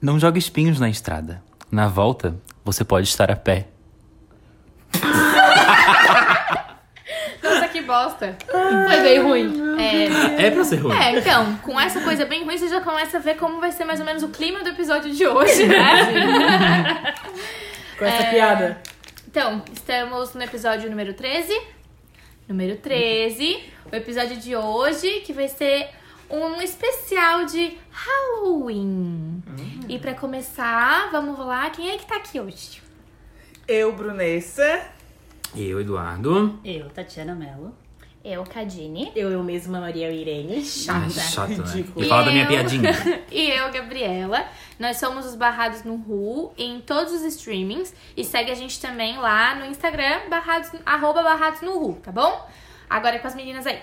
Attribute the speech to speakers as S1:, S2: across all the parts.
S1: Não jogue espinhos na estrada. Na volta, você pode estar a pé.
S2: Nossa, que bosta. Foi bem ruim. É.
S3: É pra ser ruim.
S2: É, então, com essa coisa bem ruim, você já começa a ver como vai ser mais ou menos o clima do episódio de hoje, né?
S4: Com essa piada.
S2: Então, estamos no episódio número 13. Número 13. O episódio de hoje, que vai ser um especial de Halloween. E pra começar, vamos lá, quem é que tá aqui hoje?
S5: Eu, Brunessa.
S3: Eu, Eduardo.
S6: Eu, Tatiana Mello.
S2: Eu, Cadine.
S4: Eu, eu mesma, Maria Irene.
S3: Ah,
S2: Chata.
S3: chato, né?
S4: Ridículo.
S3: E fala da minha
S2: Eu.
S3: piadinha.
S2: E eu, Gabriela. Nós somos os Barrados no Ru em todos os streamings. E segue a gente também lá no Instagram, barrados, arroba Barrados no Ru, tá bom? Agora é com as meninas aí.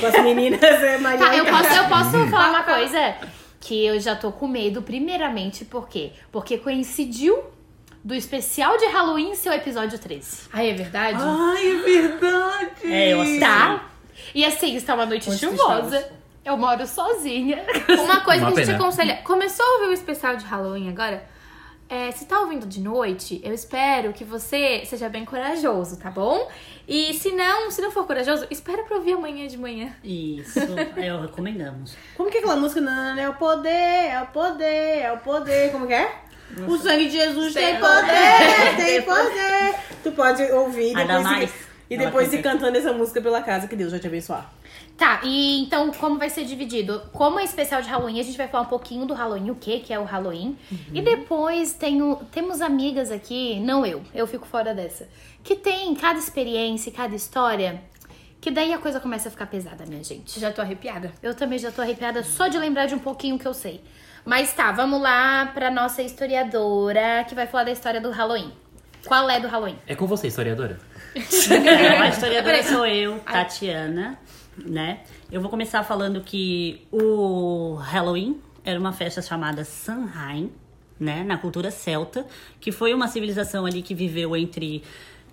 S4: Com as meninas é Maria
S2: Tá, eu
S4: Irene.
S2: posso, eu posso
S6: Falar
S2: falar
S6: uma coisa que eu já tô com medo, primeiramente, por quê? Porque coincidiu do especial de Halloween ser o episódio 13.
S2: Ai, é verdade?
S3: Ah.
S5: Ai, é verdade!
S4: É, eu assisti.
S6: Tá? E assim, está uma noite
S4: Onde
S6: chuvosa. Eu moro sozinha.
S2: Uma coisa
S3: Uma
S2: que a gente
S3: pena.
S2: aconselha. Começou a ouvir o especial de Halloween agora? É, se tá ouvindo de noite, eu espero que você seja bem corajoso, tá bom? E se não, se não for corajoso, espera pra ouvir amanhã de manhã.
S6: Isso, eu recomendamos.
S4: Como que é aquela música? Não, não, não, é o poder, é o poder, é o poder. Como que é? O sangue de Jesus tem,
S2: Tem
S4: poder, tem poder. Tu pode ouvir e
S6: Ainda
S4: depois,
S6: mais.
S4: e
S6: Ela
S4: depois ir
S6: canta.
S4: cantando essa música pela casa, que Deus vai te abençoar.
S6: Tá, e então como vai ser dividido? Como é especial de Halloween, a gente vai falar um pouquinho do Halloween, o que que é o Halloween.
S2: Uhum.
S6: E depois tenho, temos amigas aqui, não eu, eu fico fora dessa, que tem cada experiência, e cada história, que daí a coisa começa a ficar pesada, minha gente.
S2: Já tô arrepiada.
S6: Eu também já tô arrepiada só de lembrar de um pouquinho que eu sei. Mas tá, vamos lá pra nossa historiadora, que vai falar da história do Halloween. Qual é do Halloween?
S3: É com você, historiadora.
S7: A historiadora sou eu, Tatiana, né? Eu vou começar falando que o Halloween era uma festa chamada Samhain, né? Na cultura celta, que foi uma civilização ali que viveu entre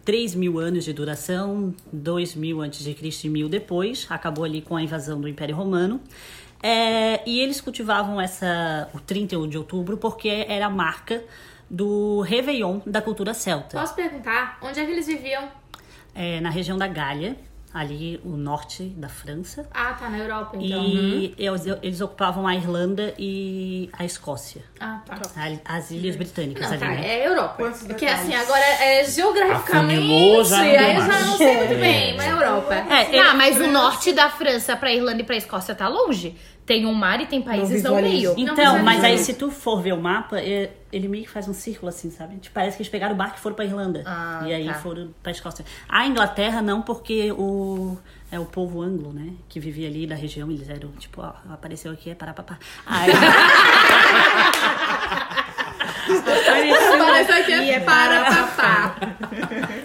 S7: 3 mil anos de duração, 2 mil antes de Cristo e mil depois. Acabou ali com a invasão do Império Romano. É, e eles cultivavam essa o 31 de outubro porque era a marca do Réveillon da cultura celta.
S2: Posso perguntar onde é que eles viviam?
S7: É, na região da Galha, ali o norte da França.
S2: Ah, tá, na Europa, então.
S7: E eles, eles ocupavam a Irlanda e a Escócia,
S2: Ah, tá.
S7: a- as Ilhas Britânicas
S3: Ah,
S2: Não,
S7: ali,
S2: tá,
S7: né?
S2: é Europa.
S5: Quantos
S2: Porque
S5: detalhes?
S2: assim, agora é
S3: Afunilou,
S2: geograficamente.
S3: já
S2: Aí eu
S3: não
S2: já não
S3: mais.
S2: sei muito bem,
S3: É.
S2: mas é Europa.
S7: É,
S6: Ah,
S7: ele-
S6: mas o norte da França pra Irlanda e pra Escócia tá longe. Tem um mar e tem países
S4: Não
S6: no
S4: visualizo.
S6: meio.
S7: então, mas
S6: é
S7: aí
S2: visualizo.
S7: se tu for ver o mapa, é- ele meio que faz um círculo assim, sabe? Tipo, parece que eles pegaram o barco e foram pra Irlanda.
S6: Ah,
S7: e aí
S6: tá.
S7: foram pra Escócia. A Inglaterra não, porque o... É o povo anglo, né? Que vivia ali da região, eles eram tipo, ó, apareceu aqui, é pará, papá. Aí... apareceu
S2: Mas aqui é para papá.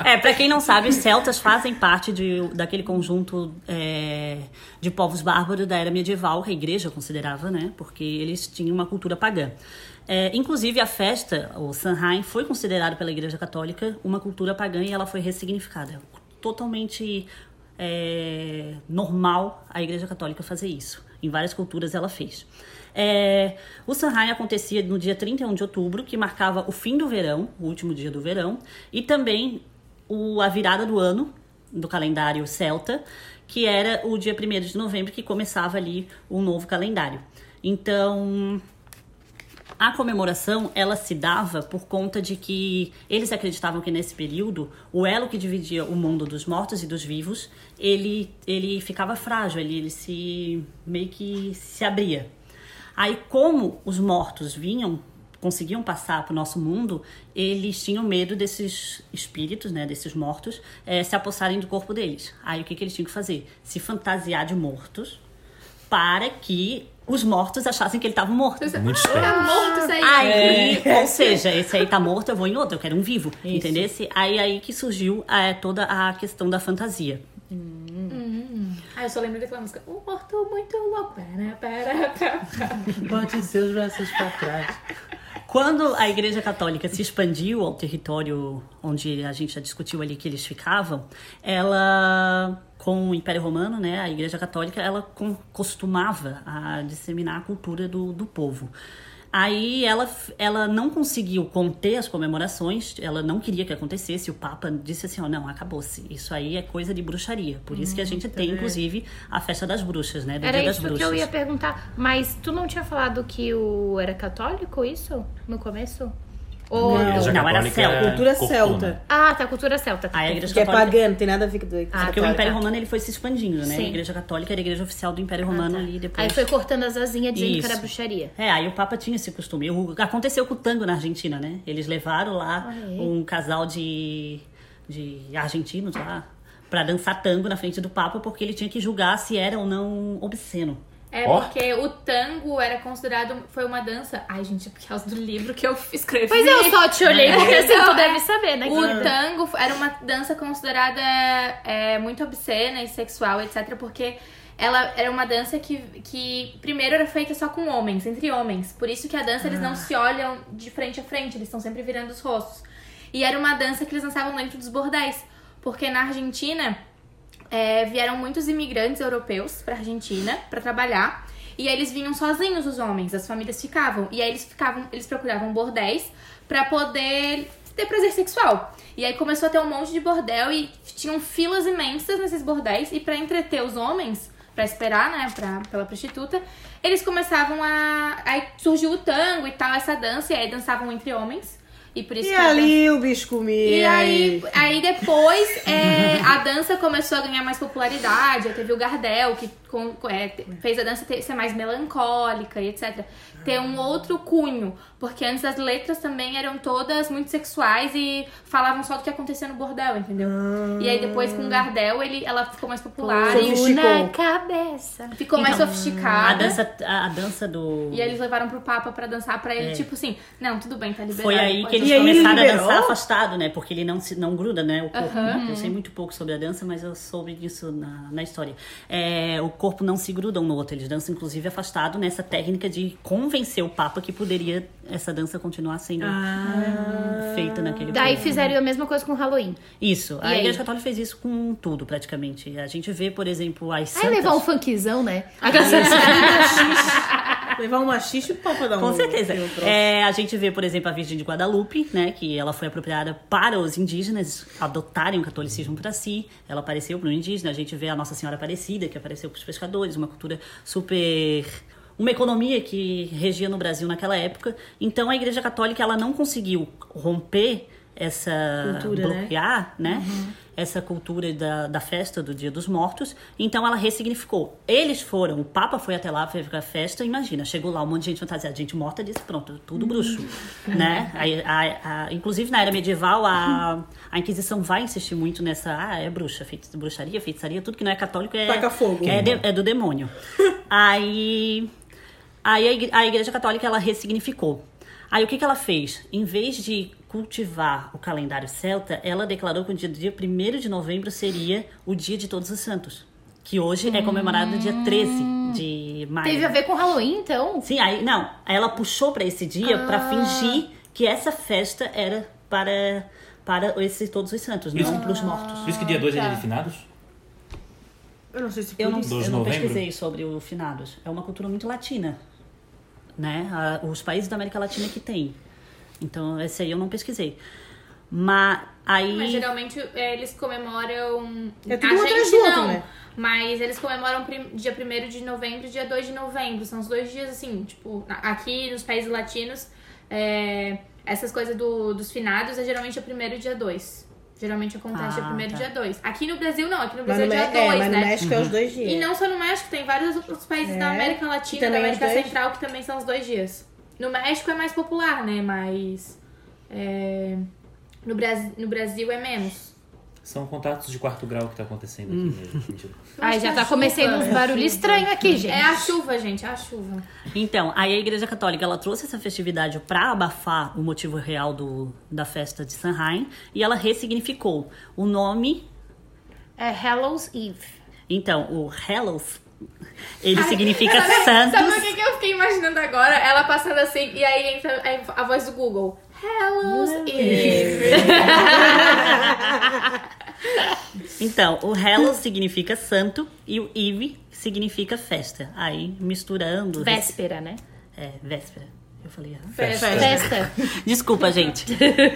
S7: É, pra quem não sabe, os celtas fazem parte de, daquele conjunto é, de povos bárbaros da era medieval, que a igreja considerava, né? Porque eles tinham uma cultura pagã. É, inclusive, a festa, o Samhain, foi considerado pela igreja católica uma cultura pagã e ela foi ressignificada. Totalmente é, normal a igreja católica fazer isso. Em várias culturas ela fez. É, o Samhain acontecia no dia 31 de outubro, que marcava o fim do verão, o último dia do verão, e também o- a virada do ano do calendário celta, que era o dia 1 de novembro, que começava ali um novo calendário. Então, a comemoração ela se dava por conta de que eles acreditavam que nesse período o elo que dividia o mundo dos mortos e dos vivos ele, ele ficava frágil, ele, ele se meio que se abria. Aí como os mortos vinham conseguiam passar para o nosso mundo, eles tinham medo desses espíritos, né, desses mortos, eh, se apossarem do corpo deles. Aí o que, que eles tinham que fazer? Se fantasiar de mortos para que os mortos achassem que ele estava morto.
S3: Muito esperto.
S2: Tá morto isso aí.
S7: Aí, ou seja, esse aí tá morto, eu vou em outro, eu quero um vivo, entendesse? Aí aí que surgiu eh, toda a questão da fantasia.
S2: Ah, eu só lembro daquela música. O morto muito louco. Para, para, para.
S3: Bote seus braços pra trás.
S7: Quando a Igreja Católica se expandiu ao território onde a gente já discutiu ali que eles ficavam, ela, com o Império Romano, né, a Igreja Católica, ela com- costumava a disseminar a cultura do, do povo. Aí ela, f- ela não conseguiu conter as comemorações, ela não queria que acontecesse. O Papa disse assim: ó, não, acabou-se. Isso aí é coisa de bruxaria. Por isso que a gente tem, inclusive, a festa das bruxas, né? Do
S6: Hum, tá Era
S7: Dia das
S6: isso
S7: Bruxas.
S6: que eu ia perguntar. Mas tu não tinha falado que o era católico isso? No começo? Ou...
S3: A igreja
S7: Não, era
S3: católica
S7: celta.
S3: é
S4: Cultura
S3: corcunda.
S4: celta.
S6: Ah, tá, cultura celta.
S7: Aí a igreja
S4: Que é
S7: católica.
S4: pagana, tem nada a ver com doido.
S6: Ah,
S7: Porque o
S6: tá,
S7: Império
S6: tá.
S7: Romano ele foi se expandindo, né?
S6: Sim.
S7: A igreja católica era a igreja oficial do Império
S6: Ah, tá.
S7: Romano ali depois.
S6: Aí foi cortando as asinhas dizendo
S7: Isso.
S6: que era bruxaria.
S7: É, aí o Papa tinha esse costume. O- aconteceu com o tango na Argentina, né? Eles levaram lá
S6: Ah, é?
S7: um casal de, de argentinos lá pra dançar tango na frente do Papa, porque ele tinha que julgar se era ou não obsceno.
S2: É
S3: Ó.
S2: porque o tango era considerado. Foi uma dança. Ai, gente, é por causa do livro que eu escrevi.
S7: é,
S6: Pois
S3: é,
S6: eu só te olhei porque assim tu deve saber, né?
S2: É. O
S6: querida?
S2: tango era uma dança considerada é, muito obscena e sexual, etc. Porque ela era uma dança que, que primeiro era feita só com homens, entre homens. Por isso que a dança eles
S6: Ah.
S2: não se olham de frente a frente, eles estão sempre virando os rostos. E era uma dança que eles dançavam dentro dos bordéis. Porque na Argentina é, vieram muitos imigrantes europeus pra Argentina pra trabalhar. E aí eles vinham sozinhos, os homens, as famílias ficavam. E aí eles ficavam, eles procuravam bordéis pra poder ter prazer sexual. E aí começou a ter um monte de bordel e tinham filas imensas nesses bordéis. E pra entreter os homens, pra esperar, né, pra, pela prostituta, eles começavam a. Aí surgiu o tango e tal, essa dança, e aí dançavam entre homens. E por isso
S4: E
S2: que a dança-
S4: ali o bicho comia.
S2: e aí, aí depois é, a dança começou a ganhar mais popularidade. Aí Teve o Gardel, que com- com- é, te- fez a dança ter- ser mais melancólica e etc. Ter um outro cunho. Porque antes as letras também eram todas muito sexuais e falavam só do que acontecia no bordel, entendeu? E aí depois com o Gardel ele, ela ficou mais popular e
S4: Sofisticou.
S6: um na cabeça.
S2: ficou mais
S7: Então,
S6: Ah,
S7: A
S6: né?
S2: sofisticada.
S7: dança, a, a dança do.
S2: E aí eles levaram pro Papa pra dançar pra ele, tipo assim, não, tudo bem, tá liberado.
S7: É. Foi aí que
S2: pode
S7: eles
S4: E aí ele
S7: começaram a
S4: liberou?
S7: dançar afastado, né? Porque ele não, se, não gruda, né? O corpo.
S2: Aham.
S7: Eu sei muito pouco sobre a dança, mas eu soube disso na, na história. É, o corpo não se gruda um no outro. Eles dançam, inclusive, afastado nessa técnica de convencer o Papa que poderia essa dança continuar sendo feita naquele
S6: Daí
S7: período.
S6: fizeram a mesma coisa com o Halloween.
S7: Isso.
S6: E
S7: A
S6: aí?
S7: Igreja Católica fez isso com tudo, praticamente. A gente vê, por exemplo, as
S6: Aí
S7: santas...
S6: levar um funkzão, né?
S4: Levar uma xixi pra dar um.
S7: Com certeza.
S4: um troço.
S7: É, a gente vê, por exemplo, a Virgem de Guadalupe, né? Que ela foi apropriada para os indígenas adotarem o catolicismo para si. Ela apareceu para o indígena. A gente vê a Nossa Senhora Aparecida, que apareceu para os pescadores, uma cultura super. Uma economia que regia no Brasil naquela época. Então a Igreja Católica ela não conseguiu romper essa
S4: Cultura, né? Uhum.
S7: criar, né? Essa cultura da, da festa do Dia dos Mortos. Então ela ressignificou. Eles foram, o Papa foi até lá, fez a festa. Imagina, chegou lá um monte de gente fantasiada, gente morta, disse pronto,
S4: Uhum.
S7: tudo bruxo, né? Aí, a- a- inclusive na era medieval a, a Inquisição vai insistir muito nessa, ah, é bruxa, feiti- bruxaria, feitiçaria, tudo que não é católico é
S4: Taca fogo.
S7: é, de- é do demônio. Aí, aí a, igre- a Igreja Católica ela ressignificou. Aí o que, que ela fez? Em vez de cultivar o calendário celta, ela declarou que o dia, dia 1 de novembro seria o dia de todos os santos. Que hoje é comemorado no dia 13 de maio.
S6: Hum. Teve a ver com o Halloween, então?
S7: Sim, aí não. Ela puxou pra esse dia pra
S6: Ah.
S7: fingir que essa festa era para para esses todos os santos, não para os mortos.
S3: Por isso que dia 2 é dia de finados?
S4: Eu não sei se
S7: Eu não,
S4: por isso.
S7: eu
S3: de
S7: não
S3: novembro?
S7: pesquisei sobre o finados. É uma cultura muito latina, né? A- os países da América Latina que tem. Então, esse aí eu não pesquisei. Mas aí...
S2: Mas geralmente é, eles comemoram.
S4: É tudo um
S2: a
S4: atrás
S2: gente
S4: do outro,
S2: não.
S4: né?
S2: Mas eles comemoram prim- dia 1 de novembro e dia 2 de novembro. São os dois dias assim, tipo, na- aqui nos países latinos, é, essas coisas do- dos finados é geralmente o primeiro e dia 2. Geralmente acontece
S7: Ah,
S2: o primeiro e
S7: tá.
S2: dia 2. Aqui no Brasil não, aqui no
S4: Mas
S2: Brasil
S4: no,
S2: é
S4: Me-
S2: dia
S4: é,
S2: 2,
S4: mas no
S2: né?
S4: México é os dois dias.
S2: E não só no México, tem vários outros países
S4: É,
S2: da América
S4: que
S2: Latina, da
S4: também é
S2: América
S4: os dois.
S2: Central, que também são os dois dias. No México é mais popular, né? Mas é, no, Bras- no Brasil é menos.
S3: São contatos de quarto grau que tá acontecendo aqui mesmo. Mentira.
S6: Ai, já tá começando uns barulhos estranhos aqui, gente.
S2: É a chuva, gente, é a chuva.
S7: Então, aí a Igreja Católica ela trouxe essa festividade para abafar o motivo real do, da festa de Samhain e ela ressignificou o nome.
S6: É Hallows Eve.
S7: Então, o Hallows ele
S2: Ai,
S7: significa
S2: sabe- Sabe o
S7: santos.
S2: que é que eu fiquei imaginando agora? Ela passando assim, e aí entra a- a voz do Google. Hello's Eve.
S7: Então, o Hallows significa santo e o Eve significa festa. Aí misturando
S6: Véspera, né?
S7: É, véspera. Eu falei, ah,
S4: Festa.
S6: Festa.
S7: Desculpa, gente.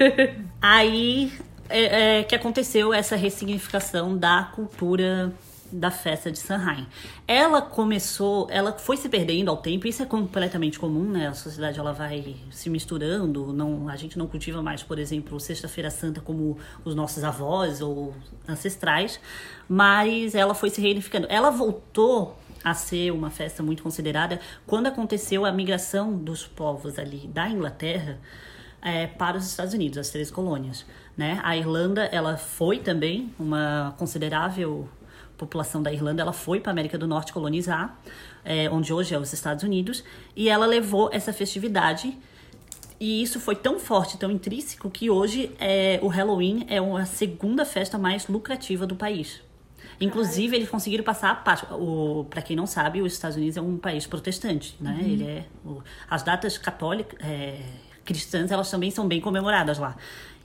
S7: Aí, é, é, que aconteceu essa ressignificação da cultura da festa de Sanheim. Ela começou, ela foi se perdendo ao tempo, isso é completamente comum, né? A sociedade ela vai se misturando, não, a gente não cultiva mais, por exemplo, sexta-feira santa como os nossos avós ou ancestrais, mas ela foi se reunificando. Ela voltou a ser uma festa muito considerada quando aconteceu a migração dos povos ali da Inglaterra é, para os Estados Unidos, as três colônias. Né? A Irlanda ela foi também uma considerável população da Irlanda, ela foi para a América do Norte colonizar, é, onde hoje é os Estados Unidos, e ela levou essa festividade e isso foi tão forte, tão intrínseco, que hoje é, o Halloween é uma- a segunda festa mais lucrativa do país. Inclusive, eles conseguiram passar a Páscoa. O, pra quem não sabe, os Estados Unidos é um país protestante, né?
S6: Uhum.
S7: Ele é, o- as datas católicas, é, cristãs, elas também são bem comemoradas lá.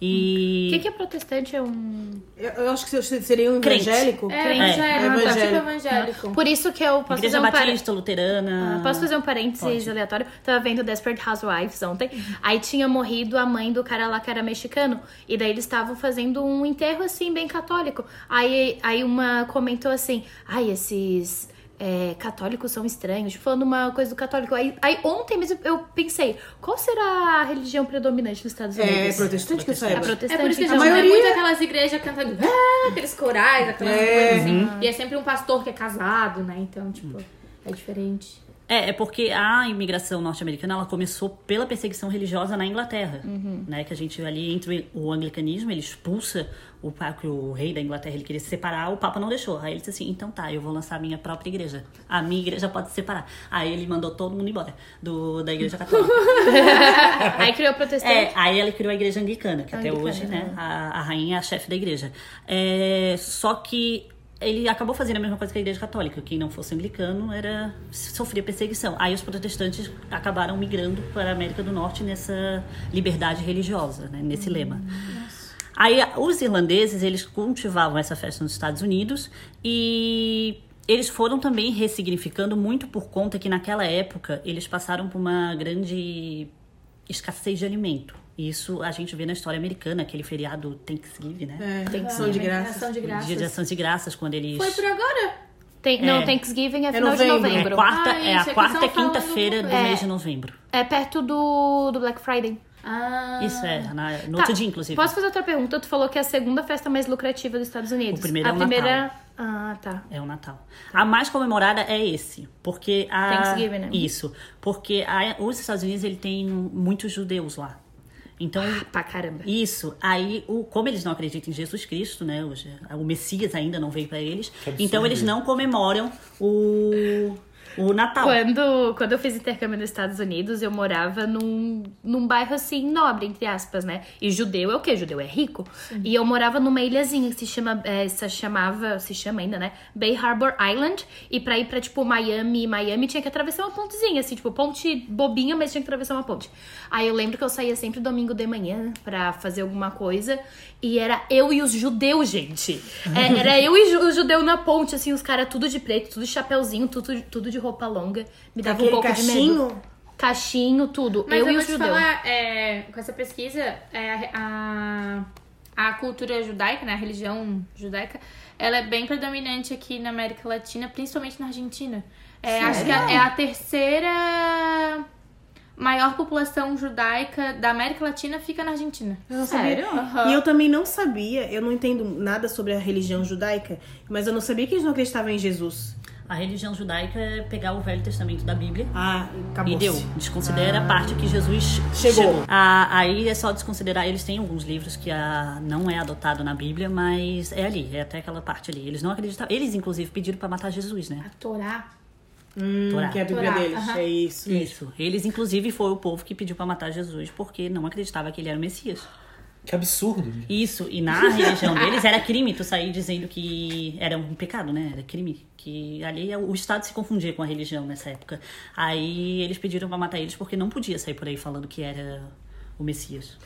S7: E...
S6: O que, que é protestante? É um.
S4: Eu, eu acho que eu seria um
S7: Crente.
S4: evangélico.
S2: É, evangélico,
S4: É.
S2: tipo evangélico.
S6: Por isso que eu posso
S7: Igreja
S6: fazer um par-
S7: Batista, Luterana...
S6: Ah, Posso fazer um parênteses
S7: Pode.
S6: aleatório? Tava vendo Desperate Housewives ontem.
S4: Uhum.
S6: Aí tinha morrido a mãe do cara lá que era mexicano. E daí eles estavam fazendo um enterro, assim, bem católico. Aí, aí uma comentou assim: ai, esses. é, católicos são estranhos, tipo, falando uma coisa do católico. Aí, aí ontem mesmo eu pensei, qual será a religião predominante nos Estados Unidos?
S4: É, protestante que eu
S6: É
S4: saiba.
S2: É
S6: protestante.
S2: por isso que a
S4: A
S2: gente
S4: maioria-
S2: tem muito aquelas igrejas cantando "Ah", aqueles corais, aquelas coisas assim.
S4: Uhum.
S2: E é sempre um pastor que é casado, né? Então, tipo, é diferente.
S7: É, é porque a imigração norte-americana ela começou pela perseguição religiosa na Inglaterra, né? Que a gente ali entre o anglicanismo ele expulsa o pa- que o rei da Inglaterra ele queria se separar, o Papa não deixou. Aí ele disse assim, então tá, eu vou lançar a minha própria igreja. A minha igreja pode se separar. Aí ele mandou todo mundo embora do da igreja católica.
S6: Aí criou protestante.
S7: É, aí ela criou a igreja anglicana, que até
S6: Anglicana,
S7: hoje, né, a, a rainha é a chefe da igreja. É, só que ele acabou fazendo a mesma coisa que a igreja católica. Quem não fosse anglicano era sofria perseguição. Aí os protestantes acabaram migrando para a América do Norte nessa liberdade religiosa, né, nesse lema. Aí a- os irlandeses, eles cultivavam essa festa nos Estados Unidos e eles foram também ressignificando muito por conta que naquela época eles passaram por uma grande escassez de alimento. E Isso a gente vê na história americana, aquele feriado Thanksgiving, né?
S4: É, tem que ser de graça.
S2: Ação de É, graças.
S7: Dia de Ação de Graças, quando eles...
S2: Foi por agora?
S6: Tem, Não,
S7: É.
S6: Thanksgiving é final
S4: novembro.
S6: de novembro.
S7: É, quarta,
S2: Ah,
S7: é
S2: isso,
S7: a
S2: é que
S7: quarta
S2: são
S7: e quinta-feira
S2: falando
S7: do
S2: alguma
S7: mês de novembro.
S6: É perto do, do Black Friday.
S2: Ah,
S7: Isso é, na- no
S6: Tá,
S7: outro dia, inclusive.
S6: Posso fazer outra pergunta? Tu falou que é a segunda festa mais lucrativa dos Estados Unidos.
S7: O primeiro
S6: a
S7: é o
S6: primeira... Ah, tá.
S7: É o Natal. A mais comemorada é esse, porque a
S6: Thanksgiving, né?
S7: Isso, porque a- os Estados Unidos ele tem um, muitos judeus lá. Então
S6: Pra caramba.
S7: isso, aí o, como eles não acreditam em Jesus Cristo, né? Hoje, o Messias ainda não veio pra eles,
S3: absurdo.
S7: então eles não comemoram o o Natal.
S6: é? Quando, quando eu fiz intercâmbio nos Estados Unidos, eu morava num, num bairro assim, nobre, entre aspas, né? E judeu é o quê? Judeu é rico. E eu morava numa ilhazinha que se chama, eh, se chamava, se chama ainda, né? Bay Harbor Island. E pra ir pra, tipo, Miami, Miami tinha que atravessar uma pontezinha, assim, tipo, ponte bobinha, mas tinha que atravessar uma ponte. Aí eu lembro que eu saía sempre domingo de manhã pra fazer alguma coisa. E era eu e os judeus, gente. É, era eu e ju- o judeu na ponte, assim, os caras tudo de preto, tudo de chapéuzinho, tudo, tudo de roupa longa. Me dava um
S4: Aquele
S6: pouco de medo.
S4: cachinho.
S6: Cachinho, tudo.
S2: mas eu,
S6: eu e
S2: vou
S6: os
S2: te
S6: judeus.
S2: falar, é, com essa pesquisa, é, a, a cultura judaica, né, a religião judaica, ela é bem predominante aqui na América Latina, principalmente na Argentina. É, acho que é a terceira maior população judaica da América Latina fica na Argentina.
S4: Eu não sabia. E eu também não sabia, eu não entendo nada sobre a religião judaica, mas eu não sabia que eles não acreditavam em Jesus.
S7: A religião judaica é pegar o Velho Testamento da Bíblia
S4: Ah, acabou.
S7: E deu. Desconsidera a parte que Jesus
S4: Chegou.
S7: chegou. Ah, aí é só desconsiderar. Eles têm alguns livros que ah, não é adotado na Bíblia, mas é ali, é até aquela parte ali. Eles não acreditavam. Eles, inclusive, pediram pra matar Jesus, né?
S2: A Torá.
S7: Torá.
S4: Que é a Bíblia
S2: Torá,
S4: deles.
S2: aham.
S4: É isso. mesmo.
S7: Isso. Eles, inclusive, foi o povo que pediu pra matar Jesus porque não acreditava que ele era o Messias.
S3: Que absurdo.
S7: Isso. E na religião deles era crime tu sair dizendo que era um pecado, né? Era crime. Que ali é o Estado se confundia com a religião nessa época. Aí eles pediram pra matar eles porque não podia sair por aí falando que era o Messias.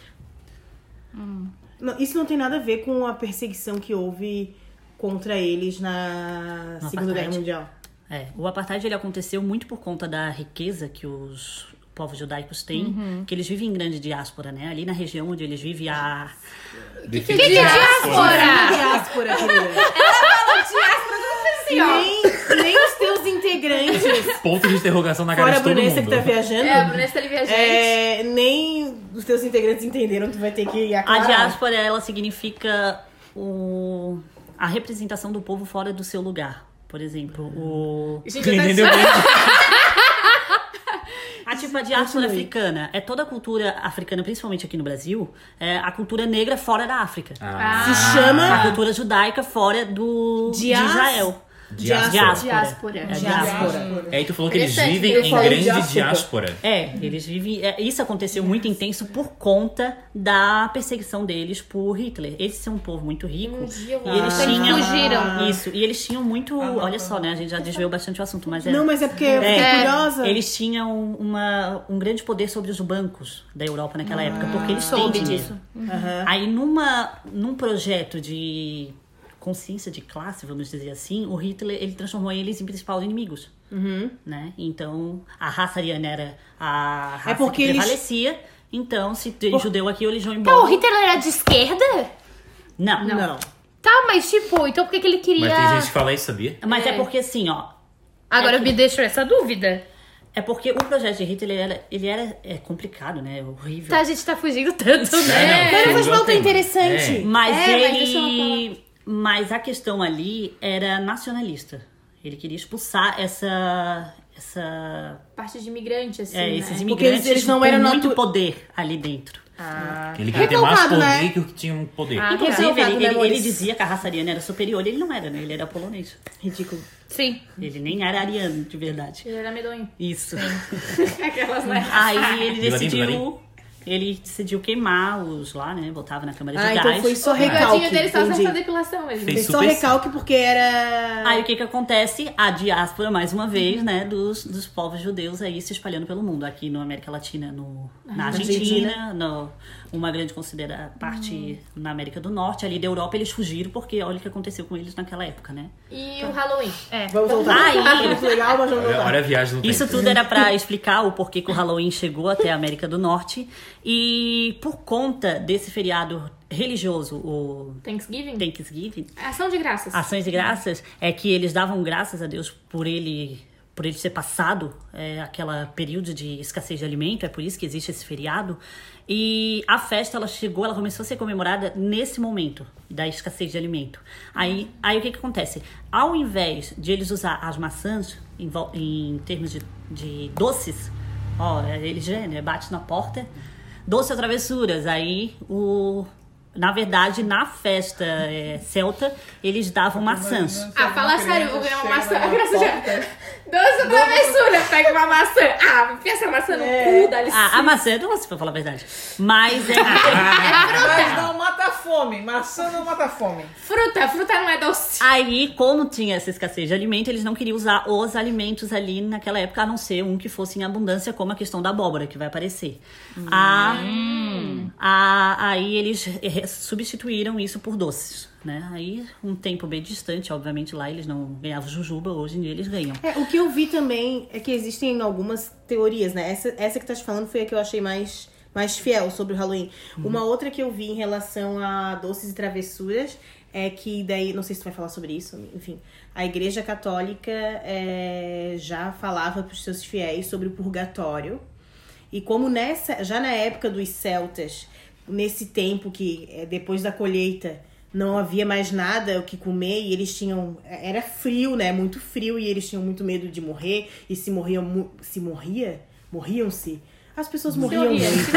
S4: Não, isso não tem nada a ver com a perseguição que houve contra eles na
S7: No
S4: Segunda Guerra
S7: apartheid.
S4: Mundial.
S7: É, o apartheid ele aconteceu muito por conta da riqueza que os povos judaicos têm, que eles vivem em grande diáspora, né? Ali na região onde eles vivem a
S1: Que
S2: Ah,
S4: Fora! Diáspora, querida.
S2: Assim, ó.
S4: Nem, nem os teus integrantes,
S3: Ponto de interrogação na cara
S4: fora a
S3: de todo
S4: Brunessa que
S3: mundo.
S4: tá viajando,
S2: É, a Brunessa tá ali viajante.
S4: é, nem os teus integrantes entenderam, tu vai ter que
S7: A
S4: aclarar.
S7: diáspora, ela significa o... a representação do povo fora do seu lugar. Por exemplo,
S4: Hum.
S7: o...
S2: Gente,
S3: Você
S2: eu tô- assim,
S3: entendeu
S7: a tipo a diáspora africana. É toda a cultura africana, principalmente aqui no Brasil, é a cultura negra fora da África.
S3: Ah,
S4: Se chama
S7: A cultura judaica fora do...
S4: Diás-
S7: de Israel.
S3: diáspora.
S2: Diáspora.
S7: É,
S4: diáspora.
S3: E aí tu falou que eles
S2: Interessante,
S3: vivem
S2: eu
S3: em
S4: falei
S3: grande
S4: diáspora.
S3: diáspora.
S7: É, eles vivem. é, isso aconteceu muito intenso por conta da perseguição deles por Hitler. Eles é um povo muito rico.
S2: Um dia eu vou
S7: e eles
S2: voltar.
S7: tinham.
S6: Fugiram.
S7: Isso. E eles tinham muito. olha só, né? A gente já desviou bastante o assunto, mas é.
S4: Não, mas é porque eu fiquei
S7: É.
S4: curiosa.
S7: Eles tinham uma, um grande poder sobre os bancos da Europa naquela época, porque eles têm
S6: Soube
S7: dinheiro.
S6: disso.
S4: Aham.
S7: Aí numa, num projeto de consciência de classe, vamos dizer assim, o Hitler ele transformou eles em principais inimigos,
S4: Uhum.
S7: né? Então a raça ariana era a raça
S4: É porque
S7: que
S4: eles- Tá
S7: prevalecia. Então se tem judeu aqui, eles vão embora.
S6: Então, o Hitler era de esquerda?
S7: Não,
S4: Não.
S6: Tá, mas tipo, então por que, que ele queria...
S3: Mas tem gente que é fala isso, sabia?
S7: Mas é. porque assim, ó.
S6: Agora me deixou essa dúvida.
S7: É porque o projeto de Hitler era, ele era é complicado, né? Horrível.
S6: Tá, a gente tá fugindo tanto, né?
S3: É,
S4: Cara, faz
S3: não,
S4: mal, tá
S3: tem.
S4: interessante.
S3: É.
S7: Mas
S2: É, mas deixa
S7: ele. Mas, a questão ali era nacionalista. Ele queria expulsar essa. essa
S2: Parte de imigrante, assim,
S7: é,
S2: né?
S7: esses
S4: Porque eles-
S7: imigrantes
S4: eles não
S7: com
S4: eram
S7: muito
S4: natu-
S7: poder ali dentro.
S3: Ele queria ter mais
S4: Recalcado,
S3: poder
S4: né?
S3: que o que tinha um poder.
S2: Ah,
S7: Inclusive,
S4: tá. Revoltado,
S7: ele,
S4: né,
S7: ele- ele
S4: Maurício?
S7: dizia que a raça ariana era superior. Ele não era, né? Ele era polonês.
S4: Ridículo.
S6: Sim.
S7: Ele nem era ariano, de verdade.
S2: Ele era medonho.
S7: Isso.
S2: Aquelas, né?
S7: Aí ele
S3: Vilarim,
S7: decidiu. Ele decidiu queimar os lá, né? Botava na câmara de
S4: Ah,
S7: gás.
S4: então foi
S2: O
S4: só
S2: bigodinho
S4: recalque.
S2: tá dele só
S4: entendi.
S2: acertou a depilação mesmo.
S4: Foi
S3: Fez
S4: só
S3: super-
S4: recalque porque era...
S7: Aí o que que acontece? A diáspora, mais uma vez, né, dos, dos povos judeus aí se espalhando pelo mundo. Aqui na América Latina, no,
S4: Ah,
S7: na
S4: né?
S7: Argentina, no- uma grande considera parte
S4: Ah.
S7: na América do Norte. Ali da Europa eles fugiram porque olha o que aconteceu com eles naquela época, né?
S2: E o Halloween.
S6: É.
S4: Vamos voltar.
S7: Aí.
S4: Foi muito legal, mas vamos
S3: Olha,
S4: voltar.
S3: olha a viagem no
S7: Isso
S3: tempo.
S7: tudo era pra explicar o porquê que o Halloween chegou até a América do Norte. E por conta desse feriado religioso, o
S2: Thanksgiving.
S7: Thanksgiving,
S2: Ação de graças.
S7: ações de graças é que eles davam graças a Deus por ele por ele ser passado é, aquela período de escassez de alimento é por isso que existe esse feriado e a festa ela chegou ela começou a ser comemorada nesse momento da escassez de alimento aí aí o que que acontece ao invés de eles usar as maçãs em, vol- em termos de, de doces ó eles é, né, bate na porta doce ou travessuras aí o na verdade, na festa é, celta, eles davam maçãs.
S2: Ah, fala sério, eu vou ganhar uma maçã. Graças a Deus. Doce travessura, pega uma maçã. Ah, enfia essa maçã no cu, dá licença.
S7: A, a maçã é doce, pra falar a verdade. Mas é,
S5: Mas não mata a fome. Maçã não mata a fome.
S2: Fruta, fruta não é doce.
S7: aí, como tinha essa escassez de alimento, eles não queriam usar os alimentos ali naquela época, a não ser um que fosse em abundância, como a questão da abóbora, que vai aparecer. A, a- aí eles eh, substituíram isso por doces. Né? Aí, um tempo bem distante, obviamente, lá eles não ganhavam jujuba, hoje em dia eles ganham.
S4: É, o que eu vi também é que existem algumas teorias, né? Essa, essa que tá te falando foi a que eu achei mais, mais fiel sobre o Halloween. Uma outra que eu vi em relação a doces e travessuras é que daí, não sei se tu vai falar sobre isso, enfim. A Igreja Católica é, já falava pros seus fiéis sobre o purgatório. E como nessa, já na época dos celtas, nesse tempo que eh, depois da colheita não havia mais nada o que comer e eles tinham era frio, né? Muito frio e eles tinham muito medo de morrer e se morriam mu- se morria, morriam-se. As pessoas morriam
S2: Teoria,
S4: muito,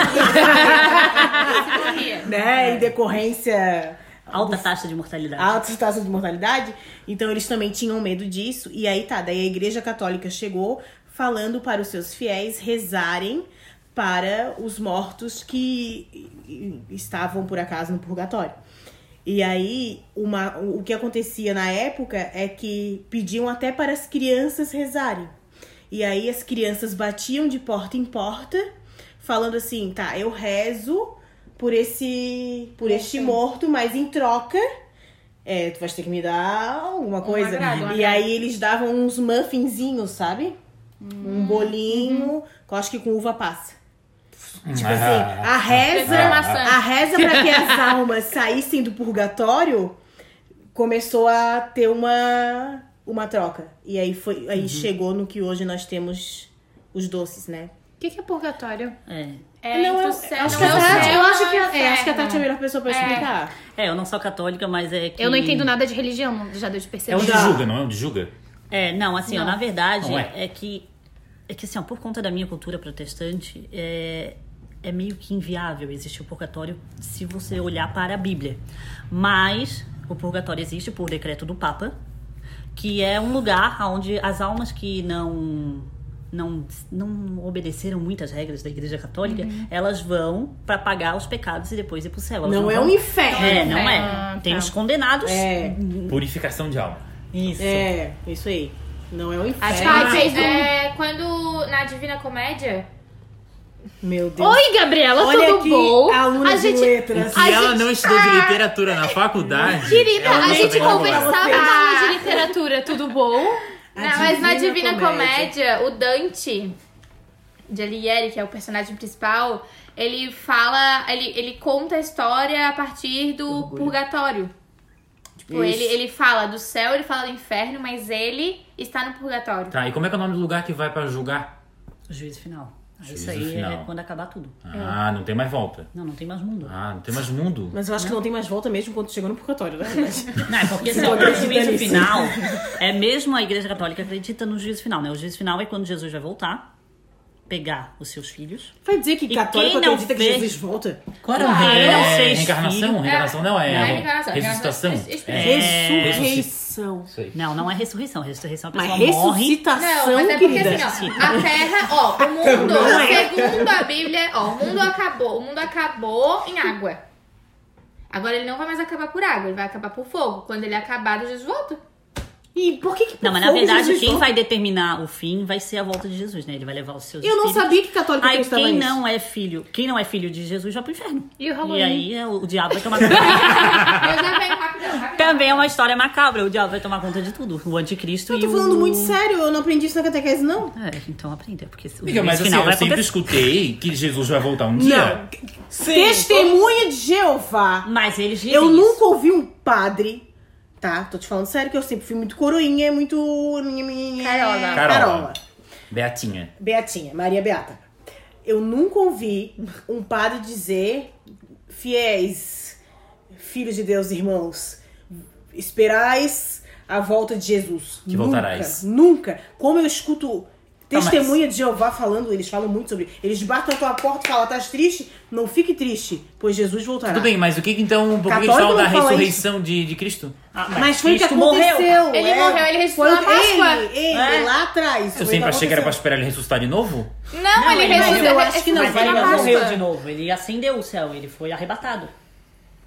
S2: teoria.
S4: né? Em decorrência
S7: Alta taxa de mortalidade.
S4: altas taxas de mortalidade. Então eles também tinham medo disso. E aí tá, daí a igreja católica chegou falando para os seus fiéis rezarem para os mortos que estavam por acaso no purgatório. E aí, uma, o que acontecia na época é que pediam até para as crianças rezarem. E aí as crianças batiam de porta em porta, falando assim, tá, eu rezo por esse por este morto, mas em troca é, tu vais ter que me dar alguma coisa.
S2: agrado, um
S4: e
S2: agrado.
S4: aí eles davam uns muffinzinhos, sabe? Um bolinho, com- acho que com uva passa. Tipo
S3: Ah.
S4: assim, a reza,
S2: Fez uma maçã.
S4: a reza pra que as almas saíssem do purgatório começou a ter uma uma troca. E aí foi, aí chegou no que hoje nós temos os doces, né?
S6: O que, que é purgatório?
S7: É.
S2: É, não,
S4: eu,
S2: eu,
S4: acho que
S2: céu,
S4: a
S2: não é o
S4: Tati,
S2: céu,
S4: eu
S2: não
S4: acho que
S2: é o
S4: é, acho que a
S2: inferno.
S4: Tati é a melhor pessoa pra explicar.
S7: É, eu não sou católica, mas é que...
S6: Eu não entendo nada de religião, já deu de perceber.
S3: É um de
S4: Já.
S3: julga, não é um de julga?
S7: É, não, assim, ó, na verdade,
S3: Não é.
S7: é. que. É que assim, ó, por conta da minha cultura protestante, é, é meio que inviável existir o purgatório se você olhar para a Bíblia. Mas o purgatório existe por decreto do Papa, que é um lugar onde as almas que não. Não, não obedeceram muitas regras da Igreja Católica, elas vão para pagar os pecados e depois ir pro céu. Elas
S4: Não é um
S7: vão-
S4: inferno.
S7: É, não
S6: Ah,
S7: é.
S6: tá.
S7: Tem os condenados.
S4: É.
S3: Purificação de alma.
S7: Isso.
S4: É, isso aí. Não é um inferno.
S6: Acho que-
S2: Ah,
S6: Ah,
S2: fez
S6: um.
S2: é, quando na Divina Comédia,
S4: Meu Deus.
S6: Oi, Gabriela,
S4: Olha
S6: tudo
S4: aqui
S6: bom?
S4: a aluna de letras.
S1: Se
S6: a
S1: ela
S6: gente-
S1: não estudou de literatura na faculdade.
S6: Querida,
S1: ela não
S6: a gente
S1: sabe elaborar.
S6: conversava na aula de literatura, tudo bom?
S4: A
S2: Não, mas na
S4: Divina
S2: Divina Comédia, o Dante de Alighieri, que é o personagem principal, ele fala, ele, ele conta a história a partir do purgatório. Tipo,
S4: Isso.
S2: ele, ele fala do céu, ele fala do inferno, mas ele está no purgatório.
S3: Tá, e como é que é o nome do lugar que vai pra julgar?
S7: Juízo final. Aí
S3: Juízo
S7: isso aí é
S3: final.
S7: quando acabar tudo.
S3: Ah, não tem mais volta.
S7: Não, não tem mais mundo.
S3: Ah, não tem mais mundo.
S4: Mas eu acho que não tem mais volta mesmo quando chegou no purgatório, né? na verdade.
S7: Não, é porque assim, ó, o juízo final é mesmo a Igreja Católica acredita no juízo final, né? O juízo final é quando Jesus vai voltar, pegar os seus filhos.
S4: Vai dizer que
S7: E
S4: católico
S7: quem não
S4: acredita que
S7: vê-
S4: Jesus volta?
S7: Claro,
S3: é,
S7: Ah, sei.
S3: reencarnação? Reencarnação não é.
S2: Não é reencarnação,
S3: Ressuscitação?
S2: reencarnação é es-
S3: É.
S4: Ressurreição.
S3: Isso aí.
S7: Não, não é ressurreição. Ressurreição a pessoa
S4: Mas
S7: morre.
S4: ressuscitação,
S2: Não, mas é porque
S4: querida.
S2: assim, ó, a Terra, ó, o mundo, segundo a Bíblia, ó, o mundo acabou, o mundo acabou em água. Agora ele não vai mais acabar por água, ele vai acabar por fogo. Quando ele acabar, Jesus volta.
S4: E por que que
S7: Não, mas na
S4: fogo
S7: verdade
S4: Jesus
S7: quem
S4: volta?
S7: vai determinar o fim vai ser a volta de Jesus, né? Ele vai levar os seus
S4: Eu não
S7: filhos.
S4: sabia que católico
S7: Aí
S4: acreditava
S7: quem
S4: nisso.
S7: não é filho, quem não é filho de Jesus vai pro inferno.
S6: E o Halloween?
S7: E aí é, o diabo vai tomar conta.
S2: Eu já venho rapidão, rapidão.
S7: Também é uma história macabra, o diabo vai tomar conta de tudo. O anticristo
S4: Eu
S7: e
S4: tô
S7: o
S4: falando muito sério, eu não aprendi isso na catequese, não.
S7: É, então aprenda, porque o
S3: Amiga, mas
S7: juízo
S3: assim,
S7: final
S3: eu
S7: vai
S3: sempre
S7: acontecer.
S3: escutei que Jesus vai voltar um dia.
S4: Testemunha de Jeová.
S7: Mas eles dizem
S4: Eu
S7: isso.
S4: nunca ouvi um padre, tá? Tô te falando sério que eu sempre fui muito coroinha, muito...
S2: Carola.
S4: Carola.
S3: Beatinha.
S4: Beatinha, Maria Beata. Eu nunca ouvi um padre dizer, fiéis, filhos de Deus, irmãos, esperais a volta de Jesus.
S3: Que voltarás. Tá,
S4: Nunca. nunca. Como eu escuto
S7: mas-
S4: testemunha de Jeová falando, eles falam muito sobre. Eles batem a tua porta e falam, estás triste? Não fique triste, pois Jesus voltará.
S3: Tudo bem, mas o que que então. Por que que eles
S4: Católico
S3: falam da
S4: não fala
S3: ressurreição de, de Cristo?
S7: Ah,
S4: Mas foi o que
S7: Cristo morreu.
S4: aconteceu. é.
S2: Ele morreu, ele ressuscitou
S4: Foi-
S2: na Páscoa.
S4: Ele, ele,
S7: É.
S4: lá atrás. foi
S3: Eu
S4: o
S3: sempre achei que era
S4: aconteceu.
S3: pra esperar ele ressuscitar de novo.
S2: Não, ele
S7: ele morreu.
S2: ressuscitou.
S4: Eu acho que não,
S7: Mas
S4: vai
S7: ele
S4: na
S7: não
S4: Páscoa.
S7: morreu de novo, ele acendeu o céu, ele foi arrebatado.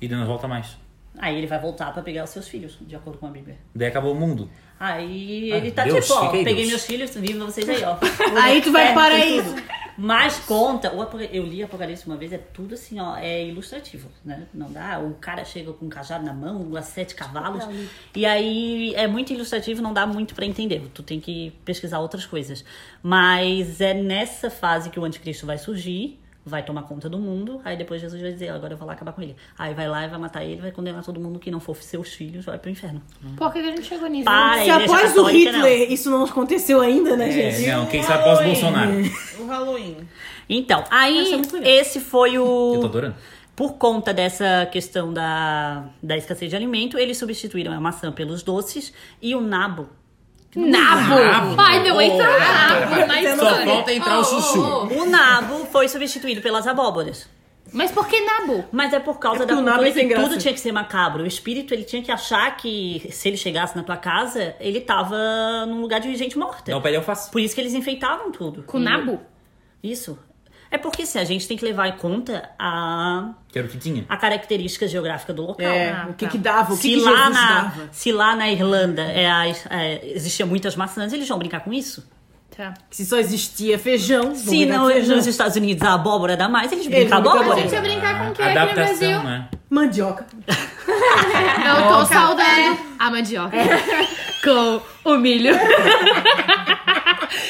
S3: E não volta mais.
S7: Aí ele vai voltar pra pegar os seus filhos, de acordo com a Bíblia.
S3: Daí acabou o mundo.
S7: Aí
S3: Ah,
S7: ele tá
S3: Deus,
S7: tipo, ó,
S3: fica aí,
S7: peguei
S3: Deus.
S7: meus filhos, viva vocês aí, ó.
S4: Aí tu vai
S7: É,
S4: para
S7: tem
S4: aí.
S7: tudo. Mas conta, o Apoca- eu li Apocalipse uma vez, é tudo assim, ó, é ilustrativo, né? Não dá, o cara chega com um cajado na mão, a sete cavalos,
S4: Tá
S7: e aí é muito ilustrativo, não dá muito pra entender, tu tem que pesquisar outras coisas. Mas é nessa fase que o anticristo vai surgir, vai tomar conta do mundo, aí depois Jesus vai dizer, ó, agora eu vou lá acabar com ele. Aí vai lá e vai matar ele, vai condenar todo mundo que não for seus filhos, vai pro inferno.
S6: Por que a gente não chegou nisso?
S7: Para,
S4: Se
S7: Igreja
S4: após o
S7: Católica, não.
S4: Hitler isso não aconteceu ainda, né,
S3: É,
S4: gente?
S3: não, quem sabe após o Bolsonaro.
S5: O Halloween.
S7: Então, aí esse foi o.
S3: Eu tô adorando.
S7: Por conta dessa questão da, da escassez de alimento, eles substituíram a maçã pelos doces e o nabo.
S6: Nabo! Ai, meu, entra nabo na
S3: Só
S6: história.
S3: falta entrar o chuchu.
S7: O nabo foi substituído pelas abóboras.
S6: Mas por que nabo?
S7: Mas é por causa
S4: É
S7: da
S4: porque o nabo
S7: cultura
S4: é sem
S7: que tudo
S4: graça.
S7: tinha que ser macabro. O espírito, ele tinha que achar que se ele chegasse na tua casa, ele tava num lugar de gente morta.
S3: Não, pede alface.
S7: Por isso que eles enfeitavam tudo.
S6: Com
S7: E-
S6: nabo?
S7: Isso. É porque se a gente tem que levar em conta a
S3: Que era o que tinha.
S7: a característica geográfica do local. né?
S4: É,
S6: Ah,
S4: o que
S6: tá.
S4: que dava, o que,
S7: Se
S4: que
S7: lá,
S4: Jesus
S7: na,
S4: dava.
S7: se lá na Irlanda é, as- é, existia muitas maçãs, eles vão brincar com isso.
S6: Tá.
S4: Se só existia feijão, vamos
S7: Se
S4: virar
S7: não,
S4: feijão.
S7: nos Estados Unidos a abóbora dá mais, eles
S4: Eles
S7: brincam
S4: vão
S7: com
S4: brincar
S7: a
S2: A
S7: abóbora.
S2: gente ia brincar com o que é aqui no Brasil?
S3: Adaptação, né?
S4: Mandioca.
S6: Eu tô saudando a mandioca. Com o milho.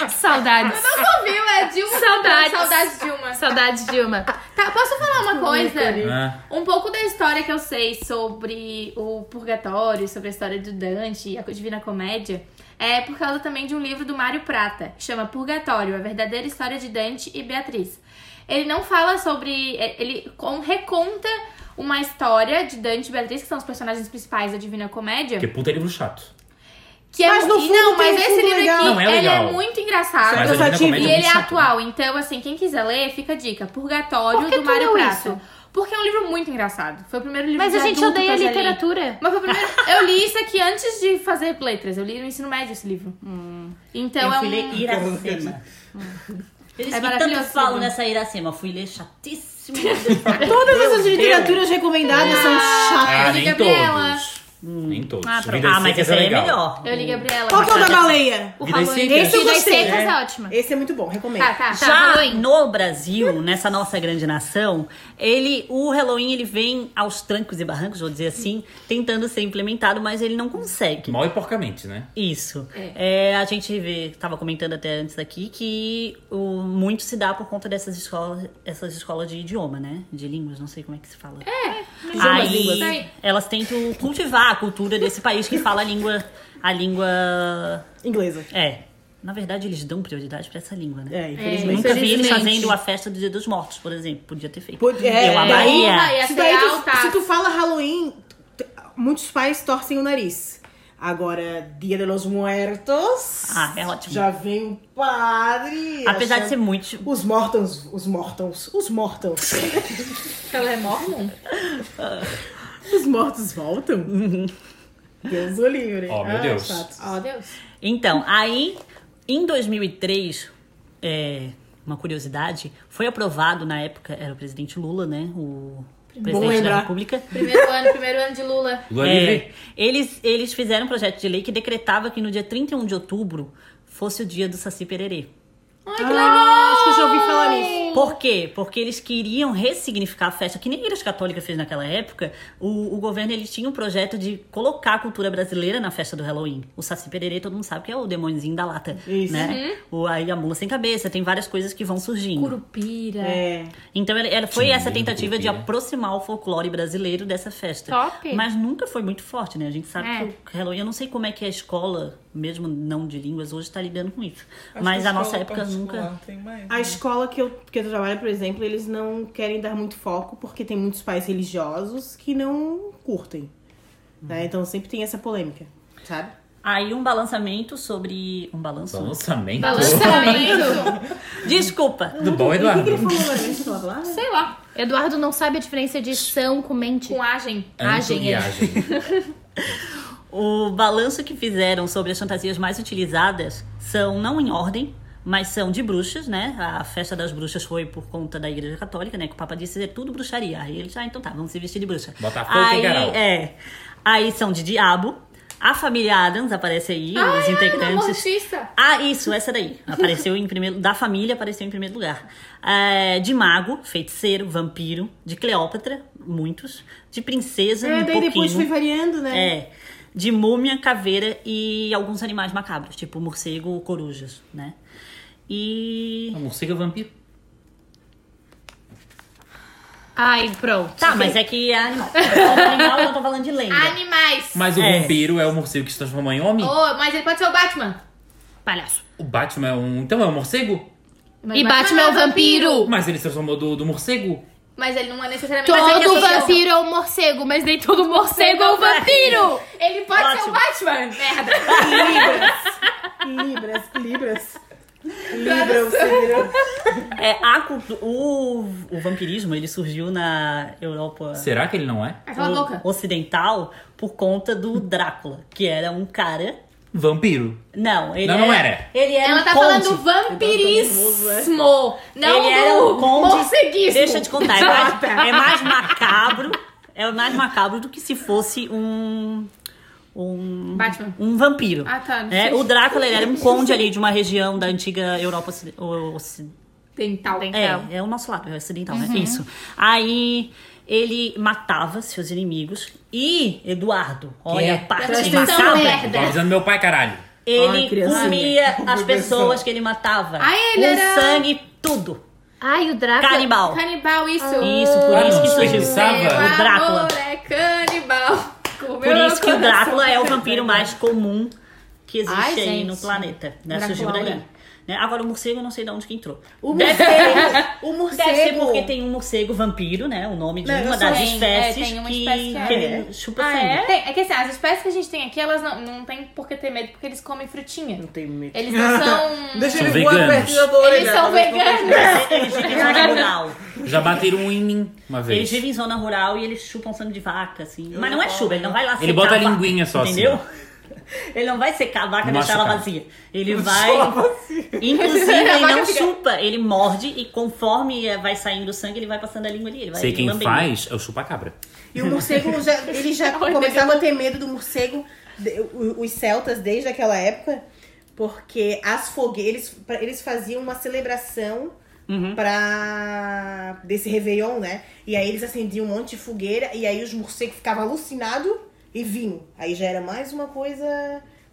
S6: Saudades.
S2: Não viu, é Dilma.
S6: Saudades.
S2: Saudades, Dilma.
S6: Saudades, Dilma.
S2: Tá, posso falar uma coisa?
S3: Ah,
S2: Um pouco da história que eu sei sobre o purgatório, sobre a história do Dante, a Divina Comédia, é por causa também de um livro do Mário Prata, que chama Purgatório, a verdadeira história de Dante e Beatriz. Ele não fala sobre. é, Ele com- reconta uma história de Dante e Beatriz, que são os personagens principais da Divina Comédia.
S3: que puta livro chato.
S2: Que é
S4: Mas no
S2: mu- e
S4: fundo
S2: não,
S4: tem
S2: mas
S4: um
S2: esse
S4: fundo
S2: livro
S4: legal.
S2: aqui,
S3: Não, é
S2: ele
S3: legal.
S2: é muito engraçado.
S3: Mas a
S4: cansativo.
S3: Divina
S2: E
S3: Comédia é
S2: ele
S3: muito
S2: é
S3: chato.
S2: atual, então assim, quem quiser ler, fica a dica. Purgatório
S6: Por que
S2: do
S6: tu
S2: Mário
S6: leu
S2: Prata.
S6: isso?
S2: Porque é um livro muito engraçado. Foi o primeiro livro
S6: Mas
S2: de
S6: a gente
S2: adulto
S6: odeia
S2: que eu já li.
S6: literatura.
S2: Mas foi o primeiro. Eu li isso aqui antes de fazer letras. Eu li no ensino médio esse livro.
S6: Hum.
S2: Então
S7: Eu
S2: é
S7: fui ler
S2: um.
S7: Iracema. Eles
S2: É
S7: que tanto
S2: maravilhoso.
S7: falam nessa Iracema. Eu fui ler chatíssimo.
S4: Todas essas literaturas recomendadas são chatas.
S3: Ah,
S2: eu li
S3: nem
S2: Gabriela.
S3: todos. Nem todos.
S7: Ah, pronto.
S3: Vida
S7: Ah, mas
S3: Seca
S7: essa aí é
S3: legal.
S7: melhor.
S2: Eu li Gabriela.
S4: Qual que é o da baleia?
S6: O
S3: Vida e
S6: Halloween.
S3: secas.
S6: Esse eu
S4: Esse eu gostei.
S6: secas é ótima.
S4: Esse é muito bom, recomendo.
S2: Tá, tá, tá.
S7: Já
S6: Halloween.
S7: no Brasil, nessa nossa grande nação, ele, o Halloween ele vem aos trancos e barrancos, vou dizer assim, tentando ser implementado, mas ele não consegue.
S3: Mal e porcamente, né?
S7: Isso. É, a gente vê, tava comentando até antes aqui, que o, muito se dá por conta dessas escolas, essas escolas de idioma, né? De línguas, não sei como é que se fala.
S2: Idiomas, línguas.
S7: Aí elas tentam cultivar a cultura desse país que fala a língua. A língua.
S4: Inglesa.
S7: É. Na verdade, eles dão prioridade pra essa língua, né?
S4: É,
S7: Eu
S4: infelizmente.
S7: nunca vi eles
S2: Infelizmente.
S7: fazendo a festa do Dia dos Mortos, por exemplo. Podia ter feito.
S4: Pô, é,
S7: Deu a
S4: daí-
S7: Bahia.
S2: Porra, ia
S4: Se,
S2: ser
S4: daí
S2: alta.
S4: tu, se tu fala Halloween, t- muitos pais torcem o nariz. Agora, Dia de los Muertos.
S7: Ah, é ótimo.
S4: Já vem o padre.
S7: Apesar de ser
S4: achando-
S7: muito.
S4: Os mortons, os mortons, os mortons.
S2: Ela é mormon.
S4: os mortos voltam? Uhum. Deus o livre.
S3: Oh, meu
S4: Ah,
S3: Deus.
S4: chato.
S2: Ó, Deus.
S7: Então, aí, em 2003, é, uma curiosidade, foi aprovado na época, era o presidente Lula, né? O presidente da
S4: lembrar.
S7: República.
S2: Primeiro ano, primeiro ano de Lula.
S3: Lua
S7: É,
S3: Livre.
S7: eles, eles fizeram um projeto de lei que decretava que no dia 31 de outubro fosse o dia do Saci Pererê.
S2: Ai, que legal!
S4: Ah, acho que eu já ouvi falar nisso.
S7: Por quê? Porque eles queriam ressignificar a festa, que nem a Igreja Católica fez naquela época. O, o governo ele tinha um projeto de colocar a cultura brasileira na festa do Halloween. O Saci Pererê, todo mundo sabe que é o demôniozinho da lata,
S4: Isso.
S7: né? O, aí a mula sem cabeça, tem várias coisas que vão surgindo.
S2: Curupira.
S4: É.
S7: Então ela, ela foi
S3: Sim,
S7: essa tentativa de
S3: curupira.
S7: aproximar o folclore brasileiro dessa festa.
S6: Top.
S7: Mas nunca foi muito forte, né? A gente sabe
S6: É.
S7: que o Halloween, eu não sei como é que a escola, mesmo não de línguas, hoje tá lidando com isso.
S5: Acho
S7: Mas
S5: que
S7: a nossa
S5: escola
S7: época nunca.
S5: particular Tem mais,
S4: A
S5: né?
S4: escola que eu, que eu trabalho, por exemplo, eles não querem dar muito foco porque tem muitos pais religiosos que não curtem. Né? Então sempre tem essa polêmica, sabe?
S7: Aí um balançamento sobre. Um balanço?
S3: Balançamento.
S6: Balançamento.
S7: Desculpa!
S3: Do
S4: O
S3: bom,
S4: que,
S3: Eduardo.
S4: ele falou agora? Deixa eu falar pra lá.
S2: Sei lá.
S6: Eduardo não sabe a diferença de são com mente.
S2: Com agem.
S6: Agem, é.
S3: Agem.
S7: O balanço que fizeram sobre as fantasias mais utilizadas são não em ordem, mas são de bruxas, né? A festa das bruxas foi por conta da Igreja Católica, né? Que o Papa disse é tudo bruxaria. Aí eles, ah, então tá, vamos se vestir de bruxa.
S3: Botafogo e
S7: aí,
S3: Garau.
S7: é. Aí são de diabo. A família Adams aparece aí, os
S2: Ana
S7: integrantes.
S2: Mortista.
S7: Ah, isso, essa daí. Apareceu em primeiro. Da família apareceu em primeiro lugar. É, de mago, feiticeiro, vampiro. De Cleópatra, muitos. De princesa,
S4: É,
S7: um
S4: daí depois
S7: pouquinho.
S4: foi variando, né?
S7: É. De múmia, caveira e alguns animais macabros, tipo morcego, corujas, né? E.
S3: A morcega é vampiro.
S6: Ai, pronto.
S7: Tá, mas é que é animal. Animal eu tô falando de lenda.
S2: Animais.
S3: Mas o
S7: É.
S3: vampiro é o morcego que se transforma em homem?
S2: Oh, mas ele pode ser o Batman.
S6: Palhaço.
S3: O Batman é um. Então é um morcego?
S2: Mas
S6: E Batman é um vampiro.
S3: Mas ele se transformou do, do morcego?
S2: Mas ele não é necessariamente. Mas ele
S6: Todo
S2: é
S6: vampiro é um morcego, mas nem todo morcego é um vampiro.
S2: Ele pode ser o
S7: Ótimo.
S2: Batman. Merda.
S4: Libras, Libras, Libras. Libras,
S7: É, a cultu- o, o vampirismo ele surgiu na Europa
S3: Será que ele não é?
S2: Vai falar louca.
S7: Ocidental por conta do Drácula, que era um cara.
S3: Vampiro.
S7: Não, ele
S3: Não,
S7: era,
S3: não era.
S7: Ele era
S2: Ela
S7: um
S2: tá
S7: conde.
S2: falando do vampirismo. Não
S7: ele era
S2: do
S7: um conde.
S2: morceguismo.
S7: Deixa eu te contar, é mais, é mais macabro. É mais macabro do que se fosse um. Um,
S2: Batman.
S7: um vampiro.
S2: Ah, tá, não
S7: É,
S2: sei.
S7: o Drácula ele era um conde ali de uma região da antiga Europa Ocid- o- Ocid-
S2: Dental.
S6: Então.
S7: é, é o nosso lado, é o ocidental,
S2: Uhum.
S7: né? Isso. Aí ele matava seus inimigos. E, Eduardo, olha a parte
S4: É.
S2: Presta atenção, né?
S7: macabra.
S2: merda.
S3: Tô avisando meu pai, caralho.
S4: Ai,
S7: Ele
S4: criancinha.
S7: comia as
S5: Começou.
S7: pessoas que ele matava.
S2: Ai, Ah, ele
S7: com
S2: era-
S7: sangue, tudo.
S6: Ai, o Drácula.
S2: é-
S7: Canibal.
S2: Canibal, isso.
S7: Isso, por
S3: Ah,
S7: isso que
S3: não,
S7: surgiu.
S2: Seu
S3: Precisava.
S7: O Drácula.
S2: amor é canibal. Comeu
S7: Por
S2: meu
S7: isso que o
S2: coração.
S7: Drácula é o vampiro mais comum que existe
S2: Ai,
S7: aí
S2: gente.
S7: no planeta. Né?
S2: Drácula,
S7: Surgiu dali.
S2: né?
S7: Né? Agora, o morcego, eu não sei de onde que entrou.
S4: O morcego. O
S7: Deve ser
S4: morcego.
S7: porque tem um morcego vampiro, né? O nome de
S4: Não,
S7: uma
S4: eu
S7: das
S2: sou- Tem, é,
S7: espécies
S2: tem uma
S7: que,
S2: espécie que é.
S7: que ele chupa
S2: Ah,
S7: sangue.
S2: é? Tem- é que assim, as espécies que a gente tem aqui, elas não, não tem por que ter medo, porque eles comem frutinha.
S4: Não tem medo.
S2: Eles não são.
S5: Deixa
S3: São
S5: ele voar
S3: veganos.
S5: pertinho da tua orelha.
S2: Eles são
S5: pra ver se não tem
S2: veganos.
S7: Eles vivem em zona rural.
S3: Já bateram um em mim uma
S7: Eles
S3: vez.
S7: vivem em zona rural e eles chupam sangue de vaca, assim.
S5: Eu
S7: Mas
S5: não
S7: não é
S5: como,
S7: chuva, ele não vai lá secar
S3: Ele bota a
S7: vaca,
S3: linguinha só, assim,
S7: Entendeu?
S3: ó.
S7: Ele não vai secar a vaca e
S3: Não
S7: deixar ela
S3: machucar.
S7: vazia. Ele
S5: Só
S7: vai.
S5: você.
S7: Inclusive,
S2: A
S7: ele
S2: vaca
S7: não
S2: fica-
S7: chupa, ele morde e conforme eh, vai saindo sangue, ele vai passando a língua ali. Ele vai
S3: Sei quem
S7: lambendo.
S3: faz é o chupacabra.
S4: E o morcego já. Ele já começava a ter medo do morcego, de- o- os celtas, desde aquela época, porque as fogueiras. Eles, pra- eles faziam uma celebração. Pra. desse Réveillon, né? E aí eles acendiam um monte de fogueira e aí os morcegos ficavam alucinados e vinham. Aí já era mais uma coisa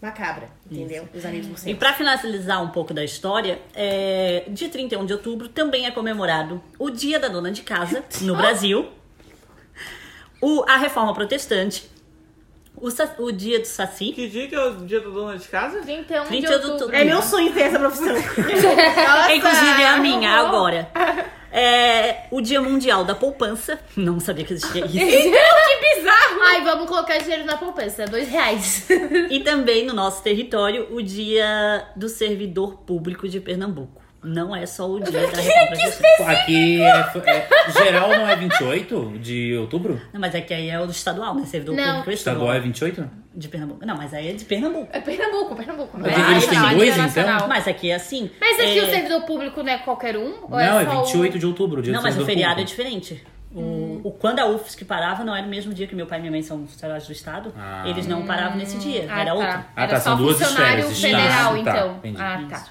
S4: macabra, entendeu? Os amigos
S7: E
S4: morcegos.
S7: pra finalizar um pouco da história, é, dia 31 de outubro também é comemorado o Dia da Dona de Casa
S2: Oh!
S7: no Brasil, o- a Reforma Protestante, o, sa- o Dia do Saci.
S5: Que dia que é o dia da dona de casa?
S2: 31 de
S7: 31 de
S2: outubro.
S7: outubro.
S4: É meu sonho ter essa profissão.
S2: Nossa,
S7: É, Inclusive é a minha
S2: arrumou.
S7: agora. É, o Dia Mundial da Poupança. Não sabia que existia isso.
S6: Ai, vamos colocar dinheiro na poupança. Dois
S2: É.
S6: reais.
S7: E também no nosso território, o Dia do Servidor Público de Pernambuco. Não é só o dia da República.
S3: Aqui é, é- Geral não é 28 de outubro?
S7: Não, mas é que aí é o do estadual, né? Servidor
S6: Não.
S7: público é
S3: Estadual é
S7: estadual.
S3: 28?
S7: De Pernambuco. Não, mas aí é de Pernambuco.
S2: É Pernambuco, Pernambuco. Não é?
S3: Eles têm
S2: Internacional,
S3: dois,
S2: internacional.
S3: então?
S7: Mas aqui é assim.
S6: Mas aqui
S7: é...
S6: o servidor público não é qualquer um? Ou
S3: não, é,
S6: só o-
S3: 28 de outubro. Dia
S7: Não,
S3: do
S7: mas o
S3: servidor
S7: feriado é
S3: público.
S7: diferente. O, o- quando a UFSC parava, não era o mesmo dia que meu pai e minha mãe são funcionários do Estado.
S3: Ah.
S7: Eles não paravam nesse dia,
S2: Ah,
S7: era
S2: tá.
S7: outro.
S3: Ah,
S2: Era
S3: tá,
S2: só
S3: são duas
S2: funcionário
S3: esferas, está,
S2: federal,
S3: tá,
S2: então.
S3: entendi.
S2: ah, tá.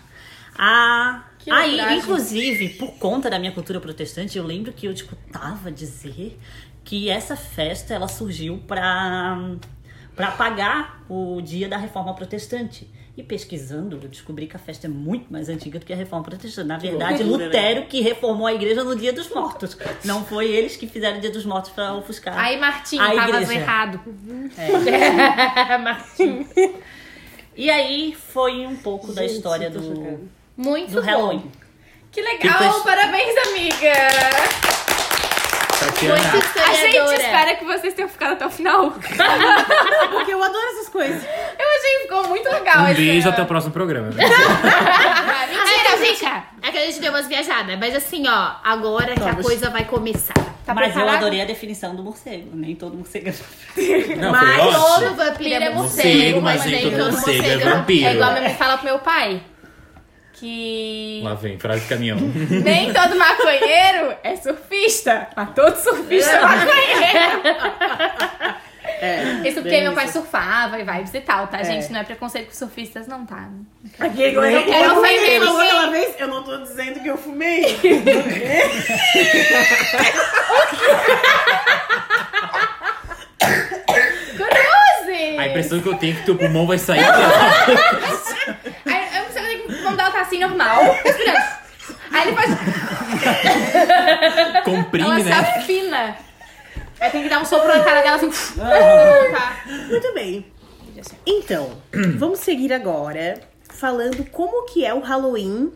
S7: Ah,
S2: Que
S7: aí,
S2: loucuragem.
S7: inclusive, por conta da minha cultura protestante, eu lembro que eu escutava dizer que essa festa ela surgiu para para pagar o dia da reforma protestante. E pesquisando, eu descobri que a festa é muito mais antiga do que a reforma protestante. Na verdade,
S5: loucura,
S7: Lutero que reformou a igreja no Dia dos Mortos. Não foi eles que fizeram o Dia dos Mortos para ofuscar.
S2: Aí, Martim,
S7: A
S2: tava
S7: igreja.
S2: errado.
S7: E aí foi um pouco da história do,
S6: Muito
S7: do
S6: Tá bom.
S7: Halloween.
S2: Que
S3: Que
S2: legal,
S3: fez-
S2: parabéns, amiga!
S3: Tatiana,
S2: A gente
S6: Historiadora.
S2: espera que vocês tenham ficado até o final.
S4: Porque eu adoro essas coisas.
S2: Eu achei que ficou muito legal.
S3: um
S2: esse-
S3: beijo até o próximo programa. né?
S2: Ah,
S6: Ah, é
S2: mentira, Tá
S6: que a gente- É que a gente deu umas viajadas, mas assim, ó, agora que a coisa vai começar.
S2: Tá
S7: Mas eu
S2: preparado?
S7: adorei a definição do morcego. Nem todo morcego é
S3: Não,
S6: mas
S3: foi
S6: todo
S3: ótimo.
S6: vampiro é
S2: Morcego,
S6: morcego,
S3: mas
S6: nem
S3: todo morcego é
S6: é
S3: vampiro.
S2: É igual a minha mãe fala pro meu pai. Que
S3: Lá vem, frase de caminhão.
S2: nem todo maconheiro é surfista, mas todo surfista é maconheiro. Isso porque meu pai surfava e vibes e tal, tá, gente? Não é preconceito com surfistas, não, tá?
S4: Aqui, eu,
S2: não quero
S4: como
S2: ofender
S4: ele falou
S2: ninguém.
S4: aquela vez, eu não tô dizendo que eu fumei.
S2: Cruze!
S3: A impressão que eu tenho é que teu pulmão vai sair. Não.
S2: Aí, eu não sei como é que vamos dar o tacinho normal. Respirando. Aí ele faz. Ela
S3: Comprime,
S2: se
S3: né?
S2: afina. Aí tem que dar um sopro na cara dela assim. tá.
S4: Muito bem. Então, vamos seguir agora falando como que é o Halloween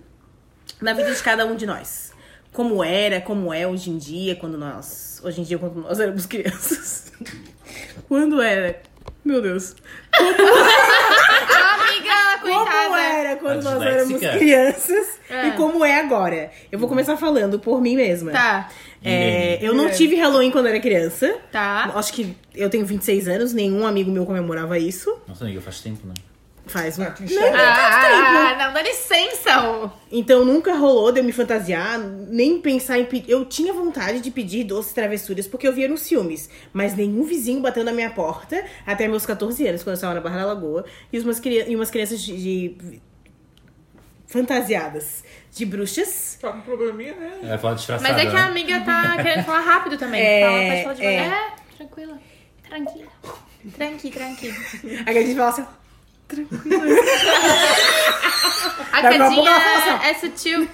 S4: na vida de cada um de nós. Como era, como é hoje em dia, quando nós... Hoje em dia, quando nós éramos crianças. Quando era... Meu Deus.
S2: Ah, Amiga,
S4: Como é?
S2: coitada.
S4: era quando
S3: A
S4: nós éramos
S3: disléxica.
S4: crianças
S2: É.
S4: e como é agora. Eu vou começar falando por mim mesma.
S2: Tá,
S4: É, eu não tive Halloween quando era criança.
S2: tá.
S4: Acho que eu tenho 26 anos, nenhum amigo meu comemorava isso.
S3: Nossa, amiga, faz tempo, né?
S4: Faz um.
S5: tu enxerga.
S4: Não,
S2: Ah,
S4: não faz tempo.
S2: ah, ah, não, dá licença. ô.
S4: Então nunca rolou de eu me fantasiar, nem pensar em pedir. Eu tinha vontade de pedir doces e travessuras porque eu via nos filmes, mas nenhum vizinho bateu na minha porta até meus 14 anos, quando eu estava na Barra da Lagoa, e umas, cria- e umas crianças de- de. fantasiadas de bruxas.
S5: Tá com probleminha, né?
S3: Vai falar disfarçada.
S2: Mas é que a
S3: né?
S2: amiga tá querendo falar rápido também.
S4: É,
S2: Fala, pode falar
S4: é.
S2: devagar.
S6: Tranquila. Tranquila.
S2: É, tranqui, tranqui.
S4: Aí a gente fala assim.
S2: A
S4: Daqui a pouco
S2: Cadinha
S4: ela fala assim,
S2: é sutil.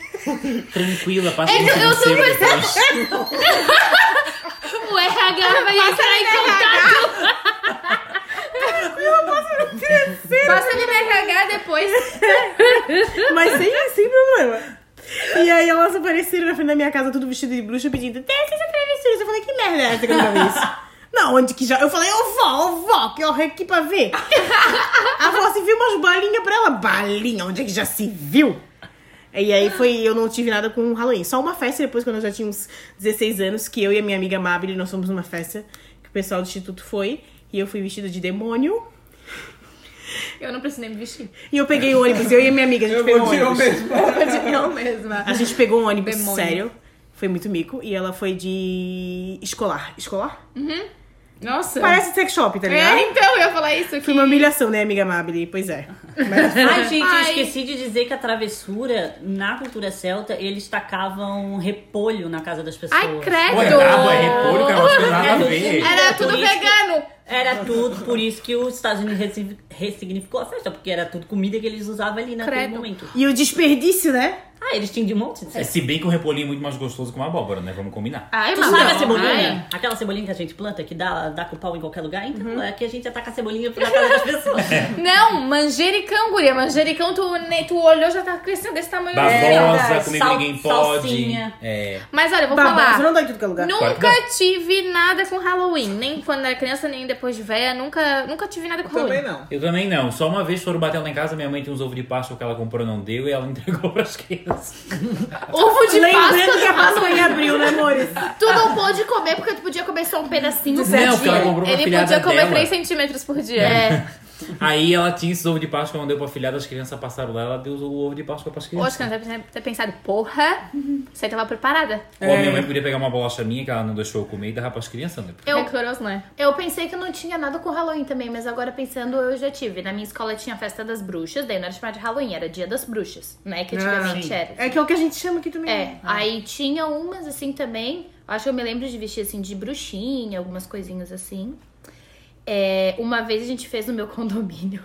S3: Tranquila, passa
S2: É que eu- eu tô
S3: financeiro depois.
S2: O RH vai entrar em contato. Passa no RH depois.
S4: Mas sem, sem problema. E aí elas apareceram na frente da minha casa, tudo vestido de bruxa, pedindo desce essa travessura. Eu falei, que merda é essa que eu nunca vi isso? Não, onde que já. Eu falei, ô vó, ô vó, que eu aqui pra ver. A vó se viu umas balinhas pra ela. Balinha, onde é que já se viu? E aí foi, eu não tive nada com o Halloween. Só uma festa depois, quando eu já tinha uns 16 anos, que eu e a minha amiga Mabel, nós fomos numa festa que o pessoal do instituto foi. E eu fui vestida de demônio.
S2: Eu não preciso nem me vestir.
S4: E eu peguei o ônibus, eu e a minha amiga, a gente
S5: Eu
S4: pegou
S5: vou
S4: o
S5: de eu
S4: ônibus.
S5: mesmo.
S2: Eu mesma.
S4: A gente pegou um ônibus,
S2: Demônio.
S4: sério. Foi muito mico. E ela foi de escolar. Escolar?
S2: Nossa.
S4: Parece sex shop, tá ligado?
S2: É, então, eu ia falar isso.
S4: Foi
S2: Que...
S4: uma humilhação, né, amiga Mabili? Pois é.
S7: Ai, gente, eu
S2: Ai.
S7: esqueci de dizer que a travessura, na cultura celta, eles tacavam repolho na casa das pessoas.
S2: Ai,
S3: Pô, é brabo, é
S2: credo.
S3: repolho, cara, não tem nada a ver.
S2: Era tudo
S7: Por isso que-
S2: vegano.
S7: Era tudo, por isso que os Estados Unidos ressi- ressignificou a festa, porque era tudo comida que eles usavam ali naquele
S2: Credo.
S7: momento.
S4: E o desperdício, né?
S7: Ah, eles tinham de monte de
S3: É,
S7: festa.
S3: se bem que o repolhinho é muito mais gostoso que uma abóbora, né? Vamos combinar.
S2: Ai,
S7: Tu sabe a
S2: mamãe. é.
S7: cebolinha? Aquela cebolinha que a gente planta, que dá, dá com pau em qualquer lugar? Então,
S2: Uhum.
S7: é que a gente ataca a cebolinha pra casa das pessoas.
S2: É. Não, manjericão, guria. Manjericão, tu, ne- tu olhou, já tá crescendo desse tamanho.
S3: Babosa,
S7: verdade.
S3: comigo
S7: Sal-
S3: ninguém pode.
S7: salsinha.
S3: É.
S2: Mas olha, eu vou
S4: Babaca,
S2: falar.
S4: Tá você não dá em tudo que é lugar.
S3: Claro que
S2: Nunca tive nada com Halloween. Nem quando era criança, nem depois de véia. Nunca, nunca tive nada com
S5: Também
S2: Halloween.
S5: não.
S3: Eu também não. Só uma vez foram bater lá em casa, minha mãe tem uns ovos de Páscoa que ela comprou não deu e ela entregou pras crianças.
S2: Ovo de
S4: Lembrando que
S2: Páscoa.
S4: a Páscoa foi em abril, né, amores?
S6: Tu não pôde comer porque tu podia comer só um pedacinho por
S3: Não, porque ela
S6: dia.
S3: comprou pra
S2: Ele
S3: filhada
S2: podia comer
S3: dela.
S2: 3 centímetros por dia.
S6: É,
S3: Aí ela tinha esse ovo de Páscoa, não deu pra filhada, as crianças passaram lá, ela deu o ovo de Páscoa pras
S2: Hoje
S3: crianças.
S2: que eu não deve ter pensado, porra, você tava preparada.
S3: Ou minha mãe podia pegar uma bolacha minha que ela não deixou eu comer e dava pras crianças, né?
S2: Eu...
S6: Eu-
S2: Decoroso, né?
S6: eu pensei que não tinha nada com Halloween também, mas agora pensando, eu já tive. Na minha escola tinha a festa das bruxas, daí não era chamada de Halloween, era dia das bruxas, né? Que antigamente era.
S4: É que é o que a gente chama aqui também.
S6: É, aí tinha umas assim também. Acho que eu me lembro de vestir assim de bruxinha, algumas coisinhas assim. É, uma vez a gente fez no meu condomínio.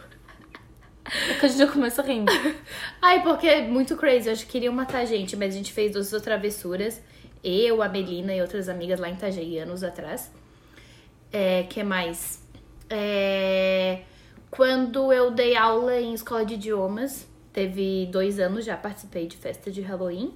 S2: Porque a gente já começa rindo.
S6: Ai, porque é muito crazy. Eu acho que queriam matar a gente, mas a gente fez duas travessuras. Eu, a Melina e outras amigas lá em Itajaí, anos atrás. É, que mais? É, quando eu dei aula em escola de idiomas, teve dois anos já participei de festa de Halloween.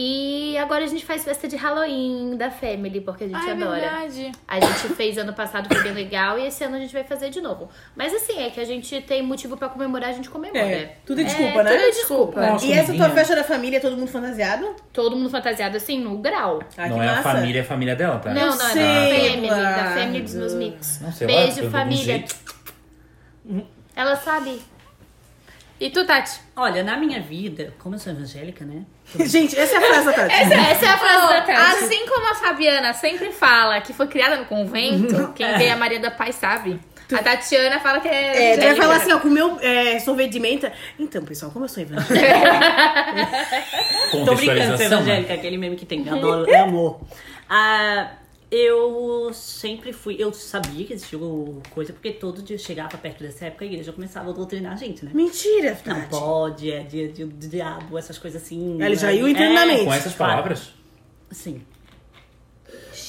S6: E agora a gente faz festa de Halloween da Family, porque a gente
S2: Ai, é
S6: adora.
S2: verdade.
S6: A gente fez ano passado, foi bem legal, e esse ano a gente vai fazer de novo. Mas assim, é que a gente tem motivo pra comemorar, a gente comemora.
S4: É, tudo é desculpa, né?
S6: Tudo é desculpa.
S3: Nossa,
S4: E essa tua
S3: amiguinha.
S4: festa da família, é todo mundo fantasiado?
S6: Todo mundo fantasiado assim, no grau.
S4: Ai,
S3: não
S4: Ah, que
S3: é
S4: massa.
S3: a família, é a família dela, tá?
S6: Não, não,
S4: sei,
S6: era da family, da
S4: Eduardo.
S6: family dos meus micos.
S3: Não sei lá,
S6: Beijo,
S3: de algum
S6: família.
S3: jeito.
S6: Ela sabe.
S2: E tu, Tati?
S7: Olha, na minha vida, como eu sou evangélica, né?
S4: Gente, essa é a frase da Tati.
S2: Essa é a frase
S6: da Tati.
S2: Assim como a Fabiana sempre fala que foi criada no convento, quem vê a Maria da Paz sabe. A Tatiana fala que é.
S4: É, tu vai
S2: evangélica.
S4: falar assim, ó, com o meu é, sorvete de menta. Então, pessoal, como eu sou evangélica?
S7: Tô brincando, sou
S3: Contextualização. né?
S7: evangélica, aquele meme que tem. Adoro, eu amo. Ah, eu sempre fui. Eu sabia que existia o coisa, porque todo dia eu chegava perto dessa época a igreja começava a doutrinar a gente, né?
S4: Mentira,
S7: Não
S4: Tati.
S7: pode, é dia de, do diabo, essas coisas assim.
S4: Ela já
S7: né? É,
S4: ia entrando na mente.
S3: É, Com essas palavras.
S7: Sim.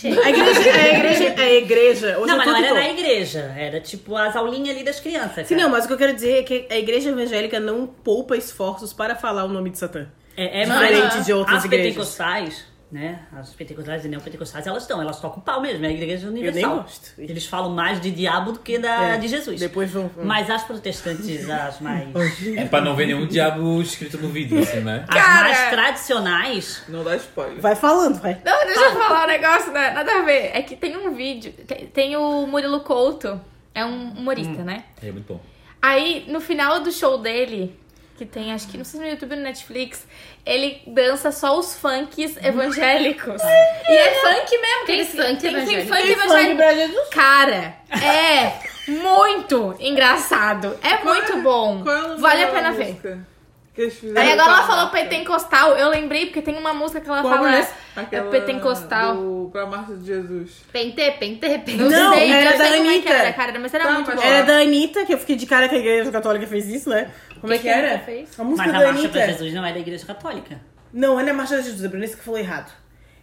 S4: A igreja, a igreja, a igreja. Hoje
S7: não,
S4: eu
S7: mas
S4: tô
S7: não era
S4: tutor.
S7: na igreja. Era tipo as aulinhas ali das crianças. né?
S4: Sim,
S7: cara.
S4: não, é mas o que eu quero dizer é que a igreja evangélica não poupa esforços para falar o nome de Satã.
S7: É, é
S4: Diferente
S7: mais-
S4: de outras
S7: as
S4: igrejas.
S7: pentecostais, né? As pentecostais e neopentecostais, elas estão, elas tocam pau mesmo, é a igreja universal.
S4: nem gosto.
S7: Eles falam mais de diabo do que da,
S4: É,
S7: de Jesus.
S4: depois vão-
S7: Mas as protestantes, as mais.
S4: Hum.
S3: É pra não ver nenhum diabo escrito no vídeo, assim, né?
S7: as mais tradicionais.
S5: Não dá spoiler.
S4: Vai falando, vai.
S2: Não, deixa eu falar um negócio, né? nada a ver. É que tem um vídeo, tem- tem o Murilo Couto, é um humorista, né?
S3: É muito bom.
S2: Aí, no final do show dele, que tem, acho que não sei se no YouTube ou no Netflix, ele dança só os funks evangélicos. e é funk mesmo, que
S6: Tem
S2: eles-
S6: funk
S2: tem, tem
S6: evangélico.
S2: funk
S4: Tem funk
S2: evangélico.
S4: pra Jesus.
S2: Cara, é muito engraçado. É muito bom.
S5: Qual é o nome
S2: Vale a
S5: daquela
S2: pena ver.
S5: música? que eles fizeram.
S2: Aí agora ela
S5: pra
S2: falou
S5: marca.
S2: pentecostal, eu lembrei, porque tem uma música que ela
S5: Qual
S2: fala
S5: mulher?
S2: é pentecostal.
S5: Do, pra Marcha de Jesus.
S6: Pente, pente, pente.
S4: Não,
S2: sei,
S4: era
S2: eu
S4: da
S2: sei como é que era,
S4: Anitta.
S2: cara, mas era
S5: Tá,
S2: muito
S5: mas
S2: boa.
S4: Era É da Anitta, que eu fiquei de cara que a igreja católica fez isso, né? Como é
S2: Que
S4: que,
S2: que a
S4: era?
S2: Anitta fez?
S4: A música
S7: Mas a
S4: da
S7: marcha
S4: Anitta.
S7: pra Jesus não é da igreja católica.
S4: Não, não é a Marcha da Jesus, é Brunessa que falou errado.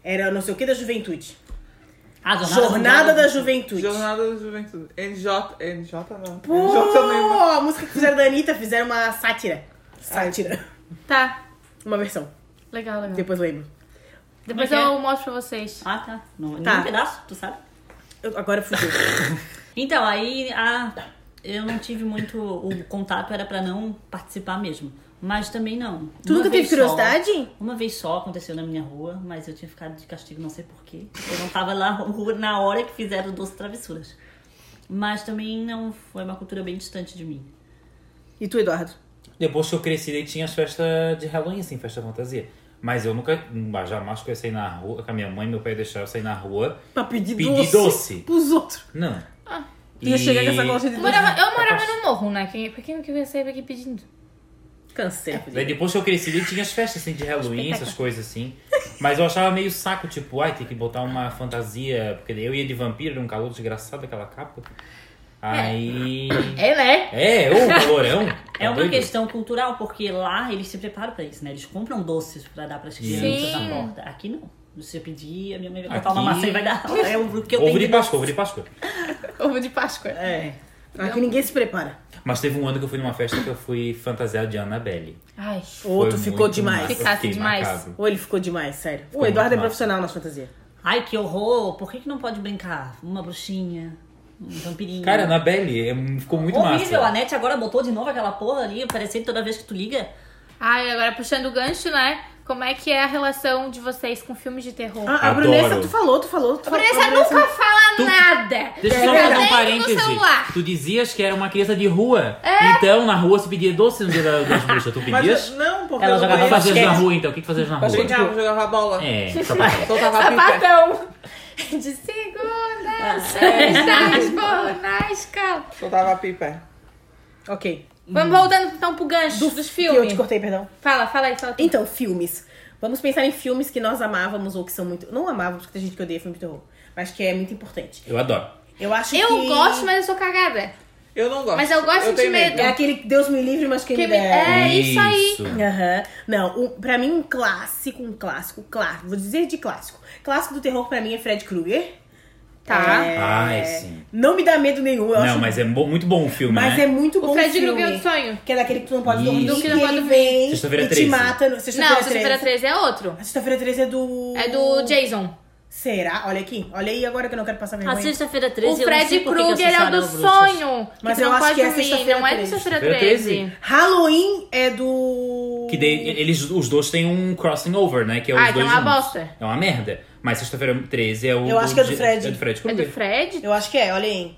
S4: Era não sei o que da juventude.
S7: Ah,
S4: Jornada, da Juventude.
S5: Jornada da Juventude. NJ. NJ não. NJ
S4: Pô,
S5: também.
S4: a música que fizeram da Anitta, fizeram uma sátira. Sátira.
S2: Tá,
S4: Uma versão.
S2: legal, legal.
S4: Depois lembro.
S2: Depois
S7: Como é que
S2: eu mostro pra vocês.
S7: Ah, tá. Não,
S4: Tá.
S7: Um pedaço, tu sabe?
S4: Eu- agora fugiu.
S7: Então, aí a, eu não tive muito. O contato era pra não participar mesmo. Mas também não.
S4: Tu
S7: Uma
S4: nunca teve
S7: vez só-
S4: curiosidade?
S7: uma vez só aconteceu na minha rua, mas eu tinha ficado de castigo não sei porquê. Eu não tava lá na rua na hora que fizeram doce travessuras. Mas também não foi uma cultura bem distante de mim.
S4: E tu, Eduardo?
S3: Depois que eu cresci, daí tinha as festas de Halloween, assim, festa fantasia. Mas eu nunca, jamais que eu ia sair na rua, com a minha mãe, meu pai deixava eu sair na rua.
S4: Pra pedir,
S3: Pedir
S4: doce.
S3: doce.
S4: Pros outros.
S3: Não.
S4: Ah, Ia chegar com essa gosta de
S2: Eu
S4: doce.
S2: morava, eu morava no morro, né? Quem, por quem que eu ia sair aqui pedindo?
S4: Cansei.
S3: Daí depois que eu cresci, daí tinha as festas assim de Halloween, essas coisas assim. Mas eu achava meio saco, tipo, ai, tem que botar uma fantasia. Porque daí eu ia de vampiro, era um calor desgraçado aquela capa. Aí.
S2: É, né?
S3: É, ô, calorão.
S7: É
S3: Tá
S7: uma
S3: doido?
S7: questão cultural, porque lá eles se preparam pra isso, né? Eles compram doces pra dar pras crianças
S2: Sim.
S7: na porta. Aqui não. Se eu pedir, a minha mãe vai cortar uma
S3: Aqui-
S7: maçã e vai dar. É o que eu
S3: Ovo
S7: tenho.
S3: de
S7: de-
S3: Páscoa, ovo de Páscoa.
S2: Ovo de Páscoa.
S4: É. Aqui ninguém se prepara.
S3: Mas teve um ano que eu fui numa festa que eu fui fantasiado de Annabelle.
S2: Ai,
S4: O outro
S3: Foi
S4: ficou
S3: muito
S4: demais.
S3: massa, eu
S2: Ficasse
S3: fiquei
S2: demais.
S3: macabro.
S4: Ou ele ficou demais, sério. o
S3: muito
S4: Eduardo é
S3: massa.
S4: profissional nas fantasias.
S7: Ai, que horror! Por que, que não pode brincar? Uma bruxinha, um vampirinho.
S3: Cara, Annabelle é- ficou muito
S7: Horrível, a
S3: massa.
S7: net agora botou de novo aquela porra ali, parecendo toda vez que tu liga.
S2: Ai, agora puxando o gancho, né? Como é que é a relação de vocês com filmes de terror?
S4: Ah, a
S3: Adoro.
S4: Brunessa, tu falou, tu falou. Tu
S2: a
S4: falou
S2: Vanessa nunca fala
S3: Tu-
S2: nada.
S3: Deixa eu só
S2: Fica
S3: fazer um
S2: dentro do
S3: parêntese.
S2: celular. É.
S3: Tu dizias que era uma criança de rua. Então, na rua se pedia doce no dia da- das bruxas. Tu
S5: Mas
S3: pedias?
S5: eu- não, porque
S7: Ela
S5: eu
S7: jogava
S3: O que
S5: não
S7: basquete.
S5: conheço.
S3: fazias na rua, então? O que que fazias na rua?
S5: Brincava, jogava bola.
S3: É, só pra falar.
S5: Soltava pipa.
S2: Sapatão. Então, De segunda, sexta, boa, na escala.
S5: Soltava pipa.
S4: Ok.
S2: Vamos voltando então pro gancho dos
S4: Que eu
S2: filmes.
S4: te cortei, perdão.
S2: Fala, fala aí, fala tu.
S4: Então, filmes. Vamos pensar em filmes que nós amávamos ou que são muito. Não amávamos, porque tem gente que odeia filme de terror. Mas que é muito importante.
S3: Eu adoro.
S4: Eu acho
S2: Eu
S4: que.
S2: gosto, mas eu sou cagada.
S5: Eu não gosto.
S2: Mas eu gosto de
S5: tenho
S2: medo.
S4: É aquele que Deus me livre, mas quem
S2: Que
S4: me
S2: me-
S4: der.
S2: É isso aí.
S4: Aham. Não, um, pra mim, um clássico, um clássico, clássico. Vou dizer de clássico. Clássico do terror pra mim é Fred Krueger.
S2: Tá.
S4: É,
S3: Ai, sim.
S4: Não me dá medo nenhum. Eu
S3: Não,
S4: acho
S3: mas é bo- muito bom o filme,
S4: Mas
S3: né?
S4: é muito bom
S2: O Fred
S4: filme.
S2: Krueger é o sonho.
S4: Que é daquele que tu não pode
S3: Isso.
S4: dormir.
S3: Do
S2: que
S4: que
S2: não pode
S4: ele
S2: dormir.
S4: vem e
S3: Sexta-feira
S4: te
S3: 13.
S4: mata. No...
S2: Não,
S4: Sexta-feira
S2: Sexta-feira
S4: 13.
S2: 13 é outro.
S4: A Sexta-feira 13 é do...
S2: É do Jason.
S4: Será? Olha aqui. Olha aí agora que eu não quero
S2: Ah,
S4: passar
S7: A
S4: vergonha.
S7: sexta-feira
S2: O
S7: 13 eu não sei
S2: Fred
S7: por que que
S2: Krueger é o
S7: associaram
S2: do
S7: ao Bruxas.
S2: sonho. Então
S4: Mas
S2: que
S4: eu
S2: não
S4: acho
S2: pode
S4: que é
S2: dormir,
S4: sexta-feira
S2: Não é do
S4: 13.
S2: sexta-feira
S3: Sexta-feira
S2: 13.
S4: Halloween é do...
S3: Que daí eles, os dois têm um crossing over, né? Que é os
S2: Ah, que é
S3: dois
S2: uma
S3: juntos.
S2: bosta.
S3: É uma merda. Mas sexta-feira 13 é o.
S4: Eu acho que é do
S3: de-
S4: Fred.
S3: É do Fred
S2: É
S3: Krueger.
S2: do Fred?
S4: Eu acho que é, olha aí.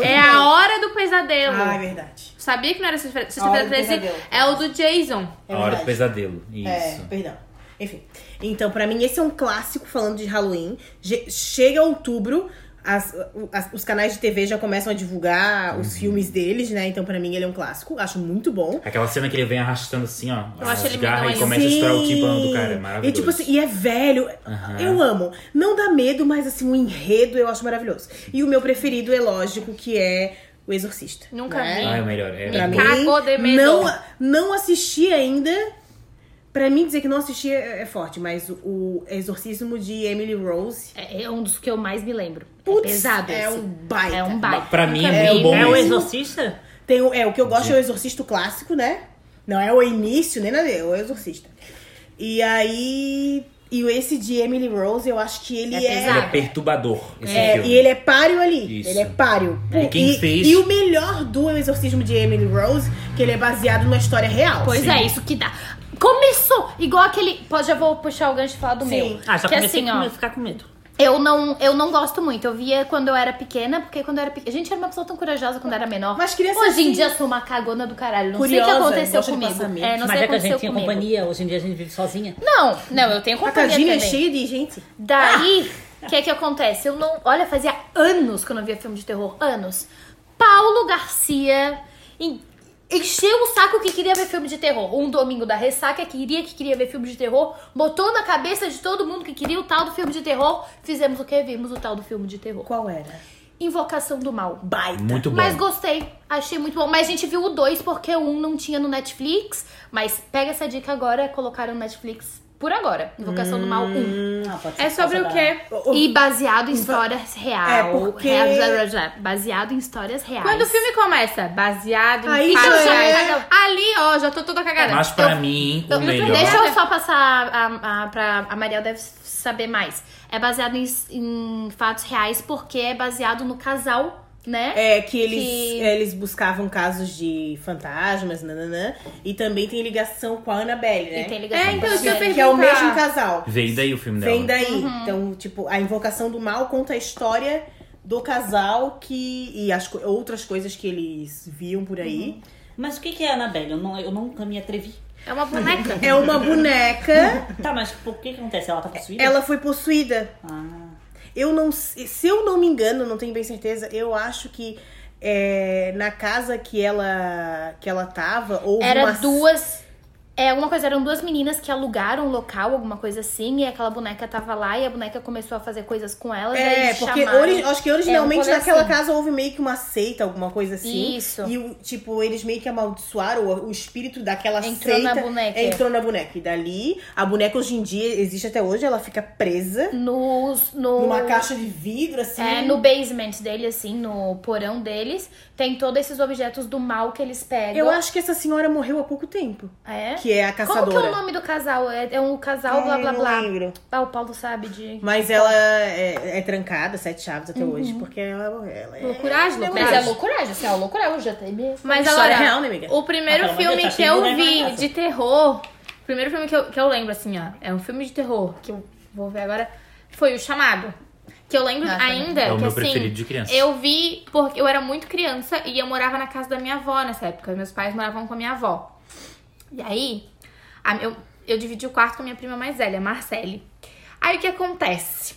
S2: É a hora do pesadelo.
S4: Ah, é verdade.
S2: Sabia que não era sexta-feira
S4: Hora
S2: sexta-feira
S4: do
S2: 13?
S4: pesadelo.
S2: É o do Jason.
S4: É
S3: A hora do
S4: verdade.
S3: pesadelo. Isso.
S4: É, perdão. Enfim. Então, pra mim, esse é um clássico falando de Halloween. Je- chega outubro, as- o- as- os canais de TV já começam a divulgar os
S3: Uhum.
S4: filmes deles, né? Então, pra mim, ele é um clássico. Acho muito bom.
S3: Aquela cena que ele vem arrastando assim, ó.
S2: Eu
S3: as
S2: acho ele muito
S3: garras e
S2: maneiro.
S3: começa a estourar o tibão do cara. É
S4: Sim.
S3: maravilhoso.
S4: E tipo assim, e é velho.
S3: Aham.
S4: Eu amo. Não dá medo, mas assim, o enredo eu acho maravilhoso. E o meu preferido é lógico, que é O Exorcista.
S2: Nunca
S4: né?
S2: vi.
S3: Ah, é o melhor. É,
S2: Me
S4: Pra
S3: muito-
S4: mim,
S2: Cagou de medo.
S4: Não, não assisti ainda. Pra mim, dizer que não assisti é, é forte, mas o, o Exorcismo de Emily Rose
S6: É, é um dos que eu mais me lembro.
S4: Putz,
S6: é pesado.
S4: é
S6: esse.
S4: um baita.
S6: É um baita.
S3: Pra mim
S6: Nunca
S3: é
S6: vi.
S3: muito bom
S7: É o
S3: mesmo.
S7: exorcista?
S4: tem o, é, o que eu gosto é o Exorcista clássico, né? Não é o início, nem nada, é o Exorcista. E aí. E esse de Emily Rose, eu acho que ele
S6: É
S4: é.
S6: pesado.
S3: Ele é perturbador. Esse
S4: É,
S3: filme.
S4: e ele é páreo ali.
S3: Isso.
S4: Ele é páreo.
S3: É,
S4: Pô,
S3: quem fez-
S4: e o melhor do Exorcismo de Emily Rose, que ele é baseado numa história real.
S6: Pois é, isso que dá. Começou! Igual aquele. Pô, já vou puxar o gancho e falar do
S4: Sim.
S6: meu.
S7: Ah, já
S6: que
S7: comecei
S6: assim,
S7: com
S6: ó.
S7: medo, ficar com medo.
S6: Eu não, eu não gosto muito. Eu via quando eu era pequena, porque quando eu era pequena. Gente, eu era uma pessoa tão corajosa quando eu era menor.
S4: Mas criança
S6: Hoje em
S4: assim-
S6: dia sou uma cagona do caralho. Não sei o
S4: Curiosa,
S6: que aconteceu
S4: gosta de
S6: comigo.
S4: passar medo.
S6: É, não
S7: Mas
S6: sei
S7: é
S6: o que
S7: que a gente
S6: aconteceu
S7: tinha
S6: comigo.
S7: companhia, hoje em dia a gente vive sozinha.
S6: Não, não, eu tenho
S4: A
S6: companhia.
S4: Cadinha é
S6: também.
S4: cheia de gente.
S6: Daí, o que é que acontece? Eu não. Olha, fazia anos que eu não via filme de terror. Anos. Paulo Garcia. em- Encheu o saco que queria ver filme de terror. Um domingo da ressaca queria que queria ver filme de terror. Botou na cabeça de todo mundo que queria o tal do filme de terror. Fizemos o que? Vimos o tal do filme de terror.
S4: Qual era?
S6: Invocação do Mal. Baita.
S1: Muito bom.
S6: Mas gostei. Achei muito bom. Mas a gente viu o 2 porque o 1 um não tinha no Netflix. Mas pega essa dica agora, colocaram no Netflix por agora. Invocação do Mal 1.
S7: Hum. Ah,
S2: É sobre o quê?
S6: E baseado em histórias real.
S4: É, porque-
S6: Real, blá, blá, blá. Baseado em histórias reais.
S2: Quando o filme começa, baseado em
S4: Aí
S2: fatos
S4: já é.
S2: reais. Ali, ó, já tô toda cagada.
S3: Mas É pra mim, o
S6: Eu-
S3: melhor.
S6: Então, Deixa eu só passar a, a, pra. A Mariel deve saber mais. É baseado em, em fatos reais porque é baseado no casal, né?
S4: É, que eles,
S6: Que-
S4: eles buscavam casos de fantasmas, nananã. E também tem ligação com a Annabelle, né?
S6: E tem ligação
S2: É, então
S6: com
S2: isso eu
S6: a-
S2: pergunto.
S4: que é o mesmo casal.
S3: Vem daí o filme dela.
S4: Vem daí.
S6: Uhum.
S4: Então, tipo, a invocação do mal conta a história do casal que e as co- outras coisas que eles viam por aí.
S5: Mas o que que é a Anabelle? Eu, não, eu nunca me atrevi.
S2: É uma boneca.
S6: Uhum.
S4: É uma boneca,
S5: Tá, mas por que que acontece? Ela tá possuída?
S4: ela foi possuída.
S5: Ah,
S4: Eu não, se se eu não me engano, não tenho bem certeza, eu acho que é, na casa que ela que ela tava ou
S6: Era duas. É, alguma coisa, eram duas meninas que alugaram um local, alguma coisa assim, e aquela boneca tava lá e a boneca começou a fazer coisas com elas.
S4: É,
S6: aí
S4: porque
S6: chamaram... É, um
S4: ori- acho que originalmente
S6: rolê
S4: naquela
S6: assim.
S4: casa houve meio que uma seita, alguma coisa assim.
S6: Isso.
S4: E, o- tipo, eles meio que amaldiçoaram o, o espírito daquela
S6: Entrou
S4: seita. É,
S6: na boneca.
S4: Entrou na boneca. E dali, a boneca hoje em dia, existe até hoje, ela fica presa
S6: Nos, no...
S4: numa caixa de vidro, assim.
S6: É, no basement dele, assim, no porão deles, tem todos esses objetos do mal que eles pegam.
S4: Eu acho que essa senhora morreu há pouco tempo.
S6: É?
S4: Que é a caçadora.
S6: Como que é o nome do casal? É, é um casal, blá,
S4: Ai,
S6: blá,
S4: não
S6: blá.
S4: lembro.
S6: Ah, o Paulo sabe de...
S4: Mas ela é, é trancada, sete chaves
S6: Uhum.
S4: até hoje, porque ela, ela é...
S2: Loucuragem,
S6: Mas é
S2: loucuragem.
S6: loucuragem, isso é uma loucuragem, já tem mesmo.
S2: Mas
S4: História
S2: agora,
S6: é
S4: real, né, amiga?
S2: o primeiro
S5: Ah, pelo amor de
S2: filme
S5: Deus,
S2: que
S5: achei
S2: eu
S5: boneca na
S2: vi
S5: casa.
S2: de terror, o primeiro filme que eu, que eu lembro, assim, ó, é um filme de terror que eu vou ver agora, foi O Chamado. Que eu lembro
S6: Ah, tá.
S2: ainda
S3: É o
S2: que,
S3: meu
S2: assim,
S3: preferido de criança.
S2: eu vi porque eu era muito criança e eu morava na casa da minha avó nessa época. Meus pais moravam com a minha avó. E aí, a- eu, eu dividi o quarto com a minha prima mais velha, a Marcele. Aí o que acontece?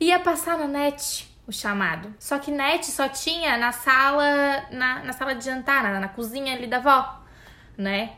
S2: Ia passar na net o chamado. Só que net só tinha na sala, na, na sala de jantar, na, na cozinha ali da avó, né?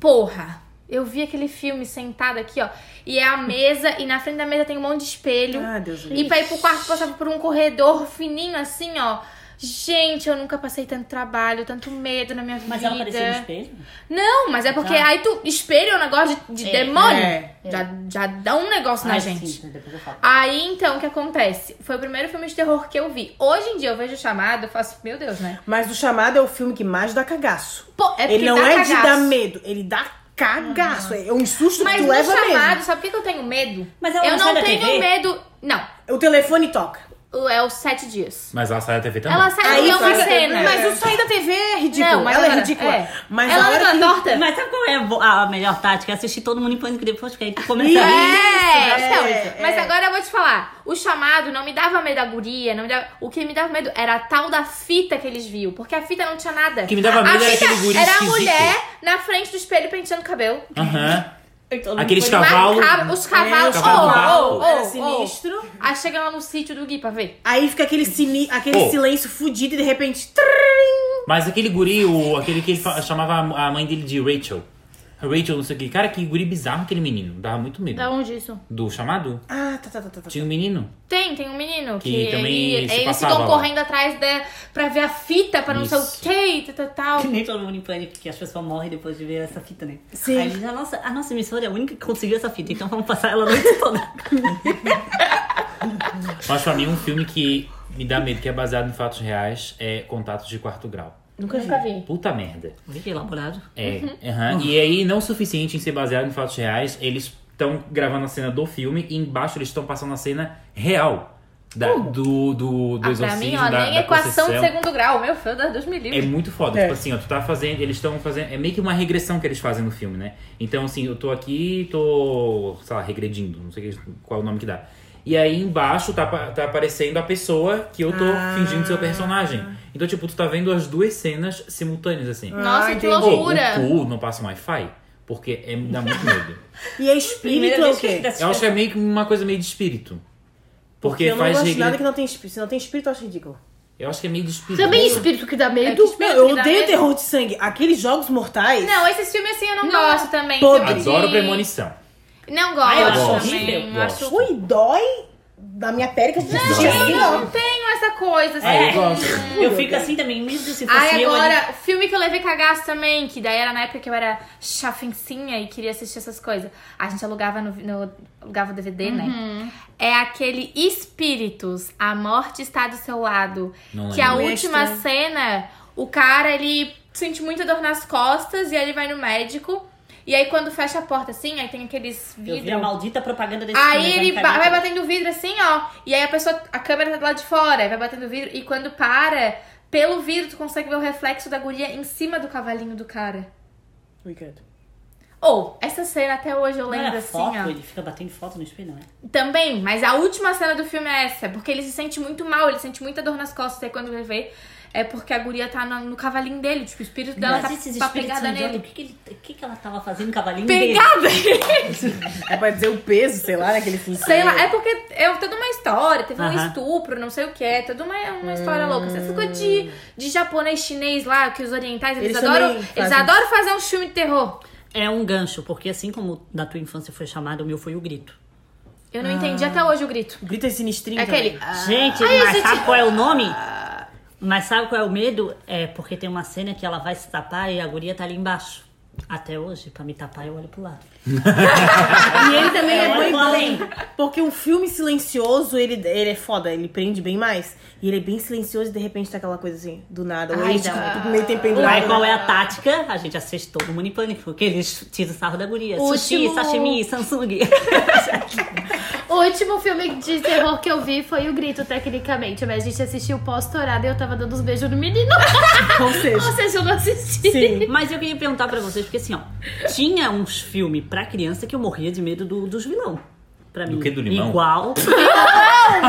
S2: Porra! Eu vi aquele filme sentada aqui, ó. E é a mesa, e na frente da mesa tem um monte de espelho.
S4: Ah, Deus do
S2: E pra ir pro quarto passava por um corredor fininho, assim, ó. Gente, eu nunca passei tanto trabalho, tanto medo na minha vida.
S5: mas ela um apareceu no espelho?
S2: Não, mas é porque
S5: Ah.
S2: aí tu espelho é um negócio de, de demônio.
S4: Tá. é,
S2: Já, já dá um negócio na
S5: Ah,
S2: gente.
S5: Sim, depois eu falo.
S2: Aí então, o que acontece? Foi o primeiro filme de terror que eu vi. Hoje em dia eu vejo o chamado, eu faço, meu Deus, né?
S4: Mas O Chamado é o filme que mais dá cagaço.
S2: Pô, é porque
S4: ele não
S2: dá
S4: é de
S2: cagaço.
S4: dar medo, ele dá cagaço. É um susto
S2: Mas
S4: que tu
S2: no
S4: leva
S2: chamado,
S4: mesmo.
S2: sabe por que que eu tenho medo?
S5: Mas ela
S2: eu
S5: não
S2: não
S5: sai da
S2: tenho
S5: TV?
S2: medo. Não,
S4: O telefone toca.
S2: o- é os sete dias.
S3: Mas ela sai da TV também.
S2: Ela sai
S4: Aí
S2: de É, uma
S4: fica-
S2: cena.
S4: Mas o sair da TV é ridículo.
S2: Não, mas
S4: ela é
S2: agora-
S4: ridícula.
S2: é.
S4: Mas
S2: ela
S4: a hora
S2: anda
S4: que...
S2: torta.
S5: Mas sabe qual é a bo- a, melhor tática? É Assistir todo mundo em pânico depois, porque aí tu começa a rir.
S2: É,
S4: é,
S2: então,
S4: é.
S2: mas agora eu vou te falar. O chamado não me dava medo da guria, não me dava- o que me dava medo era a tal da fita que eles viam, porque a fita não tinha nada.
S3: O que me dava
S2: A
S3: medo era
S2: fita
S3: aquele guri
S2: Era a
S3: esquisito.
S2: mulher na frente do espelho penteando o cabelo.
S3: Aham.
S5: Todo mundo
S3: Aqueles
S5: foi-
S3: cavalos.
S2: Macabro, os
S4: É,
S2: cavalos.
S4: os
S2: Oh,
S3: cavalos.
S2: oh, oh,
S4: Era
S2: oh.
S4: sinistro.
S2: Aí chega lá no sítio do Gui pra ver.
S4: Aí fica aquele, sini... aquele
S3: Pô.
S4: silêncio fudido e de repente. trrrim.
S3: Mas aquele guri, o, aquele que ele fa- chamava a a mãe dele de Rachel. Rachel, não sei o que. Cara, que guri bizarro aquele menino. Dava muito medo.
S6: Da onde isso?
S3: Do chamado?
S4: Ah, tá, tá, tá, tá. tá.
S3: Tinha um menino.
S2: Tem, tem um menino que,
S3: Que também
S2: ele-
S3: se
S2: eles
S3: passava
S2: ficam
S3: lá.
S2: correndo atrás da, pra ver a fita, pra não
S3: Isso.
S2: sei o que, e tal, tal,
S5: Que
S2: tal.
S5: nem todo mundo em pânico, que as pessoas morrem depois de ver essa fita, né?
S4: Sim.
S5: Aí, a, nossa, a nossa emissora é a única que conseguiu essa fita, então vamos passar ela a noite toda.
S3: Mas pra mim, um filme que me dá medo, que é baseado em fatos reais, é Contatos de Quarto Grau.
S4: Nunca vi.
S2: Nunca vi.
S3: Puta merda.
S5: Olha que elaborado.
S3: É.
S2: Uhum.
S3: aham. E aí, não o suficiente em ser baseado em fatos reais, eles estão gravando a cena do filme e embaixo eles estão passando a cena real. Da, do, do, do
S2: Uhum. Ah, pra
S3: exorcismo,
S2: mim, ó,
S3: da,
S2: nem
S3: da
S2: equação de
S3: possessão.
S2: segundo grau. Meu filho, Deus me livre.
S3: É muito foda.
S4: É.
S3: Tipo assim, ó, tu tá fazendo. Eles estão fazendo. É meio que uma regressão que eles fazem no filme, né? Então, assim, eu tô aqui, tô, sei lá, regredindo, não sei qual é o nome que dá. E aí embaixo tá, pa- tá aparecendo a pessoa que eu tô
S4: Ah.
S3: fingindo ser o personagem. Então, tipo, tu tá vendo as duas cenas simultâneas, assim.
S2: Nossa,
S4: Ah,
S2: que
S4: entendi.
S3: Pô,
S2: loucura.
S3: o cu não passa um Wi-Fi? Porque é, dá muito medo.
S4: E é espírito é o quê?
S1: um
S5: assim,
S3: eu acho que é meio que uma coisa meio de espírito. Porque,
S4: eu não
S3: faz
S4: gosto de
S3: regre-
S4: nada que não tem espírito. Se não tem espírito, eu acho ridículo.
S3: Eu acho que é meio despido.
S6: Também espírito que dá medo.
S2: É que-
S4: Meu, eu odeio terror de sangue. Aqueles jogos mortais.
S2: Não, esses filmes assim eu não,
S4: Não.
S2: gosto também.
S4: Podre.
S2: Filme de-
S3: Adoro premonição.
S2: Não gosto
S7: Ah, eu acho
S2: também.
S3: horrível.
S2: Acho...
S3: Gosto.
S4: Ui, dói da minha pele que a gente assistia assim,
S2: Eu
S4: ó.
S2: não tenho essa coisa, assim.
S3: Ah, eu gosto.
S7: Eu fico assim também, mesmo se fosse
S2: Ai,
S7: assim, eu ali.
S2: agora, o filme que eu levei cagaço também, que daí era na época que eu era chafencinha e queria assistir essas coisas. A gente alugava no, no- alugava o DVD, né? É aquele Espíritos, a morte está do seu lado.
S3: Não
S2: que a
S4: lembro.
S2: última
S4: Extra.
S2: cena, o cara, ele sente muita dor nas costas e aí ele vai no médico. E aí quando fecha a porta assim, aí tem aqueles
S7: Eu vi a
S2: vidros.
S7: maldita propaganda desse filme,
S2: Aí
S7: eu
S2: ele
S5: tá
S7: já
S2: ba-
S7: encarei.
S2: vai batendo o vidro assim, ó. E aí a pessoa, a câmera tá do lado de fora, aí vai batendo o vidro. E quando para, pelo vidro, tu consegue ver o reflexo da guria em cima do cavalinho do cara.
S4: Ui, credo.
S2: Ou, essa cena até hoje eu
S7: Não
S2: lembro
S7: era
S2: assim,
S7: foto,
S2: ó.
S7: ele fica batendo foto no espelho, não é?
S2: Também, mas a última cena do filme é essa, porque ele se sente muito mal, ele sente muita dor nas costas. E quando ele vê, é porque a guria tá no, no cavalinho dele, tipo, o espírito dela
S7: Mas esses
S2: tá, tá
S7: espíritos
S2: pegada
S7: são idiotas.
S2: nele.
S7: O que, que, ele- o que, que ela tava fazendo com o cavalinho dele?
S2: Pegada!
S4: É pra dizer o peso, sei lá, né, naquele filme.
S2: Sei lá, é porque é toda uma história, teve um
S7: Aham. Hum.
S2: estupro, não sei o que, é toda uma, uma história louca. Essa coisa de, de japonês, chinês lá, que os orientais, eles,
S4: Eles
S2: adoram,
S4: também
S2: eles
S4: fazem.
S2: adoram fazer um filme de terror.
S7: É um gancho, porque assim como da tua infância foi chamado, o meu foi o grito.
S2: Eu
S7: Ah.
S2: não entendi até hoje o grito.
S4: Grita sinistrinho
S2: É aquele.
S4: também.
S7: Gente, Ah. mas sabe qual é o nome? Mas sabe qual é o medo? É porque tem uma cena que ela vai se tapar e a guria tá ali embaixo. Até hoje, pra me tapar, eu olho pro lado.
S4: E ele também é
S7: Eu olho
S4: bem
S7: pro além.
S4: Porque um filme silencioso, ele, ele é foda, ele prende bem mais. E ele é bem silencioso e de repente tá aquela coisa assim, do nada. Ou
S2: Ai,
S4: ele, tipo,
S2: dá.
S4: meio tempo
S7: Aí
S4: pendurado.
S7: qual é a tática? A gente assiste todo mundo em pânico, porque eles tiram o sarro da guria. Sushi,
S6: Último-
S7: sashimi, Samsung.
S6: O último filme de terror que eu vi foi O Grito, tecnicamente. Mas a gente assistiu pós-torada e eu tava dando uns beijos no menino.
S4: Ou seja,
S6: Ou seja, eu não assisti.
S4: sim.
S7: Mas eu queria perguntar pra vocês, porque assim, ó, tinha uns filmes pra criança que eu morria de medo do, dos vilão. Pra mim.
S3: que, do limão?
S7: Igual.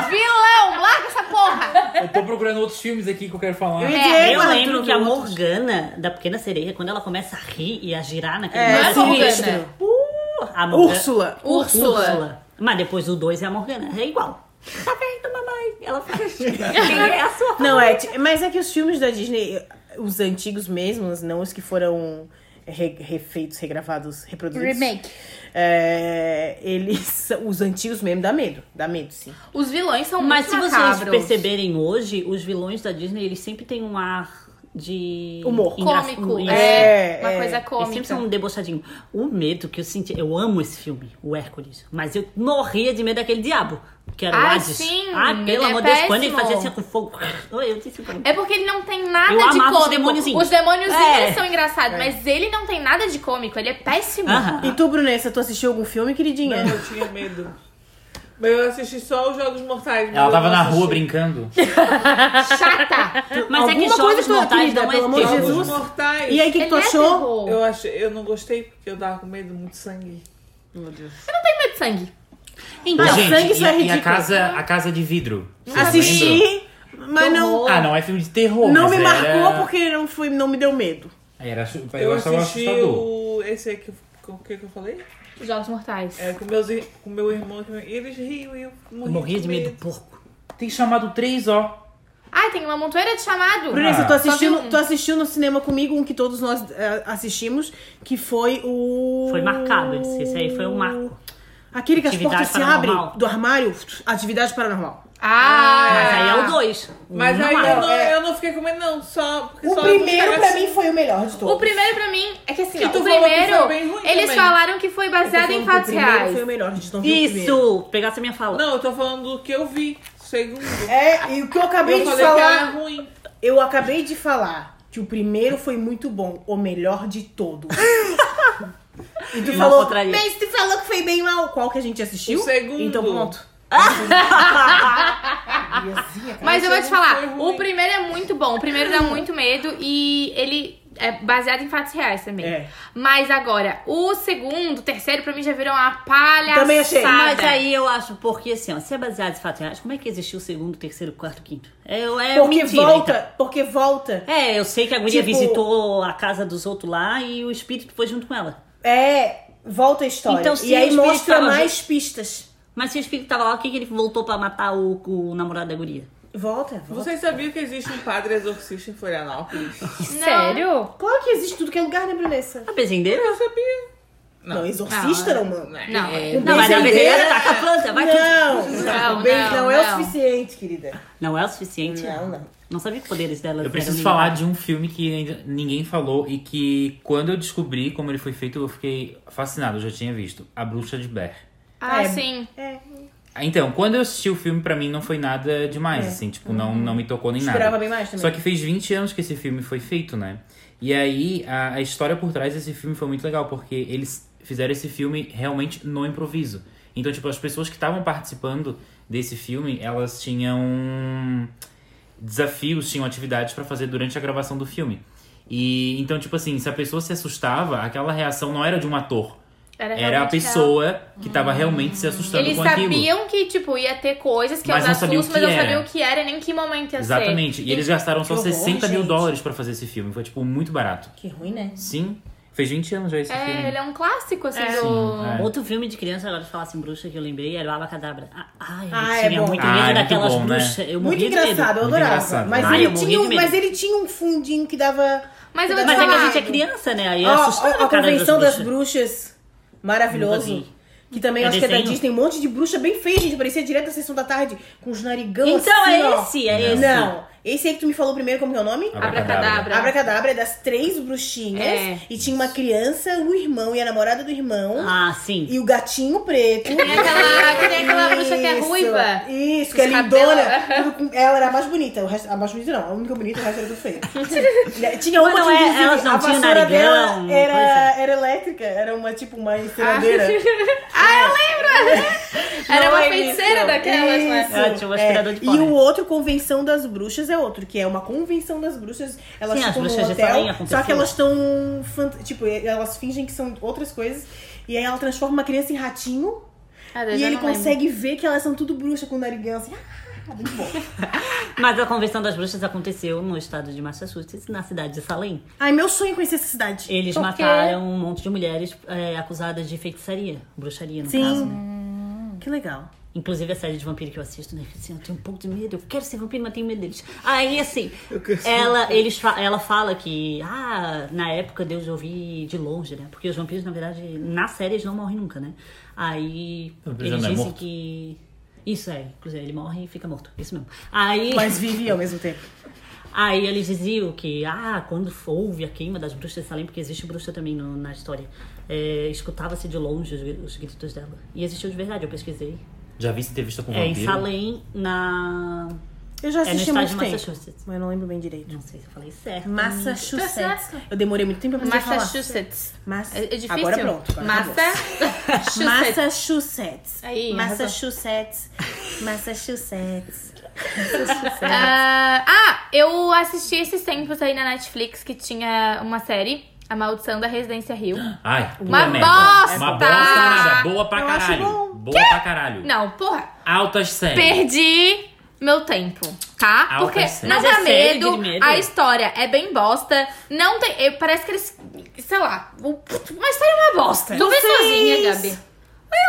S2: Vilão, larga essa porra!
S3: Eu tô procurando outros filmes aqui que eu quero falar.
S4: Eu, ia dizer,
S7: É, Eu
S4: Arthur,
S7: lembro que a
S4: outro-
S7: Morgana, da Pequena Sereia, quando ela começa a rir e a girar naquele
S4: É,
S7: negócio,
S2: sim.
S7: eu
S4: sinistro.
S2: Morgana.
S7: fico, tipo, "Uh, a Morgana-
S4: Úrsula.
S2: Úrsula.
S7: Mas depois o 2 é a Morgana, é igual. Tá vendo, mamãe? Ela faz. é a sua
S4: Não, é. ti- Mas é que os filmes da Disney, os antigos mesmos, não os que foram re- refeitos, regravados, reproduzidos.
S6: Remake.
S4: É, eles. Os antigos mesmo dá medo. Dá medo, sim.
S2: Os vilões são
S7: Mas se
S2: muito
S7: vocês
S2: macabros.
S7: perceberem hoje, os vilões da Disney, eles sempre têm um ar de...
S4: Humor.
S7: engra-
S2: Cômico,
S7: Isso.
S2: é,
S4: É,
S2: uma
S4: é.
S2: coisa
S7: Eles sempre
S2: cômica.
S7: são um debochadinho. O medo que eu senti... Eu amo esse filme, o Hércules. Mas eu morria de medo daquele diabo, que era o
S2: Ah,
S7: Hades.
S2: sim,
S7: ah,
S2: ele
S7: pelo
S2: é
S7: amor de Deus, quando ele
S2: péssimo.
S7: fazia assim com fogo... Oi, Eu disse
S2: É porque ele não tem nada
S7: Eu
S2: de
S7: amava os
S2: cômico.
S7: demôniozinhos.
S2: Os demônios
S7: É.
S2: são engraçados, mas ele não tem nada de cômico, ele é péssimo.
S7: Aham.
S4: E tu, Brunessa, tu assistiu algum filme, queridinha?
S8: Não, eu tinha medo. Mas eu assisti só os Jogos Mortais. mas
S3: Ela
S8: eu
S3: tava
S8: não
S3: na
S8: assisti.
S3: rua brincando.
S2: Chata!
S7: Mas é que
S4: então, Alguma coisa
S7: Jogos
S4: tu
S7: Mortais
S4: acredita,
S7: não é
S4: pelo amor de
S7: terror.
S8: Jogos
S4: Jesus.
S8: Mortais.
S4: E aí, o que, que
S2: ele
S4: tu
S2: é
S4: achou?
S2: terror.
S8: Eu, achei, eu não gostei porque eu tava com medo muito sangue. Meu Deus.
S2: Tem medo de sangue.
S7: Então,
S4: Ah,
S3: Gente,
S4: sangue,
S3: e,
S4: isso
S3: a-
S4: é
S3: e a
S4: ridículo.
S3: casa, a casa de vidro. Vocês lembram?
S4: Assisti, mas não.
S3: Ah, não, é filme de terror.
S4: Não
S3: mas
S4: me
S3: era-
S4: marcou porque não, foi, não me deu medo.
S3: Era, eu,
S8: Eu
S3: achava
S8: assisti
S3: assustador.
S8: o, esse aqui, com o que que eu falei?
S2: Os Jogos Mortais.
S8: É, com, meus, ir- com meu irmão, que- e eles riam e eu morri
S7: eu morria de medo do porco.
S3: Tem chamado três, ó.
S2: Ai, tem uma montoeira de chamado.
S4: Brunessa,
S3: Ah.
S4: tu,
S2: Só
S4: assistiu,
S2: vi um.
S4: tu assistiu no cinema comigo um que todos nós eh, assistimos, que foi o.
S7: Foi marcado esse. Esse aí foi um marco.
S4: Aquele que as
S7: Atividade
S4: portas se abrem
S7: Paranormal.
S4: do armário, atividade paranormal.
S7: Mas aí é
S2: Ah!
S7: o 2.
S8: Mas aí
S7: é
S8: eu não,
S4: é.
S8: eu não fiquei com medo, não. Só, porque
S4: O
S8: só assim.
S4: primeiro
S8: eu
S4: pra mim foi o melhor de todos.
S2: o primeiro pra mim é que assim,
S8: E
S2: ó,
S8: tu
S2: o
S8: falou que foi
S2: primeiro,
S8: bem ruim
S2: eles
S8: também.
S2: falaram que foi
S4: Eu tô
S2: baseado
S4: falando
S2: em
S4: que o
S2: fatos
S4: primeiro
S2: reais.
S4: Foi o melhor, a gente não viu o primeiro.
S7: Isso! Pegasse a minha fala.
S8: Não, eu tô falando do que eu vi. Segundo.
S4: É, e o que eu acabei
S8: eu
S4: de
S8: falei que era
S4: falar.
S8: ruim.
S4: Eu acabei de falar que o primeiro foi muito bom, o melhor de todos. e tu
S7: Não
S4: falou.
S7: contraria.
S4: Mas tu falou que foi bem mal. Qual que a gente assistiu?
S8: O segundo.
S4: Então pronto. Guriazinha, cara.
S2: Mas eu vou te
S8: foi
S2: falar,
S8: ruim.
S2: o primeiro é muito bom, o primeiro dá muito medo e ele é baseado em fatos reais também.
S4: É.
S2: Mas agora, o segundo, o terceiro pra mim já viram uma palhaçada.
S4: Também achei.
S7: Mas aí eu acho, porque assim, ó, se é baseado em fatos reais, como é que existiu o segundo, terceiro, quarto, quinto? É, é
S4: porque
S7: mentira,
S4: volta,
S7: então.
S4: porque volta.
S7: É, eu sei que a guria
S4: Tipo-
S7: visitou a casa dos outros lá e o espírito foi junto com ela.
S4: É, volta a história.
S7: Então, se
S4: e aí
S7: o espírito
S4: mostra
S7: tava
S4: mais pistas.
S7: Mas se o espírito tava lá, o que, que ele voltou pra matar o, o namorado da guria?
S4: Volta, volta.
S8: Vocês sabiam que existe um padre exorcista em Florianópolis?
S6: Sério?
S4: Claro que existe tudo que é lugar, né, Brunessa?
S7: A bezendeira?
S8: Eu sabia.
S4: Não, exorcista não, mano.
S2: né?
S8: Não. É.
S4: Um
S7: Não, mas a
S4: benzedeira-
S7: bezendeira tá com a planta, vai tudo.
S4: Não, não,
S2: Não,
S4: bem- não,
S2: não,
S4: é o
S2: não.
S4: suficiente, querida.
S7: Não é o suficiente?
S4: Não, não.
S7: Não sabia que poderes dela
S3: Eu preciso falar de um filme que ainda ninguém falou e que quando eu descobri como ele foi feito, eu fiquei fascinado, eu já tinha visto. A Bruxa de Blair.
S2: Ah,
S4: É.
S2: sim.
S3: Então, quando eu assisti o filme, pra mim não foi nada demais, assim, tipo, não, não me tocou nem nada.
S4: Esperava bem mais também.
S3: Só que fez 20 anos que esse filme foi feito, né? E aí, a, a história por trás desse filme foi muito legal, porque eles fizeram esse filme realmente no improviso. Então, tipo, as pessoas que estavam participando desse filme, elas tinham desafios, tinham atividades pra fazer durante a gravação do filme. E então, tipo assim, se a pessoa se assustava, aquela reação não era de um ator.
S2: Era,
S3: Era a
S2: realmente
S3: pessoa que tava realmente se assustando
S2: Eles
S3: com aquilo.
S2: sabiam que, tipo, ia ter coisas que
S3: Mas
S2: iam
S3: não
S2: dar
S3: sabiam
S2: susto,
S3: o que
S2: mas não
S3: era.
S2: sabiam o que era e nem em que momento ia
S3: Exatamente. E eles gastaram só
S4: Que horror,
S3: 60 mil
S4: gente.
S3: dólares pra fazer esse filme. Foi, tipo, muito barato.
S4: Que ruim, né?
S3: Sim. Fez 20 anos já esse
S2: ser. É,
S3: filme.
S2: ele é um clássico, assim,
S3: Sim,
S2: do...
S3: é.
S7: Um Outro filme de criança, agora de falar assim, bruxa, que eu lembrei, era o Abacadabra. Ah, Ai, eu
S4: Ah, é
S7: tinha
S4: bom.
S7: muito
S3: Ah, é
S7: medo
S3: muito
S7: daquelas
S3: bom, né?
S7: bruxas. Eu
S4: Muito
S7: morria de medo.
S4: engraçado, eu
S3: Muito
S4: adorava.
S3: engraçado.
S4: Mas,
S7: Ah, eu
S4: ele
S7: morria
S4: tinha,
S7: de
S4: um-
S7: medo.
S4: mas ele tinha um fundinho que dava.
S2: Mas eu vou te
S7: Mas é que a
S2: falar.
S7: gente é criança, né? Aí é
S4: Ó,
S7: assustador
S4: ó, a
S7: a cara
S4: convenção das
S7: das bruxas.
S4: bruxas. Maravilhoso.
S7: Nunca
S4: Que também
S7: É
S4: acho que é da
S7: desenho?
S4: Disney, um monte de bruxa bem feia, gente. Parecia direto da sessão da tarde, com os narigão
S7: Então
S4: assim,
S7: é
S4: ó.
S7: esse, é esse.
S4: Não, esse aí que tu me falou primeiro, como que é o nome?
S2: Abracadabra.
S4: Abracadabra é das três bruxinhas.
S2: É.
S4: E tinha uma criança, o irmão e a namorada do irmão.
S7: Ah, sim.
S4: E o gatinho preto.
S2: Tem aquela, que tem aquela bruxa que é
S4: Isso,
S2: ruiva.
S4: Isso, que é
S2: Os
S4: lindona.
S2: cabelos-
S4: Tudo com- Ela era a mais bonita. O resto, a mais bonita não, a única bonita, o resto era tudo feio. tinha uma
S7: Mas não
S4: que,
S7: é-
S4: inclusive,
S7: elas não
S4: a
S7: tinham
S4: vassoura
S7: narigão,
S4: dela
S7: uma
S4: era,
S2: assim.
S7: coisa.
S4: era elétrica, era uma tipo uma enceradeira.
S2: Era
S4: Não
S2: uma
S4: é
S2: feiticeira
S4: isso.
S2: daquelas, né?
S7: É, tinha um aspirador de pó,
S4: E
S7: né?
S4: o outro, Convenção das Bruxas, é outro, que é uma convenção das bruxas. Elas
S7: Sim, as
S4: ficam num
S7: bruxas de
S4: hotel,
S7: farinha com
S4: só que
S7: perfume.
S4: elas estão. fant- Tipo, elas fingem que são outras coisas. E aí ela transforma uma criança em ratinho.
S2: Ah, eu
S4: e
S2: já
S4: ele
S2: não lembro.
S4: consegue ver que elas são tudo bruxa com o narigão assim. Ah, muito bom.
S7: Mas a convenção das bruxas aconteceu no estado de Massachusetts, na cidade de Salem.
S4: Ai, meu sonho é conhecer essa cidade.
S7: Eles
S2: Por quê?
S7: mataram um monte de mulheres é, acusadas de feitiçaria, bruxaria, no
S4: Sim. Hum.
S7: caso, né?
S4: Que legal.
S7: Inclusive a série de vampiro que eu assisto, né? Assim, eu tenho um pouco de medo, eu quero ser vampiro, mas tenho medo deles. Aí, assim, ela, eles fa- ela fala que, ah, na época Deus eu vi de longe, né? Porque os vampiros, na verdade, na série eles não morrem nunca, né? Aí,
S3: Vampiro
S7: eles
S3: não é
S7: dizem
S3: morto?
S7: que... Isso é, inclusive ele morre e fica morto, isso mesmo. Aí...
S4: Mas vive ao mesmo tempo.
S7: Aí eles diziam que, ah, quando houve a queima das bruxas de Salem, porque existe bruxa também no- na história, é, escutava-se de longe os, gri- os gritos dela. E existiu de verdade, eu pesquisei.
S3: Já vi essa entrevista com o
S7: É, em
S3: vampiro.
S7: Salem, na.
S4: Eu já
S7: É no
S4: assisti há
S7: estado
S4: muito
S7: de
S4: tempo.
S7: Massachusetts. Hum.
S4: Mas eu não lembro bem direito.
S7: Não sei se eu falei certo.
S4: Massachusetts. Eu demorei muito tempo pra conseguir falar.
S2: Massachusetts.
S4: Mas...
S2: É, é difícil.
S4: Agora pronto. Agora acabou.
S2: Massa.
S4: Massachusetts.
S2: Aí,
S4: Massachusetts. Massachusetts.
S2: Ah, ah, eu assisti esses tempos aí na Netflix que tinha uma série, A Maldição da Residência Rio.
S3: Ai, pura
S2: Uma
S3: merda.
S2: bosta!
S3: Uma bosta nada. Boa pra
S4: Eu acho
S3: caralho.
S4: bom.
S3: Boa pra caralho.
S2: Não, porra,
S3: Altas séries.
S2: perdi meu tempo, tá?
S3: Ah,
S2: Porque
S3: tá certo.
S2: não
S7: Mas é
S2: dá
S7: série
S2: medo,
S7: de medo?
S2: a história é bem bosta, não tem, eu- parece que eles, sei lá, o- uma história é uma bosta. Tu vê
S4: Vocês-
S2: sozinha, Gabi.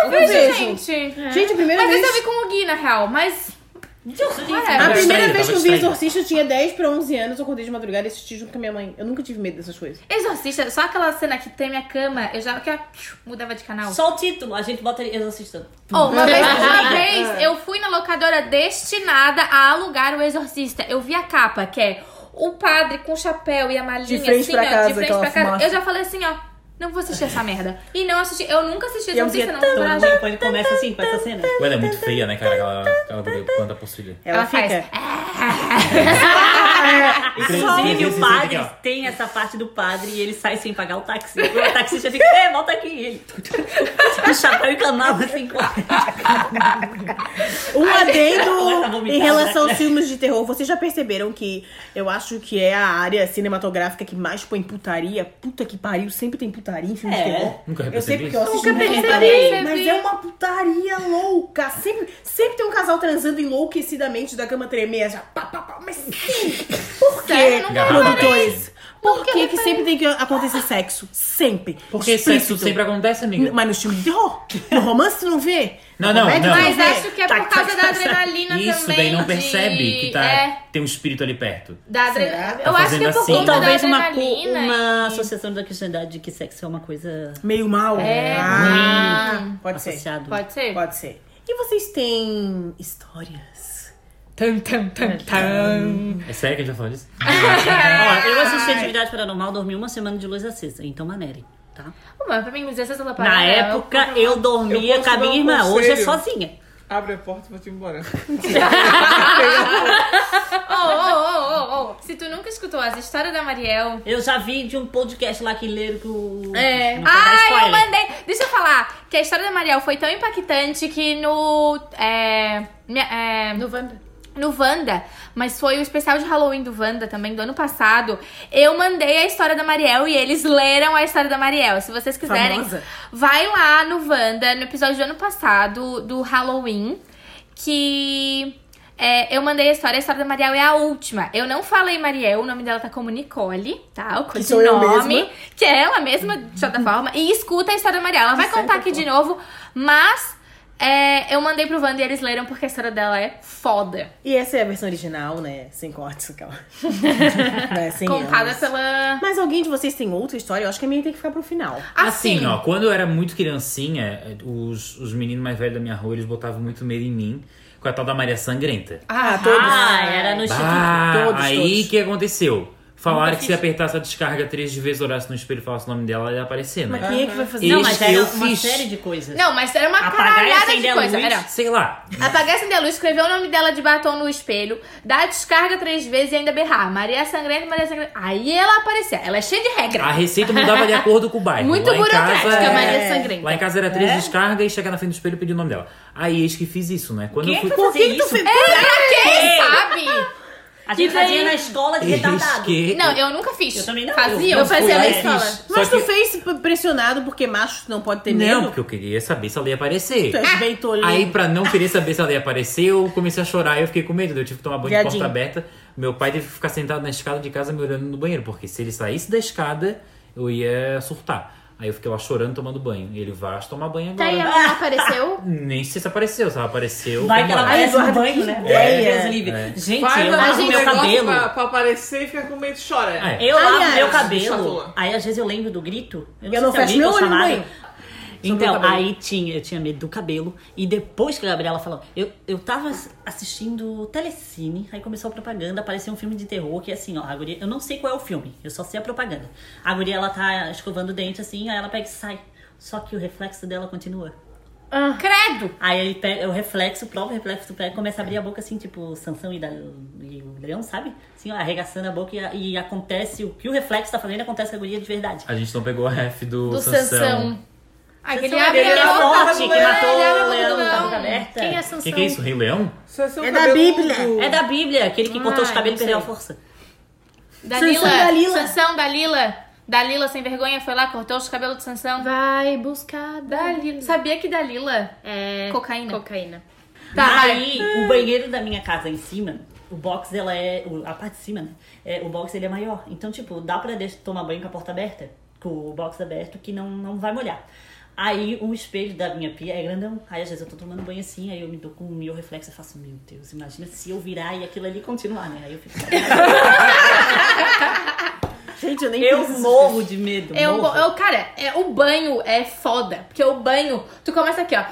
S4: Eu
S2: Vejo,
S4: vejo. É.
S2: gente.
S4: Gente, a primeira
S2: Mas
S4: vez...
S2: essa é eu vi com o Gui, na real, mas...
S4: A
S2: Whatever.
S3: Tava
S4: primeira
S3: distraída,
S4: vez que eu
S3: tava
S4: vi
S3: distraída.
S4: Exorcista, eu tinha 10 pra 11 anos. Eu acordei de madrugada e assisti junto com a minha mãe. Eu nunca tive medo dessas coisas.
S2: Exorcista, só aquela cena que tem minha cama, eu já que eu mudava de canal.
S7: Só o título, a gente bota exorcista.
S2: Oh, uma vez, uma vez eu fui na locadora destinada a alugar o Exorcista. Eu vi a capa, que é o padre com o chapéu e a malinha
S4: De frente
S2: assim,
S4: pra
S2: ó,
S4: casa,
S2: de frente
S4: aquela
S2: pra casa.
S4: fumaça.
S2: Eu já falei assim, ó, não vou assistir essa merda. E não assisti, eu nunca assisti
S4: E é um eu
S2: Exorcista, não.
S4: via
S7: Todo
S2: Ela,
S7: mundo em pânico é começa assim, com essa cena.
S3: Ué, Ela é muito feia, né, cara? Aquela, aquela guria quando tá possuída.
S4: Ela,
S2: faz.
S4: fica... "É,
S7: Inclusive, o padre tem essa parte do padre e ele sai sem pagar o táxi. O taxista fica, é, volta aqui. E ele, com o chapéu e canal assim, com
S4: Um
S7: Começa a
S4: adendo
S7: vomitar,
S4: em relação
S7: né?
S4: aos filmes de terror. Vocês já perceberam que eu acho que é a área cinematográfica que mais põe putaria? Puta que pariu, sempre tem putaria em filme
S7: É.
S4: de terror.
S3: Nunca
S4: Eu sei
S3: percebi
S4: porque
S3: isso.
S4: eu assisto
S2: Nunca
S4: muito
S2: percebi.
S4: putaria, mas é uma putaria louca. Sempre, sempre tem um casal transando enlouquecidamente da cama tremer, já pá, pá, pá, mas Por quê, produtores? Por
S2: Porque
S4: que que
S2: referência-
S4: sempre tem que acontecer sexo? Sempre.
S1: Porque
S4: Explícito.
S1: sexo sempre é acontece, amiga.
S4: Mas no filme de terror. No romance tu não vê?
S1: Não,
S4: No
S1: não,
S4: comédia, tu
S1: não.
S6: Mas
S4: vê?
S6: acho que é
S4: Tac,
S6: por causa
S4: tac,
S6: da
S4: tac,
S6: adrenalina
S1: Isso
S6: também.
S1: daí não
S6: de-
S1: percebe que tá,
S6: É,
S1: tem um espírito ali perto.
S6: da adre- Eu
S1: Tá
S6: acho que é por
S1: fazendo
S6: conta
S1: assim.
S7: Ou talvez
S6: da
S7: uma, cu-
S6: adrenalina.
S7: uma associação da cristandade de que sexo é uma coisa
S4: Meio mal.
S6: É,
S4: Ah, pode ser.
S7: associada.
S6: Pode ser?
S4: Pode ser. E vocês têm histórias?
S6: Tum, tum, tum, tum.
S1: É sério que a gente vai falar disso?
S7: Ó, eu assisti Atividade Paranormal, dormi uma semana de luz acesa, então manerem, tá?
S6: Mas pra mim, 16 ela
S7: Na época, eu dormia
S8: posso
S7: com a
S8: dar um
S7: minha irmã, hoje é
S8: conselho?
S7: sozinha.
S8: Abre a porta e vou te embora.
S6: Oh, oh, oh, oh, oh. Se tu nunca escutou as histórias da Mariel.
S7: Eu já vi de um podcast lá que leram que o...
S6: É.
S7: Não vou dar
S6: Ah, eu
S7: spoiler.
S6: mandei. Deixa eu falar que a história da Mariel foi tão impactante que no. É, minha- é,
S2: No Wanda.
S6: no Wanda, mas foi o especial de Halloween do Wanda também, do ano passado. Eu mandei a história da Mariel e eles leram a história da Mariel. Se vocês quiserem,
S4: Famosa.
S6: vai lá no Wanda, no episódio do ano passado, do Halloween, que é, eu mandei a história. A história da Mariel é a última. Eu não falei Mariel, o nome dela tá como Nicole, tá? O
S4: Que sou eu
S6: codinome,
S4: mesma.
S6: que é ela mesma, de certa forma. E escuta a história da Mariel. Ela vai contar aqui de novo, mas... é, eu mandei pro Wanda e eles leram porque a história dela é foda.
S4: E essa é a versão original, né? Sem cortes, calma. é, sem
S6: Contada
S4: elas.
S6: pela.
S4: Mas alguém de vocês tem outra história? Eu acho que a minha tem que ficar pro final.
S6: Assim,
S1: Assim, ó, quando eu era muito criancinha, eh, os, os meninos mais velhos da minha rua, eles botavam muito medo em mim com a tal da Maria Sangrenta.
S4: Ah,
S7: Ah, era no Instituto.
S3: Ah,
S1: Bah,
S4: todos,
S1: aí
S4: todos.
S3: é
S1: que aconteceu? Falaram que se apertasse a descarga três vezes, olhasse no espelho e falasse o nome dela, ela ia aparecer, né?
S4: Mas quem é que vai fazer
S7: Não,
S4: isso?
S7: mas
S1: Isso
S7: era
S1: eu
S7: uma
S1: fiz.
S7: série de coisas.
S6: não, mas era uma
S7: Apagar e
S6: caralhada de
S7: acender a
S6: coisa.
S7: luz.
S6: Era.
S1: Sei lá.
S6: Apagar acender a luz, escrever o nome dela de batom no espelho, dar descarga três vezes e ainda berrar. Maria Sangrenta, Maria Sangrenta. Aí ela aparecia. Ela é cheia de regra.
S1: A receita mudava de acordo com o bairro.
S6: Muito
S1: lá em casa,
S6: burocrática,
S1: é,
S2: Maria Sangrenta.
S1: Lá em casa era três descargas e chegar na frente do espelho e pedir o nome dela. Aí eis que fiz isso, né? Quando
S4: é
S1: eu
S7: Quem
S1: fui.
S7: foi fazer isso?
S1: é.
S6: Quem sabe?
S7: A gente
S6: Que daí-
S7: fazia na escola de
S1: Eis
S7: retardado.
S1: que...
S6: Não, eu nunca fiz.
S7: Eu também não.
S6: Fazia, eu,
S7: Eu
S1: fui
S6: fazia
S1: lá
S6: na
S1: e
S6: escola.
S1: fiz. Só
S4: Mas
S1: que-
S4: tu fez pressionado porque macho não pode ter
S1: Não,
S4: medo?
S1: porque eu queria saber se ela ia aparecer.
S4: Tu és bem tolido.
S1: Aí, pra não querer saber se ela ia aparecer, eu comecei a chorar e eu fiquei com medo. Eu tive que tomar banho de
S4: Viadinho.
S1: porta aberta. Meu pai teve que ficar sentado na escada de casa me olhando no banheiro, porque se ele saísse da escada, eu ia surtar. Aí eu fiquei lá chorando, tomando banho. Ele vai tomar banho
S2: Tá aí,
S1: agora.
S2: ela não apareceu.
S1: Nem sei se apareceu, se ela apareceu.
S7: Vai
S1: foi
S7: que ela
S1: embora.
S7: aparece no
S4: Eduardo,
S7: banho,
S4: que
S7: né?
S4: ideia.
S7: Deus livre. Gente,
S8: Vai
S7: eu
S8: lá
S7: lavo
S8: um
S7: meu
S8: negócio
S7: cabelo.
S8: Pra, pra aparecer e fica com medo e chora.
S1: É.
S7: Eu lavo
S4: Aliás,
S7: meu
S8: chatula.
S7: cabelo. Aí às vezes eu lembro do grito. Eu não,
S4: Eu não
S7: sei se é
S4: fecho
S7: grito
S4: meu
S7: ou
S4: olho no
S7: chamada.
S4: banho.
S7: Então, aí tinha, eu tinha medo do cabelo. E depois que a Gabriela falou, eu, eu tava ass- assistindo telecine, aí começou a propaganda, apareceu um filme de terror que é assim, ó, a guria, eu não sei qual é o filme, eu só sei a propaganda. A guria, ela tá escovando o dente assim, aí ela pega e sai. Só que o reflexo dela continua.
S6: Credo!
S7: Aí ele pega o reflexo, o próprio reflexo, pega, começa a abrir a boca assim, tipo Sansão e, da, e o leão, sabe? Assim, ó, arregaçando a boca e, a- e acontece o que o reflexo tá fazendo, acontece com a guria de verdade.
S1: A gente não pegou a ref do,
S6: Do
S1: Sansão.
S6: Sansão. Aquele
S8: Sansão,
S6: abre
S8: ele
S7: Ele é
S8: Ele
S6: a
S8: era
S6: boca.
S7: forte, que matou
S6: ele era
S7: o leão
S6: do
S7: com a
S6: leão.
S7: boca aberta.
S2: Quem é Sansão?
S1: O que, que é isso? Rei Leão?
S8: Isso é seu
S4: É da
S8: cabelo
S4: Bíblia.
S8: do-
S7: É da Bíblia, aquele que cortou os
S6: Ah,
S7: cabelos e
S6: não
S7: perdeu a
S6: sei.
S7: força.
S6: Dalila.
S4: Sansão, Dalila.
S6: Sansão, Dalila. Dalila sem vergonha foi lá, cortou os cabelos de Sansão.
S2: Vai buscar
S6: Dalila.
S2: Dalila.
S6: Sabia que Dalila
S2: É...
S6: Cocaína.
S2: Cocaína.
S6: Tá, vai.
S7: Aí, o banheiro da minha casa em cima, o box, ela é. o- A parte de cima, né? É, o box ele é maior. Então, tipo, dá pra des- tomar banho com a porta aberta, com o box aberto, que não, não vai molhar. Aí o espelho da minha pia é grandão. Aí às vezes eu tô tomando banho assim, aí eu me dou com o meu reflexo e faço, meu Deus, imagina se eu virar e aquilo ali continuar, né? Aí eu fico.
S4: Gente, eu nem
S7: Eu
S4: penso.
S7: morro de medo.
S6: Eu,
S7: morro.
S6: eu, cara, é, o banho é foda. Porque o banho, tu começa aqui, ó.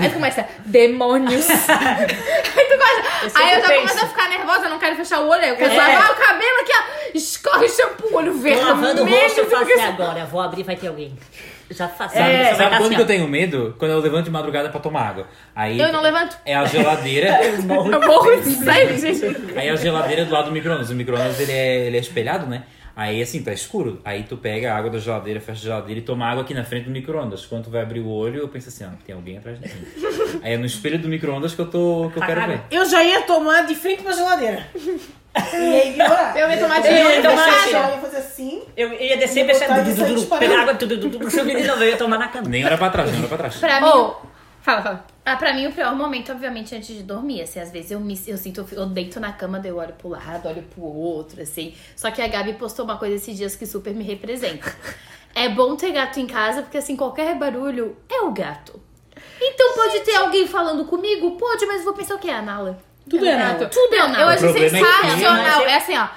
S6: Aí tu começa, demônios. aí tu começa.
S7: sempre
S6: aí eu já
S7: penso.
S6: começo a ficar nervosa, eu não quero fechar o olho. aí Eu quero
S7: É.
S6: lavar o cabelo aqui, ó. Escorre shampoo, olho assim,
S7: Tô
S6: verde.
S7: lavando o rosto, eu faço "É agora. Vou abrir, vai ter alguém. Já faço.
S1: Sabe,
S7: Só vai
S1: sabe
S7: tá
S1: quando
S7: assim,
S1: que eu
S7: ó.
S1: tenho medo? Quando eu levanto de madrugada pra tomar água. Aí
S6: Eu não levanto.
S1: É a geladeira.
S6: Eu morro de sede.
S1: Aí é a geladeira do lado do micro-ondas. O micro-ondas ele é, ele é espelhado, né? Aí assim, tá escuro. Aí tu pega a água da geladeira, fecha a geladeira e toma água aqui na frente do micro-ondas. Quando tu vai abrir o olho, eu penso assim, ó, tem alguém atrás de mim. Aí é no espelho do micro-ondas que eu tô. que eu quero ver.
S4: Eu já ia tomar de frente pra geladeira. e aí, ignorar.
S6: Eu ia tomar de
S7: Eu
S4: Eu
S7: ia
S4: ia
S7: tomar
S4: fechar a
S7: de-
S4: janela e fazer assim.
S7: Eu ia descer,
S4: Vou
S7: fechar,
S4: botar isso aí
S7: pegar
S4: disparado.
S7: água, tudo, tudo, tudo, tudo, tudo, eu ia tomar na cama.
S1: Nem olha pra trás, nem olha pra trás.
S2: Pra mim,
S6: Ou, fala, fala. Ah, pra mim, o pior momento, obviamente, é antes de dormir. Assim, às vezes eu me eu sinto, eu deito na cama, daí eu olho pro lado, olho pro outro, assim. Só que a Gabi postou uma coisa esses dias que super me representa. É bom ter gato em casa, porque assim, qualquer barulho é o gato. Então pode ter alguém falando comigo? Pode, mas eu vou pensar o que é a Nala.
S4: Tudo é nada.
S2: Tudo eu, eu acho
S1: O problema é que-
S2: sensacional. É, assim, ó.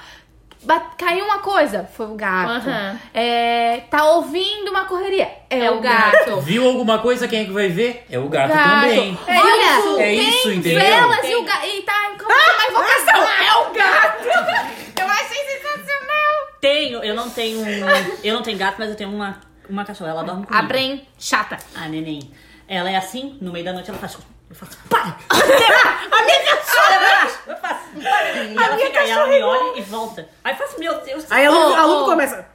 S2: ba- Caiu uma coisa, foi o gato.
S6: Aham.
S2: É, tá ouvindo uma correria, é, o gato.
S1: Viu alguma coisa, quem é que vai ver? É o gato,
S2: Gato.
S1: também.
S2: É
S6: Olha,
S2: isso.
S1: É isso, entendeu? Ah,
S2: Velas e o gato. E tá como uma invocação, é o gato. Eu achei sensacional.
S7: Tenho, eu não tenho. um, Eu não tenho gato, mas eu tenho uma, uma cachorra. Ela dorme comigo.
S2: A Bren, chata.
S7: A neném. Ela é assim, no meio da noite ela faz. Eu faço. Para! a minha cachorra! Eu faço. Para! E ela fica aí, ela me olha e volta. Aí eu faço, meu Deus.
S4: Aí a Lu,
S2: Ô,
S4: a Lu
S2: ô.
S4: começa.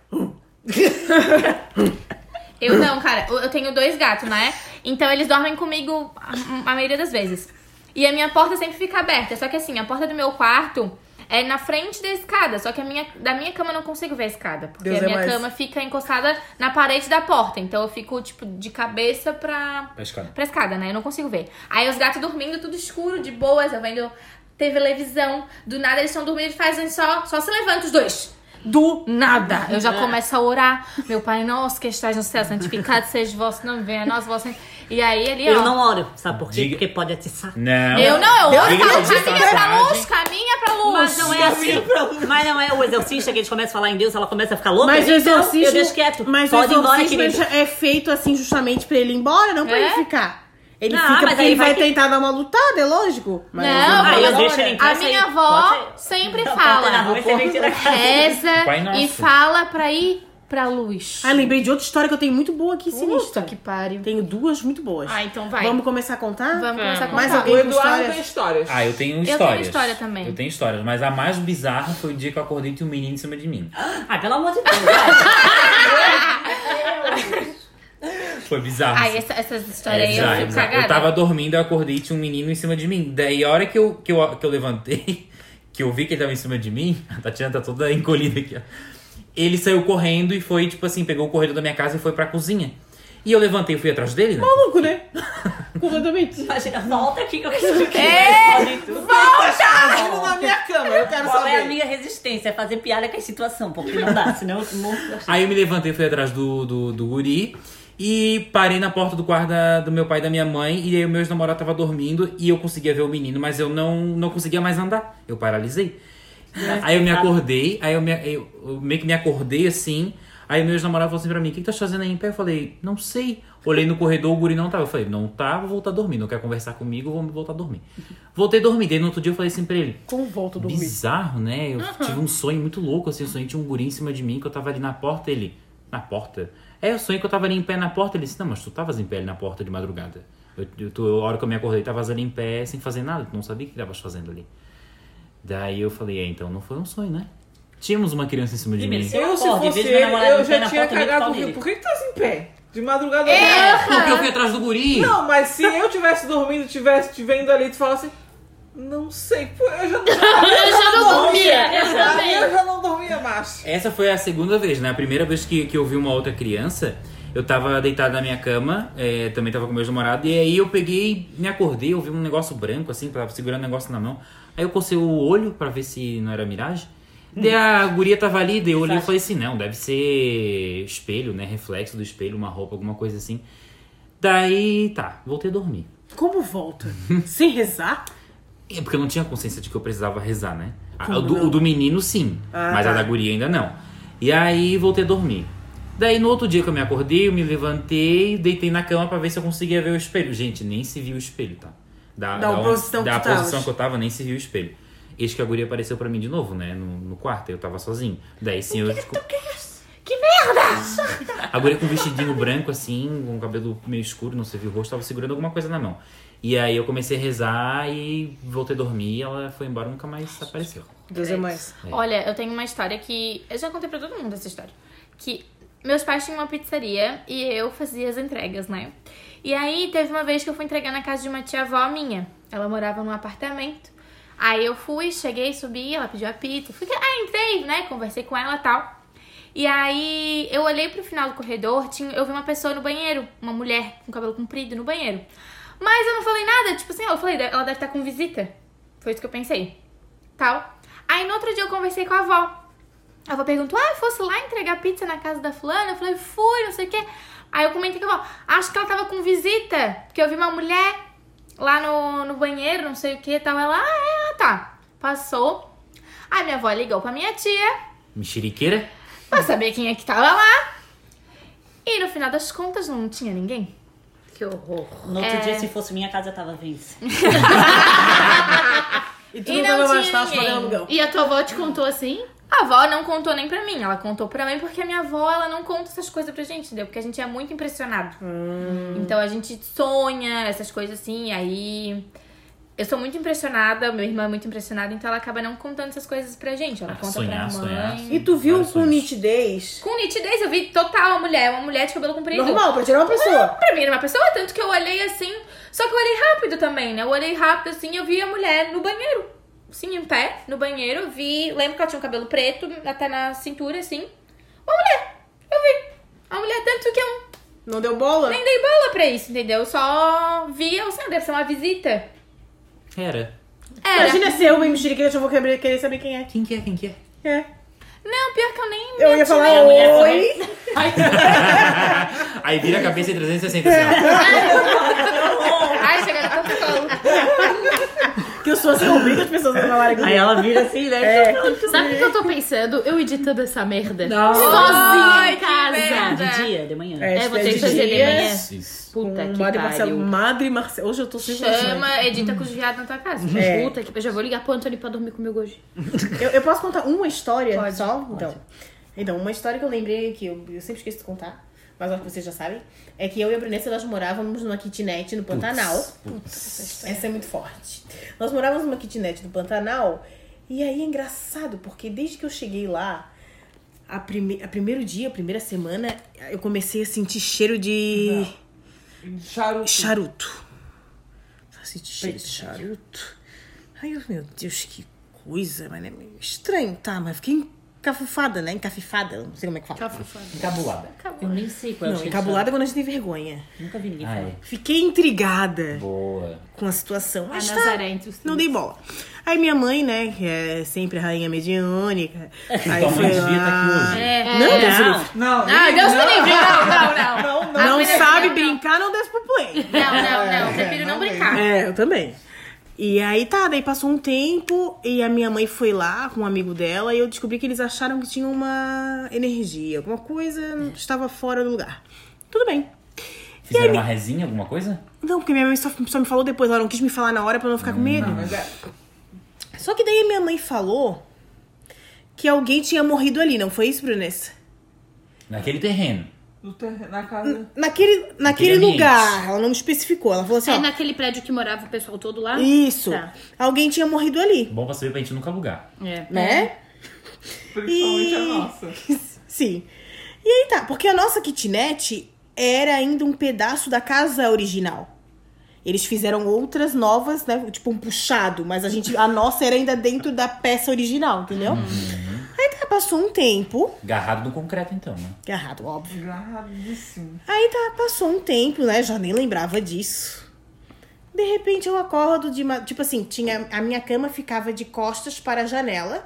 S2: Eu não, cara, eu eu tenho dois gatos, né? Então eles dormem comigo a- a maioria das vezes. E a minha porta sempre fica aberta. Só que assim, a porta do meu quarto é na frente da escada. Só que a minha, da minha cama eu não consigo ver a escada. Porque
S8: Deus
S2: a
S8: é
S2: minha
S8: mais.
S2: cama fica encostada na parede da porta. Então eu fico, tipo, de cabeça pra,
S1: Pra escada.
S2: pra escada, né? Eu não consigo ver. Aí os gatos dormindo, tudo escuro, de boas, eu vendo televisão. Do nada eles estão dormindo e fazem só, só se levanta os dois. Do nada. Eu
S8: É.
S2: já começo a orar. Meu pai, nosso que estás no céu, santificado seja o vosso nome, venha a nós, vosso... E aí ele, ó...
S7: Eu não oro, sabe por quê?
S1: Diga-
S7: Porque pode atiçar.
S1: Não.
S2: Eu não, eu oro e
S1: Diga-se
S2: falo,
S3: é
S1: de
S2: caminha pra
S1: passagem.
S2: luz, caminha pra luz.
S7: Mas não é assim. Mas não é o exorcista que eles começam a falar em Deus, ela começa a ficar louca.
S4: Mas o
S7: então,
S4: exorcismo.
S7: Eu deixo quieto.
S4: Mas o
S7: pode ir embora,
S4: exorcismo
S7: querido.
S4: é feito assim justamente pra ele ir embora, não pra
S2: É?
S4: ele ficar. Ele
S7: Não,
S4: fica
S7: mas
S4: porque
S7: aí
S4: ele
S7: vai
S4: vai
S7: que-
S4: tentar dar uma lutada, é lógico. Mas
S2: Não,
S7: Ah, eu
S2: mas
S7: deixo ele em
S2: a
S7: casa
S2: minha
S7: aí.
S2: avó
S7: Pode
S2: sempre
S7: Não, pode ir na
S2: fala.
S7: rua e você vem tirar a casa.
S2: Reza
S1: Pai Nosso.
S2: e fala pra ir pra luz.
S4: Ah, lembrei de outra história que eu tenho muito boa aqui,
S2: Puta
S4: sinistra.
S2: que pariu.
S4: Tenho duas muito boas.
S2: Ah, então vai.
S4: Vamos começar a contar?
S2: Vamos começar a contar.
S4: Mais
S8: O
S4: alguém com
S8: Eduardo tem
S4: história?
S8: histórias.
S1: Ah, eu tenho
S2: tenho
S1: histórias.
S2: história também.
S1: Eu tenho histórias, mas a mais bizarra foi o dia que eu acordei e tinha um menino em cima de mim.
S7: Ah, pelo amor de Deus. vai.
S1: Foi bizarro.
S2: Ai, essa- essas
S4: É,
S2: histórias aí
S1: bizarro,
S2: eu fico
S1: bizarro.
S2: cagada.
S1: Eu tava dormindo, eu acordei e tinha um menino em cima de mim. Daí a hora que eu, que eu, que eu levantei, que eu vi que ele tava em cima de mim, a Tatiana tá toda encolhida aqui, ó. Ele saiu correndo e foi, tipo assim, pegou o corredor da minha casa e foi pra cozinha. E eu levantei e fui atrás dele, né?
S4: Maluco, né? Completamente.
S7: Imagina, volta aqui que eu
S4: É!
S7: quero que eu
S8: Ah,
S4: Tá na minha cama, eu quero
S7: Qual é a
S4: saber.
S7: minha resistência? É fazer piada com a situação, porque não dá, senão eu não.
S1: Aí eu me levantei, fui atrás do, do, do guri e parei na porta do quarto da- do meu pai e da minha mãe. E aí o meu ex-namorado tava dormindo e eu conseguia ver o menino, mas eu não, não conseguia mais andar. Eu paralisei. Aí eu me acordei, aí eu, me, eu, eu meio que me acordei assim. Aí meu ex-namorado falou assim pra mim: O que, que tá fazendo aí em pé? Eu falei: Não sei. Olhei no corredor, o guri não tava. Eu falei: Não tá, vou voltar a dormir. Não quer conversar comigo, vou voltar a dormir. Voltei a dormir. Daí no outro dia eu falei assim pra ele:
S4: Como volto a dormir?
S1: bizarro, né? Eu tive um sonho muito louco, assim, eu sonhei tinha um guri em cima de mim, que eu tava ali na porta, ele... Na porta? É, eu sonhei que eu tava ali em pé na porta, ele disse, não, mas tu tavas em pé ali na porta de madrugada. Eu, eu, tu, a hora que eu me acordei, tavas ali em pé, sem fazer nada, tu não sabia o que tavas fazendo ali. Daí eu falei, é, então não foi um sonho, né? Tínhamos uma criança em cima de
S7: Primeiro,
S1: mim.
S7: se
S8: Eu, se
S7: acordo, em
S8: fosse
S7: vez de meu É!
S8: ele,
S7: namorado
S8: eu
S7: me pé
S8: já
S7: na
S8: tinha
S7: porta, eu meto
S8: cagado
S7: pau
S8: o rio.
S7: nele.
S8: Por que que tá assim em pé? De madrugada né? eu
S1: Porque eu fui atrás do guri!
S8: Não, mas se eu tivesse dormindo, tivesse te vendo ali, tu fala assim, não sei, pô, eu já não
S2: Eu já não dormia. Eu
S8: dormia,
S2: também.
S8: eu já não dormia mais.
S1: Essa foi a segunda vez, né? A primeira vez que, que eu vi uma outra criança, eu tava deitado na minha cama, é, também tava com meu namorado, e aí eu peguei, me acordei, eu vi um negócio branco, assim, tava segurando um negócio na mão. Aí eu cocei o olho pra ver se não era miragem. Daí a guria tava ali, daí eu olhei e falei assim, não, deve ser espelho, né? Reflexo do espelho, uma roupa, alguma coisa assim. Daí, tá, voltei a dormir.
S4: Como volta? Sem rezar?
S1: É porque eu não tinha consciência de que eu precisava rezar, né? A-
S4: Como
S1: o, do,
S4: não?
S1: o do menino, sim.
S4: Ah,
S1: mas a
S4: tá.
S1: da guria ainda não. E aí voltei a dormir. Daí no outro dia que eu me acordei, eu me levantei, deitei na cama pra ver se eu conseguia ver o espelho. Gente, nem se viu o espelho, tá? Da,
S4: Da
S1: onde-
S4: posição que
S1: da
S4: tu tavas.
S1: posição que eu tava, nem se viu o espelho. Eis que a guria apareceu pra mim de novo, né? No, no quarto, eu tava sozinho. Daí sim eu. descob- a guria com um vestidinho branco, assim, com o cabelo meio escuro, não se viu o rosto, tava segurando alguma coisa na mão. E aí eu comecei a rezar e voltei a dormir, e ela foi embora nunca mais apareceu.
S4: Deus é mais.
S2: Olha, eu tenho uma história que. Eu já contei pra todo mundo essa história. Que meus pais tinham uma pizzaria e eu fazia as entregas, né? E aí teve uma vez que eu fui entregar na casa de uma tia-avó minha. Ela morava num apartamento. Aí eu fui, cheguei, subi, ela pediu a pizza. Fui, ah, entrei, né? Conversei com ela e tal. E aí eu olhei pro final do corredor, tinha, eu vi uma pessoa no banheiro, uma mulher com cabelo comprido no banheiro. Mas eu não falei nada, tipo assim, eu falei, ela deve estar com visita. Foi isso que eu pensei. Tal. Aí no outro dia eu conversei com a avó. A avó perguntou, ah, fosse lá entregar pizza na casa da fulana? Eu falei, fui, não sei o quê. Aí eu comentei com a avó, acho que ela tava com visita, porque eu vi uma mulher lá no, no banheiro, não sei o que, tal. Ela, ah, é, ah, tá. Passou. Aí minha avó ligou pra minha tia,
S3: Mexeriqueira?
S2: pra saber quem é que tava lá. E no final das contas não tinha ninguém.
S6: Que horror.
S5: No
S4: É.
S5: outro dia, se fosse minha casa, eu tava vence.
S2: E,
S4: não tava mais fácil pagar aluguel.
S6: E a tua avó te contou assim?
S2: A avó não contou nem pra mim, ela contou pra mim porque a minha avó ela não conta essas coisas pra gente, entendeu? Porque a gente é muito impressionado.
S3: Hum.
S2: Então a gente sonha essas coisas assim, e aí. Eu sou muito impressionada, minha irmã é muito impressionada, então ela acaba não contando essas coisas pra gente. Ela
S3: Ah,
S2: conta
S3: sonhar,
S2: pra mãe.
S3: sonhar.
S4: E tu viu
S3: Vários
S4: com
S3: sonhos.
S4: nitidez?
S2: Com nitidez, eu vi total uma mulher, uma mulher de cabelo comprido.
S4: Normal, pra tirar
S2: É.
S4: uma pessoa.
S2: Pra mim era uma pessoa, tanto que eu olhei assim. Só que eu olhei rápido também, né? Eu olhei rápido assim, eu vi a mulher no banheiro. Sim, em pé, no banheiro. Vi. Lembro que ela tinha um cabelo preto, até na cintura, assim. Uma mulher. Eu vi. A mulher, tanto que é um eu
S4: Não deu bola?
S2: nem dei bola pra isso, entendeu? Eu só vi, eu sei, deve ser uma visita.
S3: Era.
S2: Era.
S4: Imagina se eu me mexeriqueira, eu vou querer querer saber quem é.
S3: Quem que é? Quem que é?
S4: É.
S2: Não, Ah, pior que eu nem.
S4: Eu ia falar,
S5: a mulher só
S4: oi.
S3: Aí vira a cabeça em 360. assim, ó.
S2: Ai, chegaram tanto colo.
S4: Que eu sou assim, eu obrigo as pessoas a trabalharem comigo.
S5: Aí ela vira assim, né?
S4: Uhum. É.
S6: Sabe o que eu tô pensando? Eu editando essa merda.
S2: Ai,
S6: Sozinha em
S2: que
S6: casa.
S2: merda.
S5: De dia, de manhã.
S6: É, vou ter que fazer de
S4: dias,
S6: manhã.
S3: Isso.
S6: Puta
S4: com
S6: que
S4: Um Madre Marcelo,
S6: pariu.
S4: Madre Marcelo. Hoje eu tô sem condições.
S2: Chama, edita com os viados na tua casa.
S4: É.
S6: Puta que pariu. Já vou ligar pro Antônio pra dormir comigo hoje.
S4: Eu, eu posso contar uma história só? Então, então, uma história que eu lembrei que eu, eu sempre esqueço de contar, mas acho que vocês já sabem, é que eu e a Brunessa, nós morávamos numa kitnet no Pantanal. Essa é muito forte. Nós morávamos numa kitnet do Pantanal e aí é engraçado, porque desde que eu cheguei lá, a, prime, a primeiro dia, a primeira semana, eu comecei a sentir cheiro de
S8: Charuto.
S4: charuto. Só senti cheiro Assim, de charuto. Ai, eu- meu Deus, que coisa, mas é meio estranho, tá? Mas fiquei encafufada, né? Encafifada, não sei como é que fala.
S3: Encabulada.
S5: Eu nem sei qual é o
S4: Não,
S5: cheiro
S4: encabulada é quando a gente tem vergonha.
S5: de chá. Nunca vi ninguém
S3: Ah,
S5: falar.
S3: é.
S4: Fiquei intrigada
S3: Boa.
S4: com a situação.
S6: A
S4: Mas tá,
S6: Nazaré entre os
S4: não dei bola. Aí minha mãe, né, que é sempre a rainha mediúnica. Aí
S3: Tua mãe
S4: foi
S3: devia estar
S4: lá...
S3: aqui hoje.
S4: Não,
S6: É,
S4: Deus
S5: Não.
S4: me livre.
S8: Não,
S2: Ah,
S8: não,
S2: Deus me livre. Não, não, não.
S8: Não, não.
S4: não
S6: né?
S2: mas- não,
S4: sabe
S2: não.
S4: brincar, não desce pro play.
S2: Não, não, não.
S8: É,
S2: Prefiro não
S8: não mesmo.
S2: brincar.
S4: É, eu também. E aí tá, daí passou um tempo e a minha mãe foi lá com um amigo dela e eu descobri que eles acharam que tinha uma energia, alguma coisa estava fora do lugar. Tudo bem.
S3: Fizeram uma resinha, alguma coisa?
S4: Não, porque minha mãe só, só me falou depois, ela não quis me falar na hora pra eu não ficar com medo.
S6: Hum.
S8: Mas é,
S4: Só que daí minha mãe falou que alguém tinha morrido ali, não foi isso, Brunessa?
S3: Naquele terreno.
S8: no ter- na casa.
S4: Naquele, naquele
S3: ambiente.
S4: lugar, ela não me especificou, ela falou assim,
S6: É
S4: ó,
S6: naquele prédio que morava o pessoal todo lá?
S4: isso,
S6: Tá.
S4: alguém tinha morrido ali,
S3: Bom pra saber pra gente nunca alugar.
S6: É.
S4: né?
S8: Principalmente a
S4: E-
S8: nossa.
S4: Sim. E aí tá, porque a nossa kitnet era ainda um pedaço da casa original. Eles fizeram outras novas, né? Tipo um puxado, mas a gente a nossa era ainda dentro da peça original, entendeu? Aí tá, passou um tempo, é
S3: Garrado no concreto, então, né?
S4: errado, óbvio.
S8: Gradíssimo.
S4: Aí tá, passou um tempo, né? Já nem lembrava disso. De repente eu acordo de ma- tipo assim, tinha a minha cama ficava de costas para a janela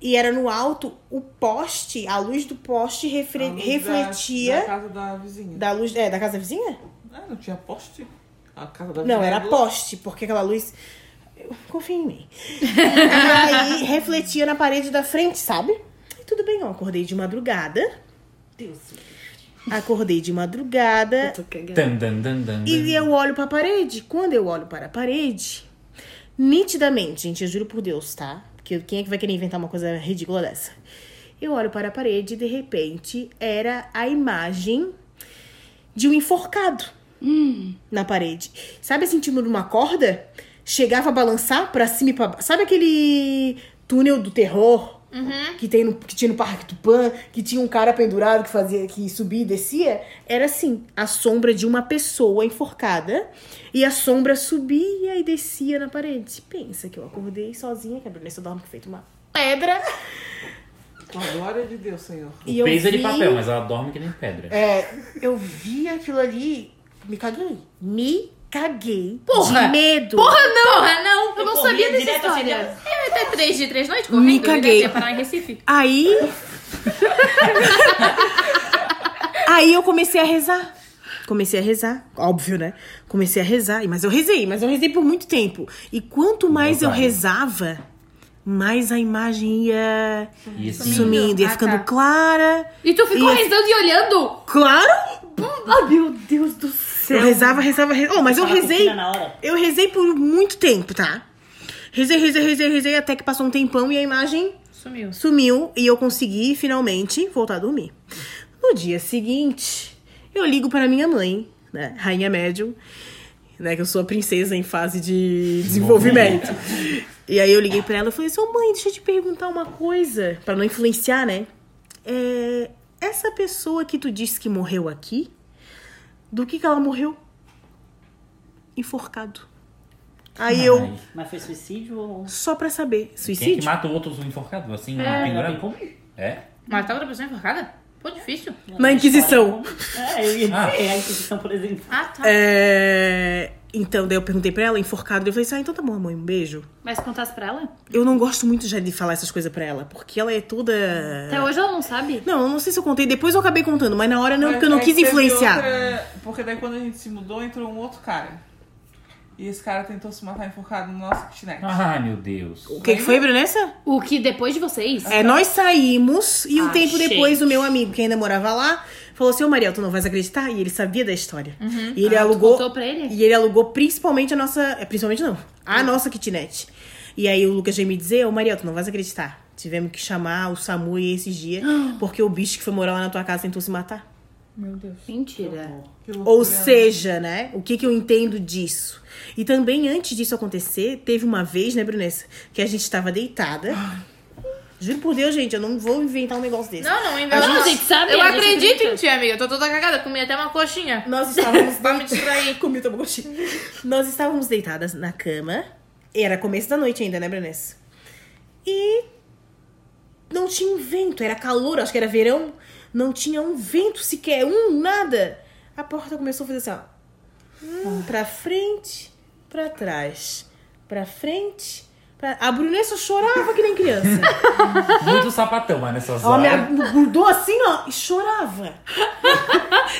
S4: e era no alto o poste, a luz do poste refre-
S8: A luz da-
S4: refletia
S8: Da casa da vizinha.
S4: Da luz. É, da casa da vizinha?
S8: Ah, não tinha poste? A casa da vizinha. é
S4: Não, era
S8: do-
S4: poste, porque aquela luz. Eu- Confia em mim. aí refletia na parede da frente, sabe? E tudo bem, eu acordei de madrugada.
S5: Deus.
S4: Acordei de madrugada.
S3: Tan, dan, dan, dan,
S4: E eu olho pra parede. Quando eu olho para a parede, nitidamente, gente, eu juro por Deus, tá? Porque quem é que vai querer inventar uma coisa ridícula dessa? Eu olho para a parede e de repente era a imagem de um enforcado na parede. Sabe assim, tipo numa corda? Chegava a balançar pra cima e pra baixo. Sabe aquele túnel do terror? Que, tem no- que tinha no Parque Tupã, que tinha um cara pendurado que fazia que subia e descia, era assim, a sombra de uma pessoa enforcada, e a sombra subia e descia na parede. Pensa que eu acordei sozinha, que a Brunessa dorme que feito uma pedra.
S8: Com a glória de Deus, Senhor.
S4: E eu
S3: Pesa
S4: vi-
S3: é de papel, né? mas ela dorme que nem pedra.
S4: É, eu vi aquilo ali, me caguei. Me caguei
S2: Porra!
S4: de medo.
S2: Porra, não! Porra, não! Eu não
S5: corria
S2: sabia dessa
S5: direto assim,
S2: história.
S6: É,
S2: Eu até três de três noites
S4: Me
S2: correndo.
S4: caguei.
S2: Eu ia parar em um Recife.
S4: Aí. Aí eu comecei a rezar. Comecei a rezar, óbvio, né? Comecei a rezar, mas eu rezei, mas eu rezei por muito tempo. E quanto mais eu
S3: vai.
S4: rezava, mais a imagem ia
S3: E assim,
S4: sumindo, ia
S2: Ah,
S4: ficando
S2: tá.
S4: clara.
S2: E tu ficou
S4: E-
S2: rezando e olhando?
S4: Claro!
S2: Ah, meu Deus do céu.
S4: Eu rezava, rezava, rezava. Oh, mas eu
S5: Tava
S4: rezei.
S5: curtindo na hora.
S4: Eu rezei por muito tempo, tá? Rezei, rezei, rezei, rezei, até que passou um tempão e a imagem
S2: Sumiu.
S4: sumiu e eu consegui finalmente voltar a dormir. No dia seguinte, eu ligo para minha mãe, né, rainha médium, né, que eu sou a princesa em fase de desenvolvimento. E aí eu liguei para ela e falei: "Sua mãe, deixa eu te perguntar uma coisa, para não influenciar, né? É, essa pessoa que tu disse que morreu aqui, do que que ela morreu? Enforcado. Aí eu
S3: ai,
S5: Mas foi suicídio ou. um-
S4: só pra saber,
S3: Quem é
S4: suicídio?
S3: que mata o outro
S1: um
S3: enforcado? Assim,
S5: Ainda bem
S3: pendurado?
S5: como-
S3: É?
S2: Matar outra pessoa enforcada? Pô, difícil.
S4: Na Inquisição.
S5: É, eu ia dizer,
S3: Ah.
S5: a Inquisição, por exemplo.
S2: Ah, tá.
S4: É, Então, daí eu perguntei pra ela, enforcado. daí Eu falei assim, ah, então tá bom, mãe, um beijo.
S6: Mas contasse pra ela?
S4: Eu não gosto muito já de falar essas coisas pra ela, porque ela é toda...
S6: Até hoje ela não sabe.
S4: Não, eu não sei se eu contei, depois eu acabei contando, mas na hora não,
S8: Mas
S4: porque eu não
S8: aí
S4: quis
S8: teve
S4: influenciar.
S8: outra- Porque daí quando a gente se mudou, entrou um outro cara. E esse cara tentou se matar enforcado no nosso kitnet.
S1: Ah,
S3: Ai, meu Deus.
S4: O que, que foi, Brunessa?
S6: O que depois de vocês?
S4: É, nós saímos e um
S5: Ah,
S4: tempo
S5: gente.
S4: depois o meu amigo, que ainda morava lá, falou assim, ô Mariel, tu não vais acreditar? E ele sabia da história. E ele alugou...
S6: Uhum. Ah, Contou pra ele?
S4: E ele alugou principalmente a nossa. é, Principalmente não, a nossa kitnet. E aí o Lucas veio me dizer, ô Maria, tu não vais acreditar. Tivemos que chamar o Samu esses dias, porque o bicho que foi morar lá na tua casa tentou se matar.
S6: Mentira.
S8: Que loucura,
S4: Ou
S8: né?
S4: seja, né? O que, que eu entendo disso? E também, antes disso acontecer, teve uma vez, né, Brunessa, que a gente tava deitada. Juro por Deus, gente, eu não vou inventar um negócio desse.
S2: Não, não,
S6: Não,
S2: inventa.
S6: a gente sabe,
S2: Eu
S6: a gente
S2: acredito
S6: acredita.
S2: em ti, amiga. Eu tô toda cagada. Comi até uma coxinha.
S4: Nós estávamos
S2: Pra me distrair.
S4: Comi o tamagotchi. Nós estávamos deitadas na cama. Era começo da noite ainda, né, Brunessa? E não tinha um vento, era calor, acho que era verão. Não tinha um vento sequer, um nada. A porta começou a fazer assim, ó. Hum, pra frente, pra trás. Pra frente, pra... A Brunessa chorava que nem criança.
S3: Muito sapatão, mas nessas
S4: Ela me
S3: horas.
S4: abordou assim, ó, e chorava.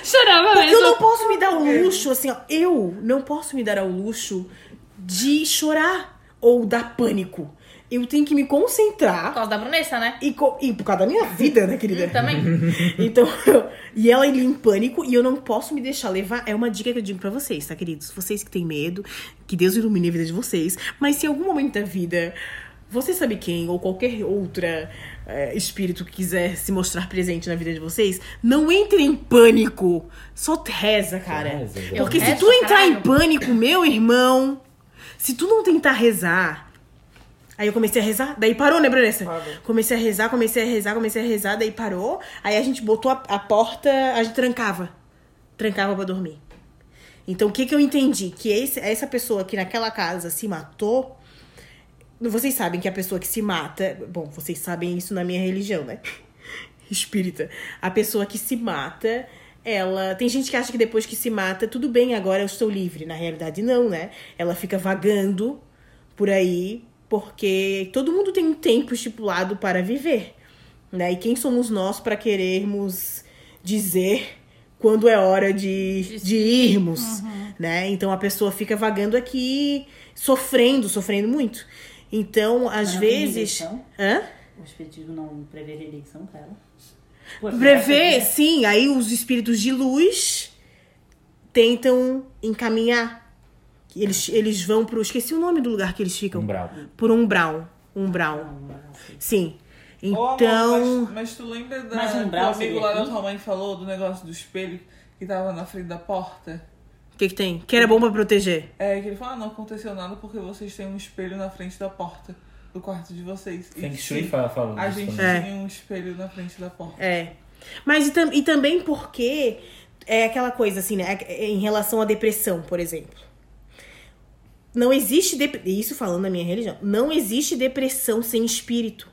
S6: Chorava
S4: Porque eu
S6: mesmo.
S4: não posso me dar o luxo, assim, ó. Eu não posso me dar ao luxo de chorar ou dar pânico. Eu tenho que me
S2: Por
S4: concentrar.
S2: causa da Brunessa, né?
S4: E, co- e por causa da minha vida, né, querida?
S2: Também.
S4: Então, eu- e ela ele em pânico e eu não posso me deixar levar. É uma dica que eu digo pra vocês, tá, queridos? Vocês que têm medo, que Deus ilumine a vida de vocês. Mas se em algum momento da vida você sabe quem ou qualquer outra eh, espírito que quiser se mostrar presente na vida de vocês, não entre em pânico. Só reza, cara.
S3: Reza, gente.
S4: Porque se
S2: rezo,
S4: tu entrar em
S2: caralho.
S4: pânico, meu irmão, se tu não tentar rezar, Aí eu comecei a rezar, daí parou, né, Brunessa? Comecei a rezar, comecei a rezar, comecei a rezar, daí parou. Aí a gente botou a, a porta, a gente trancava. Trancava pra dormir. Então o que que eu entendi? Que esse- essa pessoa que naquela casa se matou. Vocês sabem que a pessoa que se mata. Bom, vocês sabem isso na minha religião, né? Espírita. A pessoa que se mata, ela. Tem gente que acha que depois que se mata, tudo bem, agora eu estou livre. Na realidade, não, né? Ela fica vagando por aí, porque todo mundo tem um tempo estipulado para viver, né? E quem somos nós para querermos dizer quando é hora de, de irmos, né? Então a pessoa fica vagando aqui, sofrendo, sofrendo muito. Então, às
S5: Mas não tem
S4: vezes.
S8: então.
S5: eleição?
S4: Hã?
S5: O espiritismo não prevê reeleição pra ela? Pô,
S4: Prevê, É, sim, aí os espíritos de luz tentam encaminhar. Eles, eles vão pro. Esqueci o nome do lugar que eles ficam.
S3: Umbral.
S4: Por umbral. Umbral. Sim.
S8: Ô, amor,
S4: então.
S8: mas, mas tu lembra da,
S5: Mas um
S8: que o
S5: braço
S8: amigo
S5: seria
S8: lá da
S5: aqui?
S8: tua mãe falou do negócio do espelho que tava na frente da porta?
S4: O que, que tem? Que era bom pra proteger.
S8: É, que ele falou, ah, não aconteceu nada porque vocês têm um espelho na frente da porta do quarto de vocês. E
S3: Tem que
S8: sim,
S3: Shui fala, fala
S8: A
S3: disso
S8: gente
S3: também.
S4: É.
S8: tinha um espelho na frente da porta.
S4: É. Mas e, tam- e também porque é aquela coisa assim, né? É- Em relação à depressão, por exemplo. Não existe. dep- Isso falando na minha religião. Não existe depressão sem espírito.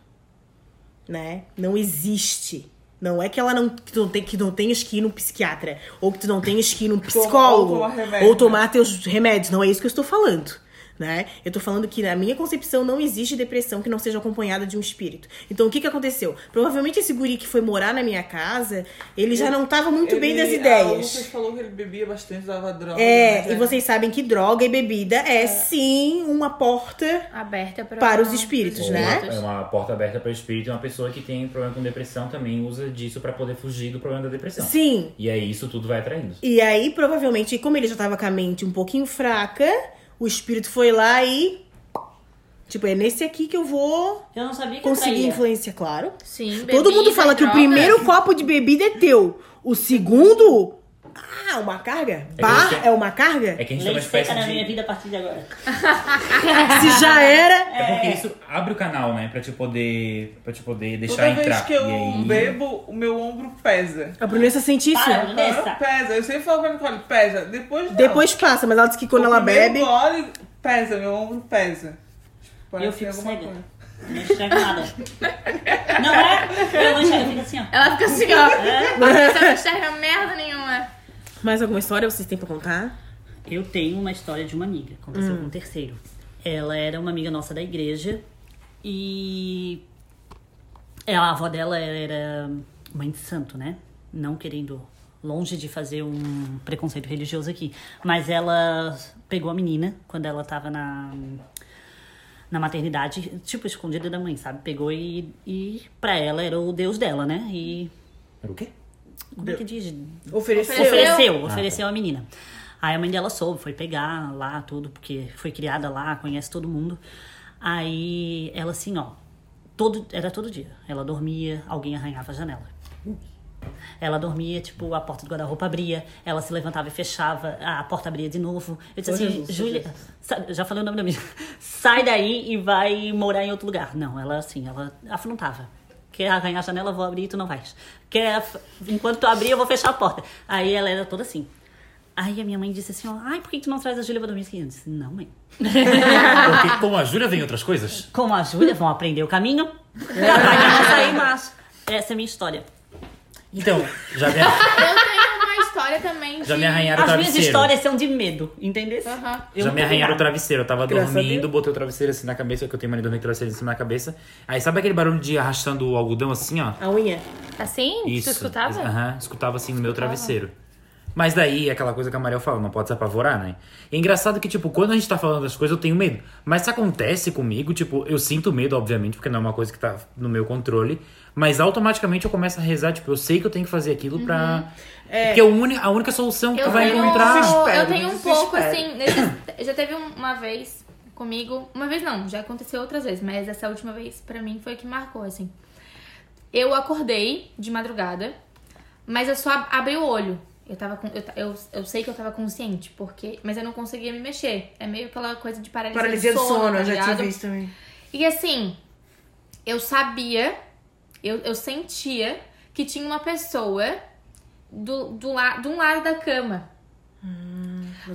S4: Né? Não existe. Não é que ela não, que tu não, tem, que não tenhas que ir num psiquiatra, ou que tu não tenhas que ir num
S8: ou
S4: psicólogo,
S8: tomar remédio.
S4: ou tomar teus remédios. Não é isso que eu estou falando. Né? Eu tô falando que na minha concepção não existe depressão que não seja acompanhada de um espírito. Então o que que aconteceu? Provavelmente esse guri que foi morar na minha casa, ele já não tava muito bem das
S8: A
S4: ideias.
S8: Lucas falou que ele bebia bastante, dava droga. né? mas
S4: É, e vocês sabem que droga e bebida é, sim uma porta.
S6: Aberta pra-
S4: Para os espíritos,
S3: Ou
S4: né?
S3: uma- É uma porta aberta para o espírito e uma pessoa que tem problema com depressão também usa disso para poder fugir do problema da depressão.
S4: Sim.
S3: E aí isso tudo vai atraindo.
S4: E aí, provavelmente, como ele já tava com a mente um pouquinho fraca, o espírito foi lá e. Tipo, é nesse aqui que eu vou
S7: Eu não sabia que
S4: conseguir
S7: atraía.
S4: influência, claro.
S6: Sim,
S4: Todo mundo
S6: bebida,
S4: fala que
S6: droga.
S4: o primeiro copo de bebida é teu. O segundo. Ah, uma carga?
S3: que
S4: Bar
S3: você-
S4: é uma carga?
S3: É que a gente tem uma
S7: Leite
S3: espécie
S7: seca na minha
S3: de.
S7: vida a partir de agora.
S4: Se já era.
S3: É porque isso abre o canal, né? Pra te poder. para te poder deixar
S8: Toda vez
S3: entrar.
S8: que
S3: e aí...
S8: eu bebo, o meu ombro pesa.
S4: A Brunessa sente isso.
S7: Para, Vanessa.
S8: Pesa. Eu sempre falo pra Nicole, pesa. Depois não.
S4: Depois passa, mas ela disse que quando
S8: O
S4: ela
S8: primeiro
S4: bebe.
S8: gole, pesa. Meu ombro pesa. Parece
S7: fico
S8: alguma
S7: cega.
S8: coisa.
S7: Não enxergo nada. Não é? Eu não enxergo, fica assim, ó.
S6: Ela fica assim, ó. Ela não enxerga merda nenhuma.
S4: Mais alguma história vocês têm pra contar?
S7: Eu tenho uma história de uma amiga, aconteceu com um terceiro. Ela era uma amiga nossa da igreja e ela, a avó dela era mãe de santo, né? Não querendo, longe de fazer um preconceito religioso aqui, mas ela pegou a menina quando ela tava na na maternidade, tipo escondida da mãe, sabe? Pegou e, e para ela era o deus dela, né? E
S3: Era o quê?
S7: como é que diz?
S4: Ofereceu.
S7: Ofereceu, ofereceu a menina. Aí a mãe dela soube, foi pegar lá tudo, porque foi criada lá, conhece todo mundo. Aí ela assim, ó, todo, era todo dia. Ela dormia, alguém arranhava a janela. Ela dormia, tipo, a porta do guarda-roupa abria, ela se levantava e fechava, a a porta abria de novo. Eu disse assim, Júlia, sa- já falei o nome da minha, sai daí e vai morar em outro lugar. Não, ela assim, ela afrontava. Quer arranhar a janela, eu vou abrir e tu não vais. Quer, af- enquanto tu abrir, eu vou fechar a porta. Aí ela era toda assim. Aí a minha mãe disse assim, ó, ai, por que que tu não traz a Júlia pra dormir? aqui?" Eu disse, não, mãe.
S3: Porque com a Júlia vem outras coisas.
S7: Com a Júlia vão aprender o caminho. Ela vai não sair mais. Essa é a minha história.
S3: Então, já me,
S6: Eu tenho uma história também de...
S3: já me arranharam o
S7: As minhas
S3: travesseiro.
S7: histórias são de medo, entendeu?
S6: Aham.
S3: Já me arranharam o travesseiro. Eu tava dormindo, botei o travesseiro assim na cabeça, que eu tenho mania de dormir com o travesseiro em cima da cabeça. Aí sabe aquele barulho de arrastando o algodão assim, ó?
S4: A unha.
S2: Assim?
S3: Isso.
S2: Tu escutava?
S3: Aham, escutava assim no meu travesseiro. Mas daí, é aquela coisa que a Mariel fala, não pode se apavorar, né? E é engraçado que, tipo, quando a gente tá falando das coisas, eu tenho medo. Mas se acontece comigo, tipo, eu sinto medo, obviamente, porque não é uma coisa que tá no meu controle. Mas automaticamente eu começo a rezar, tipo, eu sei que eu tenho que fazer aquilo pra. Porque é o uni- a única solução que
S6: Eu
S3: tu vai
S6: tenho,
S3: encontrar.
S6: eu tenho um
S8: desespero.
S6: pouco assim. nesse- já teve um- uma vez comigo. Uma vez não, já aconteceu outras vezes, mas essa última vez pra mim foi a que marcou, assim. Eu acordei de madrugada, mas eu só ab- abri o olho. Eu tava com. Eu, ta- eu, eu sei que eu tava consciente, porque. Mas eu não conseguia me mexer. É meio aquela coisa de paralisia,
S4: Paralisia do sono,
S6: tá
S4: eu já
S6: ligado?
S4: tinha visto também.
S6: E assim, eu sabia, eu, eu sentia que tinha uma pessoa do, do la, de um lado da cama.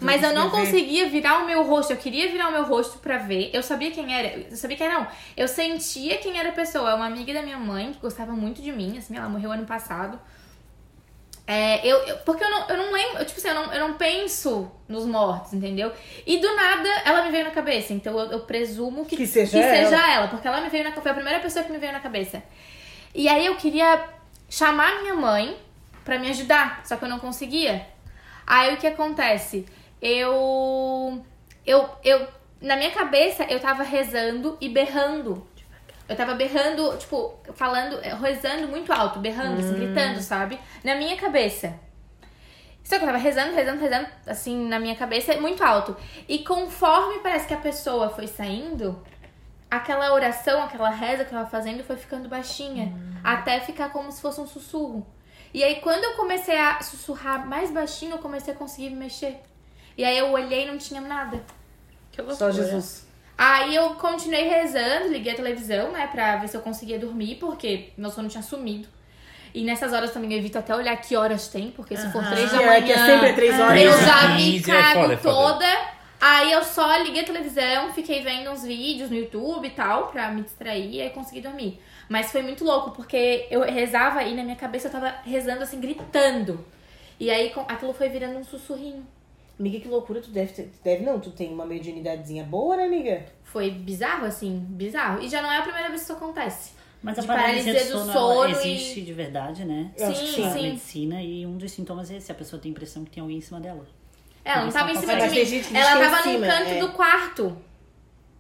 S6: Mas eu não conseguia virar o meu rosto. Eu queria virar o meu rosto pra ver. Eu sabia quem era. Eu sabia quem era, não. Eu sentia quem era a pessoa. Uma amiga da minha mãe, que gostava muito de mim, assim, ela morreu ano passado. É, eu, eu- porque eu não, eu não lembro, eu, tipo assim, eu não, eu não penso nos mortos, entendeu? E do nada ela me veio na cabeça, então eu, eu presumo que,
S4: Que seja
S6: que
S4: ela.
S6: seja ela, porque ela me veio na foi a primeira pessoa que me veio na cabeça. E aí eu queria chamar minha mãe pra me ajudar, só que eu não conseguia. Aí o que acontece? Eu eu eu na minha cabeça eu tava rezando e berrando. Eu tava berrando, tipo, falando, rezando muito alto,
S4: Hum.
S6: berrando, assim, gritando, sabe? Na minha cabeça. Só que eu tava rezando, rezando, rezando, assim, na minha cabeça, muito alto. E conforme parece que a pessoa foi saindo, aquela oração, aquela reza que eu tava fazendo foi ficando baixinha.
S4: Hum.
S6: Até ficar como se fosse um sussurro. E aí, quando eu comecei a sussurrar mais baixinho, eu comecei a conseguir me mexer. E aí eu olhei e não tinha nada.
S4: Só Jesus.
S6: Aí eu continuei rezando, liguei a televisão, né, pra ver se eu conseguia dormir, porque meu sono tinha sumido. E nessas horas também eu evito até olhar que horas tem, porque se for três da
S4: É,
S6: manhã,
S4: que é sempre três horas.
S6: eu já me
S3: Isso é
S6: cago
S3: foda, é foda.
S6: toda.
S2: Aí eu só liguei a televisão, fiquei vendo uns vídeos no YouTube e tal, pra me distrair e aí consegui dormir. Mas foi muito louco, porque eu rezava e na minha cabeça eu tava rezando assim, gritando. E aí com- aquilo foi virando um sussurrinho.
S4: Amiga, que loucura, tu deve ter. tu Deve não, tu tem uma mediunidadezinha boa, né, amiga?
S2: Foi bizarro, assim, bizarro. E já não é a primeira vez que isso acontece.
S5: Mas a
S2: De
S5: paralisia do
S2: paralisia do
S5: sono,
S2: sono
S5: ela
S2: e-
S5: existe de verdade, né?
S2: Eu acho que sim.
S5: Na
S2: sim.
S5: medicina e um dos sintomas é se a pessoa tem a impressão que tem alguém em cima dela.
S2: Ela não tava em cima
S4: Mas
S2: de
S4: tem gente que
S2: mim.
S4: diz que
S2: Ela
S4: é em
S2: tava num
S4: cima,
S2: canto
S4: é.
S2: do quarto.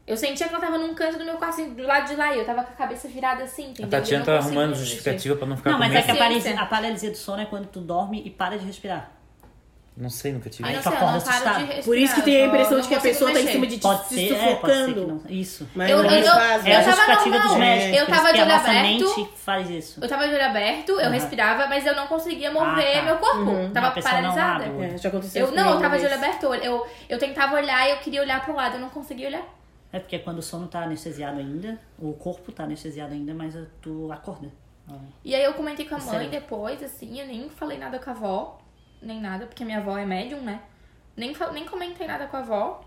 S2: Eu sentia que ela tava num canto do meu quarto, assim, do lado de lá. E eu tava com a cabeça virada assim, entendeu? E
S3: A
S2: eu
S3: Tatiana
S2: não
S3: tá
S2: conseguia
S3: arrumando
S2: mexer.
S3: justificativa pra não ficar
S5: não,
S3: com
S5: mas
S3: medo.
S5: é que a paralisia,
S2: Ciência.
S5: a paralisia do sono é quando tu dorme e para de respirar.
S3: Não sei, nunca tive.
S5: Aí
S2: Aí não
S4: tá
S5: tu
S2: sei, eu
S5: acorda
S2: não paro de
S5: assustado.
S2: respirar,
S4: Por isso que tem a
S2: eu só
S4: impressão
S2: não
S4: de que a
S2: consigo
S4: pessoa tá em
S2: mexer.
S4: cima de ti
S5: Pode
S4: se
S5: ser, é, pode ser que
S4: sufocando.
S5: não. Isso.
S4: Mas
S2: Eu-
S4: não
S2: eu-
S4: faz,
S5: É a
S4: né?
S2: eu tava
S5: justificativa dos
S2: normal.
S5: médicos.
S2: Eu tava
S5: que
S2: de
S5: a
S2: olho
S5: nossa
S2: aberto.
S5: mente faz isso.
S2: Eu tava de olho aberto, eu
S5: Uhum.
S2: respirava, mas eu não conseguia mover
S5: Ah, tá.
S2: meu corpo.
S5: Não, a
S2: Tava
S5: pessoa não
S2: paralisada.
S5: abre o olho.
S4: É, já aconteceu
S2: eu,
S4: isso
S2: não, eu
S4: comigo
S2: tava de
S4: uma
S2: olho
S4: vez.
S2: aberto. Eu, eu tentava olhar e eu queria olhar pro lado, eu não conseguia olhar.
S5: É porque quando o sono tá anestesiado ainda, o corpo tá anestesiado ainda, mas tu acorda.
S2: E aí eu comentei com a mãe
S5: Sério?
S2: depois, assim, eu nem falei nada com a avó, nem nada, porque minha avó é médium, né? Nem, fal- nem comentei nada com a avó,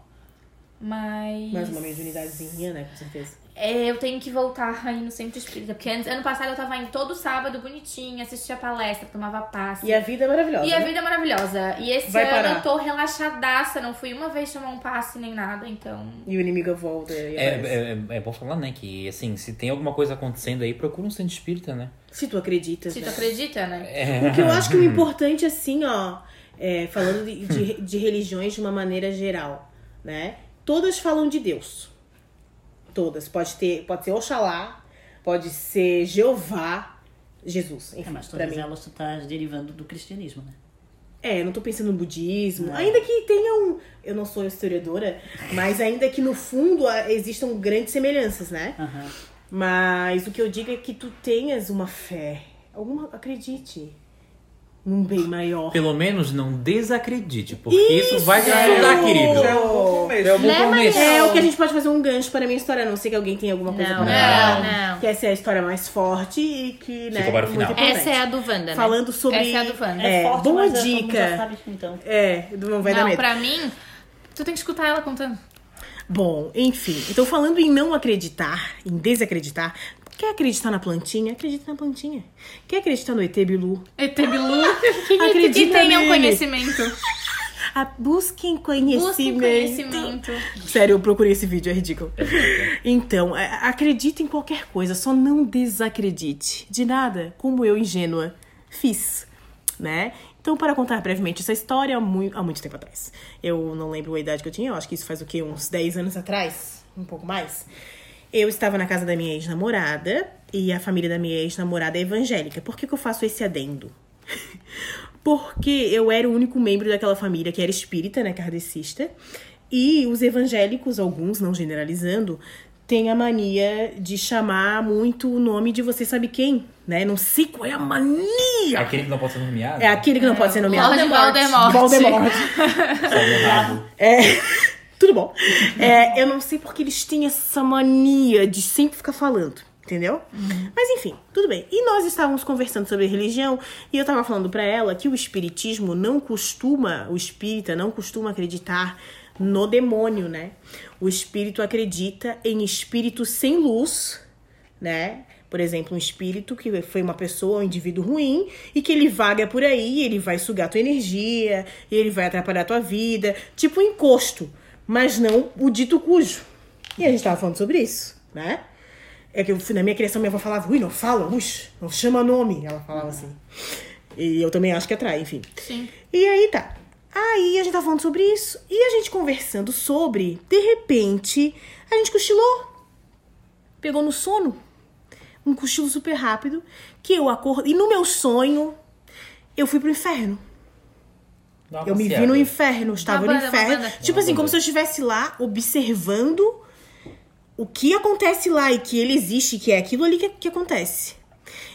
S2: mas.
S4: Mais uma mediunidadezinha, né? Com certeza.
S2: É, eu tenho que voltar aí no centro espírita, porque antes, ano passado eu tava indo todo sábado bonitinha, assistia palestra, tomava passe.
S4: E a vida é maravilhosa.
S2: E a
S4: né?
S2: vida é maravilhosa. E esse
S4: Vai
S2: ano
S4: parar.
S2: eu tô relaxadaça, não fui uma vez tomar um passe nem nada, então.
S4: E o inimigo volta. E
S3: É,
S4: aparece.
S3: é- é bom falar, né? Que assim, se tem alguma coisa acontecendo aí, procura um centro espírita, né?
S4: Se tu acreditas.
S2: Se tu
S4: né?
S2: acredita, né?
S3: É.
S4: Porque eu acho que o importante, assim, ó, é, falando de, de- de religiões de uma maneira geral, né? Todas falam de Deus. Todas. Pode, ter, pode ser Oxalá, pode ser Jeová, Jesus. Enfim,
S5: É, mas
S4: pra
S5: todas
S4: mim.
S5: elas tu tá derivando do cristianismo, né?
S4: É, não tô pensando no budismo.
S2: É.
S5: Não.
S4: Ainda que tenham. Eu não sou historiadora, mas ainda que no fundo ah, existam grandes semelhanças, né?
S5: Aham.
S4: Mas o que eu digo é que tu tenhas uma fé. Alguma. Acredite. Num bem maior.
S3: Pelo menos não desacredite, porque tipo, isso, vai te ajudar, querido.
S8: Já é um
S4: assim,
S8: bom começo.
S3: É um bom
S6: Leva
S3: começo.
S4: É o que a gente pode fazer um gancho para a minha história, a não ser que alguém tenha alguma coisa
S6: Não,
S4: pra
S3: Não.
S6: não, não.
S4: Que essa é a história mais forte e que, né,
S3: Ficou para o
S4: muito
S3: final.
S4: importante.
S6: Essa é a do Wanda, né?
S4: Falando sobre.
S2: Essa é a do Wanda.
S4: É, boa
S5: mas é, todo mundo Já
S4: dica.
S5: sabe, então.
S4: É, do não vai dar
S2: não,
S4: medo.
S2: pra mim, tu tem que escutar ela contando.
S4: Bom, enfim. Então, falando em não acreditar, em desacreditar, quer acreditar na plantinha? Acredita na plantinha. Quer acreditar no ET Bilu?
S2: ET Bilu. é
S4: Acredita
S2: e tenham
S4: nele.
S2: conhecimento.
S4: Ah, busquem conhecimento.
S2: Busquem conhecimento.
S4: Sério, eu procurei esse vídeo, é ridículo. Então, é, acredite em qualquer coisa, só não desacredite de nada, como eu, ingênua, fiz, né? Então, para contar brevemente essa história, há mui- há muito tempo atrás. Eu não lembro a idade que eu tinha, eu acho que isso faz o quê? Uns 10 anos atrás? Um pouco mais? Eu estava na casa da minha ex-namorada e a família da minha ex-namorada é evangélica. Por que, que eu faço esse adendo? porque eu era o único membro daquela família que era espírita, né, kardecista. E os evangélicos, alguns, não generalizando, têm a mania de chamar muito o nome de você sabe quem, né? Não sei qual é a mania!
S3: Aquele que não pode ser nomeado.
S4: É aquele que não pode ser nomeado.
S2: Lord Voldemort.
S4: Voldemort.
S3: Salvo
S4: É. Tudo bom. É, eu não sei porque eles têm essa mania de sempre ficar falando, entendeu? Mas enfim, tudo bem. E nós estávamos conversando sobre religião e eu estava falando pra ela que o espiritismo não costuma, o espírita não costuma acreditar no demônio, né? O espírito acredita em espíritos sem luz, né? Por exemplo, um espírito que foi uma pessoa, um indivíduo ruim, e que ele vaga por aí, ele vai sugar tua energia, ele vai atrapalhar tua vida, tipo um encosto, mas não o dito cujo. E a gente tava falando sobre isso, né? É que eu, fui- na minha criação minha avó falava, ui, não fala, uix, não chama nome, ela falava assim. E eu também acho que atrai, enfim.
S2: Sim.
S4: E aí tá. Aí a gente tá falando sobre isso, e a gente conversando sobre, de repente, a gente cochilou pegou no sono. Um cochilo super rápido. Que eu acordo. E no meu sonho, eu fui pro inferno. Eu me vi no inferno, estava
S2: Uma
S4: no
S2: banda, uma
S4: inferno.
S2: banda.
S4: Tipo assim, como se eu estivesse lá observando o que acontece lá e que ele existe, que é aquilo ali que, que acontece.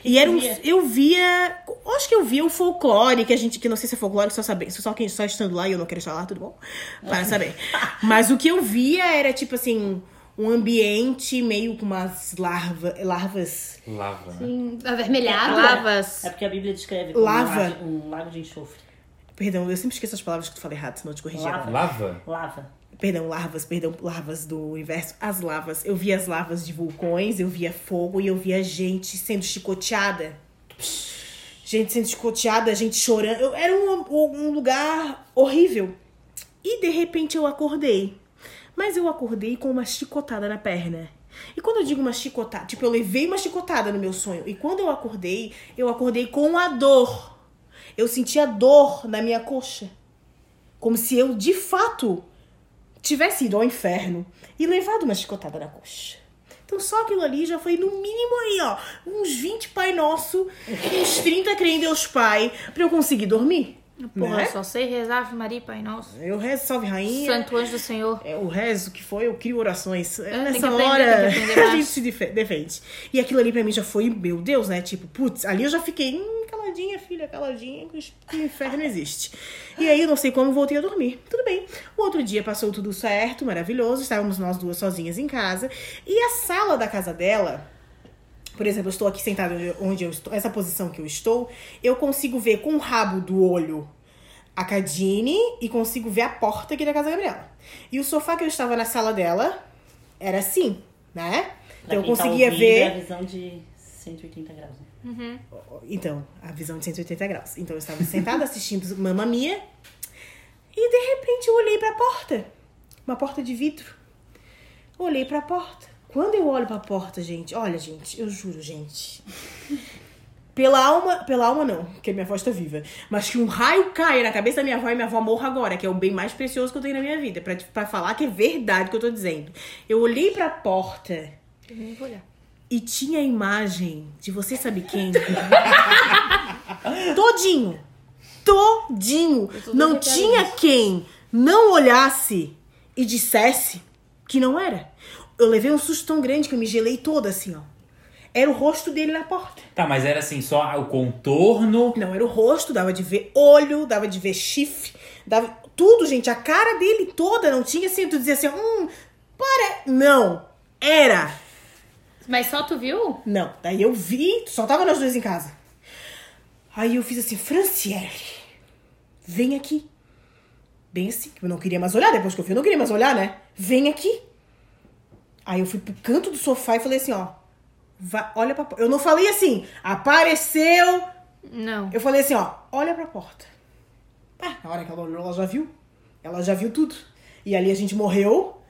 S4: e era um, eu via, acho que eu via o folclore, que a gente, que não sei se é folclore, só saber, só quem só estando lá e eu não quero estar lá, tudo bom? Para saber. Mas o que eu via era tipo assim, um ambiente meio com umas larva, larvas
S3: Lava. né?
S6: Sim, avermelhado.
S2: Lavas.
S5: É porque a Bíblia descreve como
S4: Lava.
S5: Um, lago, um lago de enxofre.
S4: Perdão, eu sempre esqueço as palavras que tu fala errado, senão eu te corrigi.
S5: Lava.
S4: agora.
S3: Lava?
S5: Lava.
S4: Perdão, larvas, perdão, larvas do universo. As lavas. Eu via as lavas de vulcões, eu via fogo e eu via gente sendo chicoteada. Gente sendo chicoteada, gente chorando. Eu- era um, um lugar horrível. E de repente eu acordei. Mas eu acordei com uma chicotada na perna. E quando eu digo uma chicotada, tipo, eu levei uma chicotada no meu sonho. E quando eu acordei, eu acordei com a dor. Eu sentia dor na minha coxa. Como se eu, de fato, tivesse ido ao inferno e levado uma chicotada na coxa. Então só aquilo ali já foi no mínimo aí, ó, uns 20 Pai Nosso, uns 30 crê em Deus Pai, pra eu conseguir dormir.
S2: Porra,
S4: né?
S2: eu só sei rezar Ave Maria, e Pai Nosso.
S4: Eu rezo, salve rainha.
S2: Santo anjo do Senhor.
S4: É, o rezo que foi, eu crio orações. É,
S2: tem que
S4: Nessa
S2: aprender, tem
S4: hora
S2: que aprender
S4: a
S2: mais.
S4: gente se defe- defende. E aquilo ali pra mim já foi, meu Deus, né? Tipo, putz, ali eu já fiquei hum, caladinha, filha, caladinha, que os- que o inferno existe. E aí eu não sei como voltei a dormir. Tudo bem. O outro dia passou tudo certo, maravilhoso. Estávamos nós duas sozinhas em casa. E a sala da casa dela. Por exemplo, eu estou aqui sentada onde- onde eu estou, essa posição que eu estou, eu consigo ver com o rabo do olho a Cadine e consigo ver a porta aqui da casa da Gabriela. E o sofá que eu estava na sala dela era assim, né? Então eu
S5: quem tá
S4: conseguia
S5: ouvindo,
S4: ver.
S5: É a visão de 180 graus. né?
S4: Então, a visão de 180 graus. Então eu estava sentada assistindo Mamma Mia e de repente eu olhei para a porta. Uma porta de vidro. Olhei para a porta. Quando eu olho para a porta, gente, olha, gente, eu juro, gente. Pela alma, pela alma não, porque minha avó está viva. Mas que um raio caia na cabeça da minha avó e minha avó morra agora, que é o bem mais precioso que eu tenho na minha vida, Pra pra falar que é verdade o que eu tô dizendo. Eu olhei para a porta
S2: Eu nem vou olhar.
S4: e tinha a imagem de você sabe quem? Todinho. Todinho. Não tinha quem não olhasse e dissesse que não era. Eu levei um susto tão grande que eu me gelei toda assim, ó. Era o rosto dele na porta.
S3: Tá, mas era assim, só o contorno.
S4: Não, era o rosto, dava de ver olho, dava de ver chifre, dava tudo, gente. A cara dele toda não tinha assim, tu dizia assim, hum, para. Não, era.
S6: Mas só tu viu?
S4: Não, daí eu vi, só tava nós dois em casa. Aí eu fiz assim, Franciele, vem aqui. Bem assim, que eu não queria mais olhar, depois que eu vi, eu não queria mais olhar, né? Vem aqui. Aí eu fui pro canto do sofá e falei assim, ó, vá, olha pra porta. Eu não falei assim, apareceu.
S2: Não.
S4: Eu falei assim, ó, olha pra porta. Pá, na hora que ela olhou, ela já viu. Ela já viu tudo. E ali a gente morreu,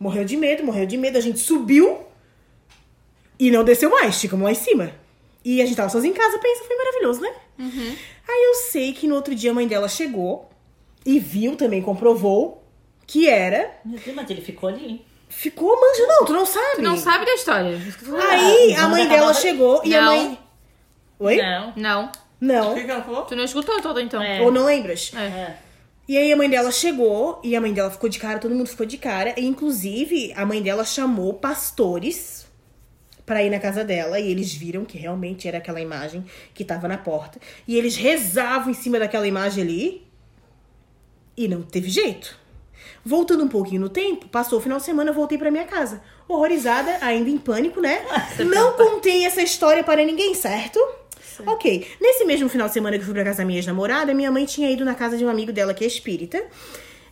S4: morreu de medo, morreu de medo, a gente subiu. E não desceu mais, ficamos lá em cima. E a gente tava sozinha em casa, pensa, foi maravilhoso, né?
S2: Uhum.
S4: Aí eu sei que no outro dia a mãe dela chegou e viu também, comprovou que era.
S5: Meu Deus, mas ele ficou ali, hein?
S4: Ficou manja, não, tu não sabe.
S2: Tu não sabe Ah, da história. Isso que eu tô falando.
S4: Aí a
S5: Vamos
S4: mãe
S5: acabar
S4: dela
S5: daí?
S4: chegou e a
S2: Não.
S4: mãe. Oi?
S7: Não.
S2: Não.
S4: Não.
S8: O que, que ela falou?
S2: Tu não escutou todo então?
S5: É.
S4: Ou não lembras?
S5: É.
S4: E aí a mãe dela chegou, e a mãe dela ficou de cara, todo mundo ficou de cara. E, inclusive, a mãe dela chamou pastores pra ir na casa dela. E eles viram que realmente era aquela imagem que tava na porta. E eles rezavam em cima daquela imagem ali. E não teve jeito. Voltando um pouquinho no tempo, passou o final de semana, eu voltei pra minha casa. Horrorizada, ainda em pânico, né? Não contei essa história para ninguém, certo? Ok. Nesse mesmo final de semana que eu fui pra casa da minha ex-namorada, minha mãe tinha ido na casa de um amigo dela que é espírita.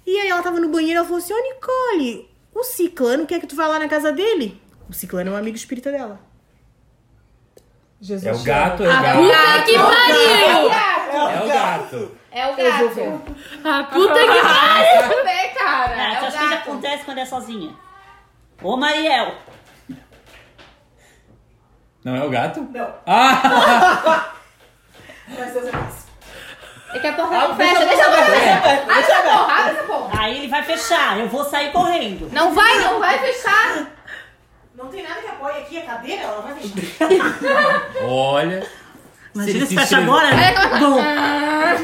S4: E aí ela tava no banheiro, ela falou assim, ô Nicole, o ciclano quer que tu vá lá na casa dele? O ciclano é um amigo espírita dela. Jesus
S3: É o gato, é o
S2: A
S3: gato.
S2: puta que pariu!
S3: É o gato.
S2: É o
S4: Eu vou
S2: gato.
S4: ver.
S2: A puta que pariu, né, cara?
S5: Ah,
S2: É
S4: tá,
S5: tu
S2: o
S5: acha que isso
S2: gato.
S5: acontece quando é sozinha? Ô, Mariel!
S3: Não é o gato?
S4: Não.
S3: Ah!
S4: Mas Deus é mais.
S2: É que a porta não fecha. Deixa eu
S4: tá
S2: Abre essa porra, abre essa porra.
S5: Aí ele vai fechar, eu vou sair correndo.
S2: Não vai, não vai fechar.
S4: Não tem nada que apoie aqui a cadeira, ela vai fechar.
S3: Olha.
S5: Imagina
S3: ele
S5: se
S3: se
S5: fecha
S3: inscreve-
S5: agora, né?
S4: tá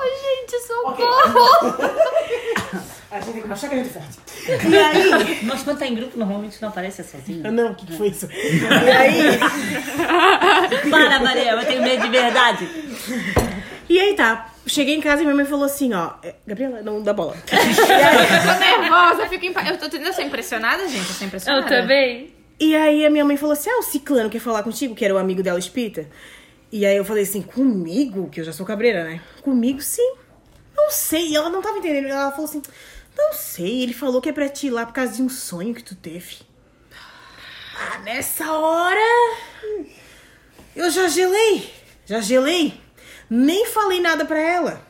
S2: Ai, gente, socorro.
S4: A gente tem que baixar a cadeira forte.
S5: E aí? Mas quando tá em grupo, normalmente não aparece é sozinho.
S4: Não, o que, que foi isso? E aí...
S5: Para, Mariel, eu tenho medo de verdade.
S4: E aí tá, cheguei em casa e minha mãe falou assim, ó, é, Gabriela, não dá bola.
S2: Eu tô nervosa, eu fico impa... Eu tô tentando ser impressionada, gente. Eu tô impressionada.
S6: também.
S4: E aí a minha mãe falou assim, ah, o ciclano quer falar contigo, que era o amigo dela espírita. E aí eu falei assim, comigo? Que eu já sou cabreira, né? Comigo, sim. Não sei. E ela não tava entendendo. Ela falou assim, Não sei, ele falou que é pra te ir lá por causa de um sonho que tu teve. Ah, nessa hora. Eu já gelei. Já gelei. Nem falei nada pra ela.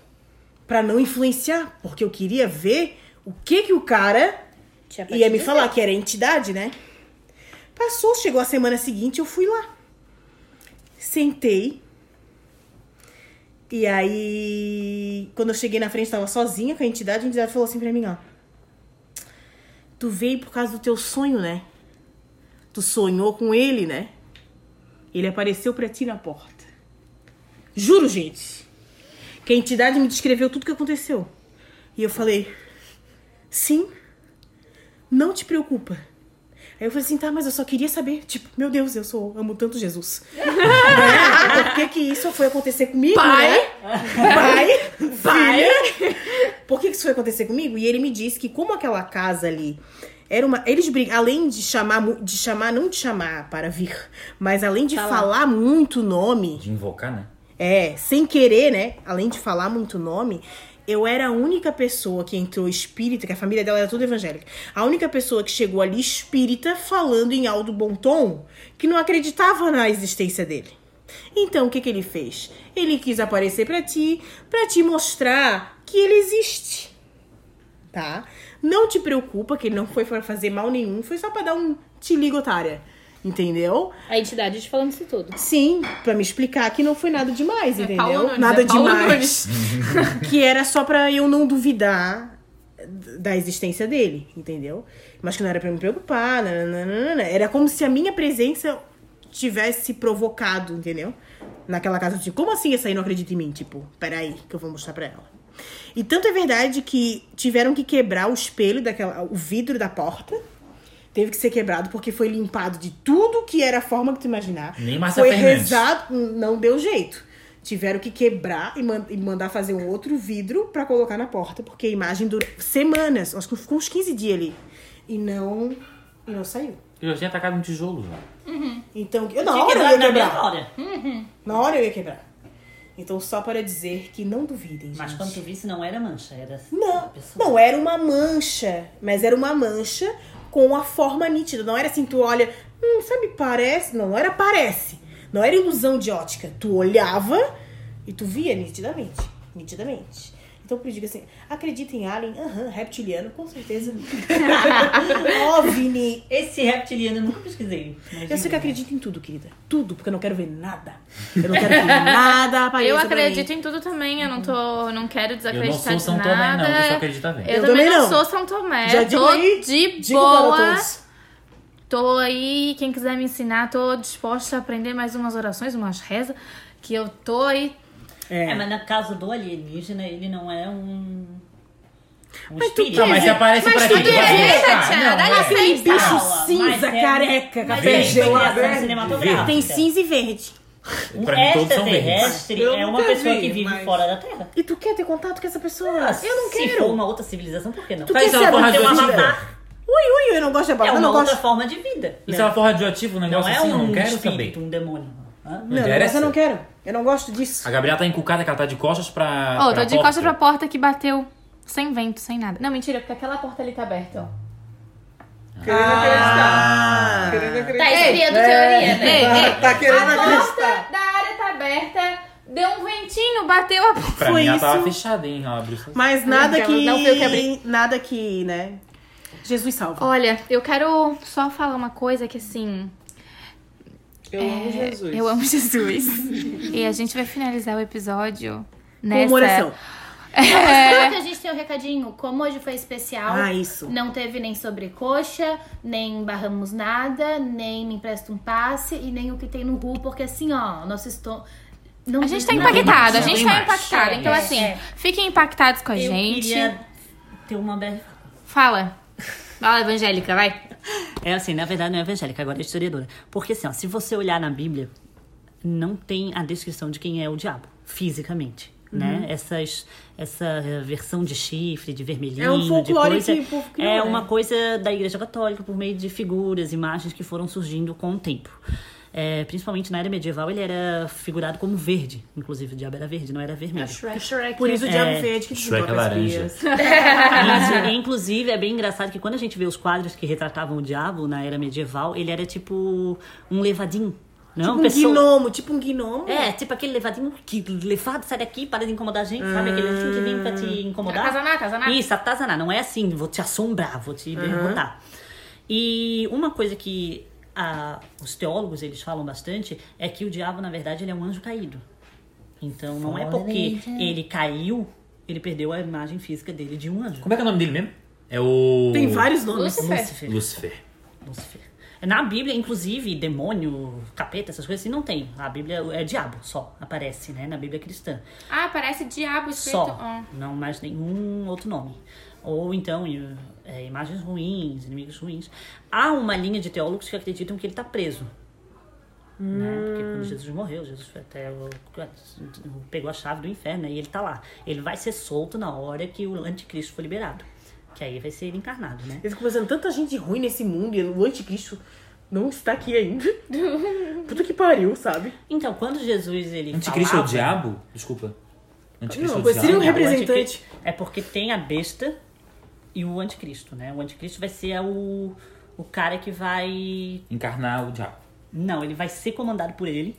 S4: Pra não influenciar. Porque eu queria ver o que que o cara
S6: Tinha pra
S4: ia
S6: te
S4: me
S6: dizer.
S4: falar, que era entidade, né? Passou, chegou a semana seguinte, eu fui lá. Sentei. E aí, quando eu cheguei na frente, tava sozinha com a entidade, a entidade falou assim pra mim, ó. Tu veio por causa do teu sonho, né? Tu sonhou com ele, né? Ele apareceu pra ti na porta. Juro, gente. Que a entidade me descreveu tudo o que aconteceu. E eu falei, sim, não te preocupa. Aí eu falei assim, tá, mas eu só queria saber, tipo, meu Deus, eu sou, amo tanto Jesus. né? Por que que isso foi acontecer comigo,
S2: Pai.
S4: né? Pai, pai. Por que que isso foi acontecer comigo? E ele me disse que como aquela casa ali era uma, eles brin- além de chamar, mu- de chamar, não de chamar para vir, mas além de falar muito nome,
S3: De invocar, né?
S4: é, sem querer, né? Além de falar muito nome, eu era a única pessoa que entrou espírita, que a família dela era toda evangélica. A única pessoa que chegou ali espírita falando em alto bom tom, que não acreditava na existência dele. Então, o que que ele fez? Ele quis aparecer pra ti, pra te mostrar que ele existe. Tá? Não te preocupa que ele não foi pra fazer mal nenhum, foi só pra dar um te liga, otária. Entendeu?
S6: A entidade te falando isso tudo.
S4: Sim, pra me explicar que não foi nada demais, entendeu?
S2: Paulo Nunes,
S4: nada
S2: é Paulo
S4: demais. que era só pra eu não duvidar d- da existência dele, entendeu? Mas que não era pra me preocupar, nananana. era como se a minha presença tivesse provocado, entendeu? Naquela casa, tipo, como assim essa aí não acredita em mim? Tipo, peraí, que eu vou mostrar pra ela. E tanto é verdade que tiveram que quebrar o espelho daquela, o vidro da porta. Teve que ser quebrado porque foi limpado de tudo que era a forma que tu imaginar.
S3: Nem Márcia
S4: foi
S3: Fernandes.
S4: rezado, Ah, não deu jeito. Tiveram que quebrar e, man- e mandar fazer um outro vidro pra colocar na porta, porque a imagem durou semanas, acho que ficou uns 15 dias ali. E não, e não saiu.
S3: Eu já tinha atacado um tijolo já.
S4: Então, eu,
S5: Eu
S4: na
S5: tinha
S4: hora eu
S5: quebrado
S4: ia
S5: na minha
S4: quebrar. Hum.
S5: hora.
S4: Na hora eu ia quebrar. Então, só para dizer que não duvidem, gente.
S5: Mas quando tu visse, não era mancha, era assim.
S4: Não,
S5: pessoa.
S4: não, era uma mancha. Mas era uma mancha com a forma nítida. Não era assim, tu olha, hum, sabe, parece. Não, não era parece. Não era ilusão de ótica. Tu olhava e tu via nitidamente. Nitidamente. Então, por isso, digo assim, acredita em alien? Aham, reptiliano, com certeza. OVNI.
S5: Esse reptiliano eu nunca pesquisei.
S2: É
S5: mas
S4: Eu sei que
S5: enfim.
S4: acredito em tudo, querida. Tudo, porque eu não quero ver nada. Eu não quero que nada apareça
S2: Eu
S4: pra mim.
S2: acredito em tudo também, eu não tô. não quero
S3: Eu não
S2: desacreditar
S3: sou São
S2: de
S3: Tomé,
S2: nada.
S3: não. Eu só acredito a ver.
S2: Eu, também não sou São Tomé.
S4: Já
S2: eu
S4: digo
S2: é, tô
S4: aí,
S2: de
S4: Digo para
S2: boa.
S4: todos.
S2: Tô aí, quem quiser me ensinar, tô disposta a aprender mais umas orações, umas rezas, que eu tô aí.
S5: É, mas no caso do alienígena, ele não é um. Um
S4: tu
S5: espírito.
S3: Tá, mas se aparece pra
S2: tu
S3: quem?
S2: tem
S3: Vai
S2: direito,
S3: buscar?
S2: tia,
S3: Não,
S2: dá
S3: é.
S2: licença.
S4: Tem bicho
S5: Fala,
S4: cinza,
S5: mas é-
S4: careca,
S5: mas
S4: café
S5: é
S4: gelado.
S5: criação cinematográfica.
S4: Tem cinza e verde.
S5: Um
S3: Pra mim, todos são
S5: extraterrestre
S8: verdes.
S5: é
S8: Eu
S5: uma
S8: nunca
S5: pessoa
S8: vi,
S5: que vive
S8: mas-
S5: fora da Terra.
S4: E tu quer ter contato com essa pessoa? eu não
S5: Ah, Se
S4: quero.
S5: for
S4: Ui,
S5: uma outra civilização, por que não?
S3: Tá, e se
S4: quer
S3: ela for
S4: saber de
S3: radioativa?
S4: ui, eu não gosto de
S5: É
S4: abordar, eu
S5: uma
S4: não
S5: outra
S4: gosto.
S5: forma de vida. né?
S3: E se ela for radioativa, um
S5: Não
S3: negócio
S5: é
S3: assim, eu
S5: um
S3: não quero
S5: espírito,
S3: saber.
S5: um demônio. Hã?
S4: Não, mas
S3: interessa.
S4: eu não quero. Eu não gosto disso.
S3: A Gabriela tá encucada que ela tá de costas pra.
S2: Ó,
S3: pra
S2: tô de costas pra porta que bateu. Sem vento, sem nada. Não, mentira, porque aquela porta ali tá aberta, ó.
S8: Querendo
S4: Ah!
S8: acreditar. Querendo
S6: Tá
S8: acreditar.
S6: esfriando teoria, né?
S8: Tá, tá querendo acreditar.
S2: Da área tá aberta, deu um ventinho, bateu a porta.
S3: Pra
S4: Foi
S3: mim, ela tava
S4: isso.
S3: fechada, hein? Ela abriu.
S4: Mas nada
S2: Não,
S4: que.
S2: não foi eu que abri.
S4: Nada que, né? Jesus salva.
S2: Olha, eu quero só falar uma coisa que assim.
S4: Tá,
S8: Eu
S4: é,
S8: amo Jesus.
S2: Eu amo Jesus. e a gente vai finalizar o episódio nessa.
S4: Com uma oração.
S2: É.
S6: Só que a gente tem um recadinho. Como hoje foi especial,
S4: Ah, isso.
S6: não teve nem sobrecoxa, nem barramos nada, nem me empresta um passe e nem o que tem no RU, porque assim, ó, nosso estou. Não,
S2: A gente tá
S6: não-
S2: impactado, a
S3: não
S2: gente
S3: tem
S2: tá
S3: mais.
S2: impactado. Então,
S6: É.
S2: assim,
S6: É.
S2: fiquem impactados com a
S5: Eu
S2: gente.
S5: queria ter uma breve
S2: Fala. Fala, evangélica, vai.
S5: É assim, na verdade não é evangélica, agora é historiadora. Porque assim, ó, se você olhar na Bíblia, não tem a descrição de quem é o diabo, fisicamente.
S4: Uhum.
S5: Né? Essas, essa eh, versão de chifre, de vermelhinho,
S4: É um folclore
S5: de coisa,
S4: que o povo criou,
S5: é
S4: né?
S5: uma coisa da Igreja Católica por meio de figuras, imagens que foram surgindo com o tempo.
S7: É, principalmente na era medieval, ele era figurado como verde. Inclusive, o diabo era verde, não era vermelho.
S4: Shrek. Por isso o Diabo Verde que
S1: Shrek é
S4: desbota as
S1: laranja.
S4: crias.
S7: Isso, e, inclusive, é bem engraçado que quando a gente vê os quadros que retratavam o diabo na era medieval, ele era tipo um levadim. Não, é
S4: Tipo
S7: uma
S4: um
S7: pessoa-
S4: gnomo, tipo um gnomo.
S7: É, tipo aquele levadinho que levado, sai daqui, para de incomodar a gente, sabe? Aquele assim que vem pra te
S4: Hum.
S7: incomodar.
S2: Atazanar, atazanar.
S7: Isso, atazanar. Não é assim, vou te assombrar, vou te derrotar. E uma coisa que ah, os teólogos eles falam bastante é que o diabo, na verdade, ele é um anjo caído. Então não é porque
S4: né?
S7: ele caiu, ele perdeu a imagem física dele de um anjo.
S3: Como é que é o nome dele mesmo? É o.
S4: Tem vários nomes.
S2: Lúcifer.
S7: Lúcifer.
S3: Lúcifer.
S7: Lúcifer. É, Na Bíblia, inclusive, demônio, capeta, essas coisas assim, não tem. A Bíblia é diabo só, aparece, né? Na Bíblia cristã.
S2: Ah, parece diabo escrito.
S7: Só.
S2: Ah.
S7: Não mais nenhum outro nome. Ou então, i- é, imagens ruins, inimigos ruins. Há uma linha de teólogos que acreditam que ele está preso. Né? Porque quando Jesus morreu, Jesus foi até o- pegou a chave do inferno né? e ele tá lá. Ele vai ser solto na hora que o anticristo for liberado. Que aí vai ser ele encarnado, né?
S4: Eu fico pensando, tanta gente ruim nesse mundo e o anticristo não está aqui ainda. Puta que pariu, sabe?
S7: Então, quando Jesus ele
S3: Anticristo é o
S7: falava-
S3: diabo? Desculpa. Anticristo
S4: Não,
S3: é o
S4: seria um
S7: Não,
S3: diabo.
S7: o
S4: representante.
S7: anticristo- É porque tem a besta e o anticristo, né? O anticristo vai ser o, o cara que vai.
S3: Encarnar o diabo.
S7: Não, ele vai ser comandado por ele,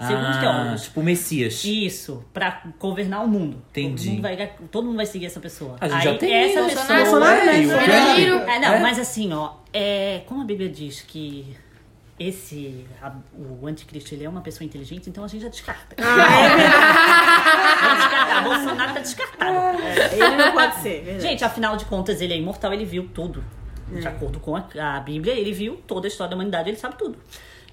S7: segundo os
S3: ah,
S7: teólogos.
S3: Tipo o Messias.
S7: Isso, pra governar o mundo.
S3: Entendi.
S7: Todo mundo vai, todo mundo vai seguir essa pessoa.
S3: A gente
S7: Aí
S3: já tem
S7: essa
S2: Bolsonaro,
S7: pessoa.
S2: Bolsonaro,
S3: né?
S2: Bolsonaro.
S7: É, não, mas assim, ó, é, como a Bíblia diz que esse a- o anticristo ele é uma pessoa inteligente, então a gente já descarta.
S2: Ah, é.
S7: Vamos descartar, Bolsonaro tá descartado.
S4: É, Ele não pode ser, verdade.
S7: Gente, afinal de contas, ele é imortal, ele viu tudo. De acordo com a, a Bíblia, ele viu toda a história da humanidade, ele sabe tudo.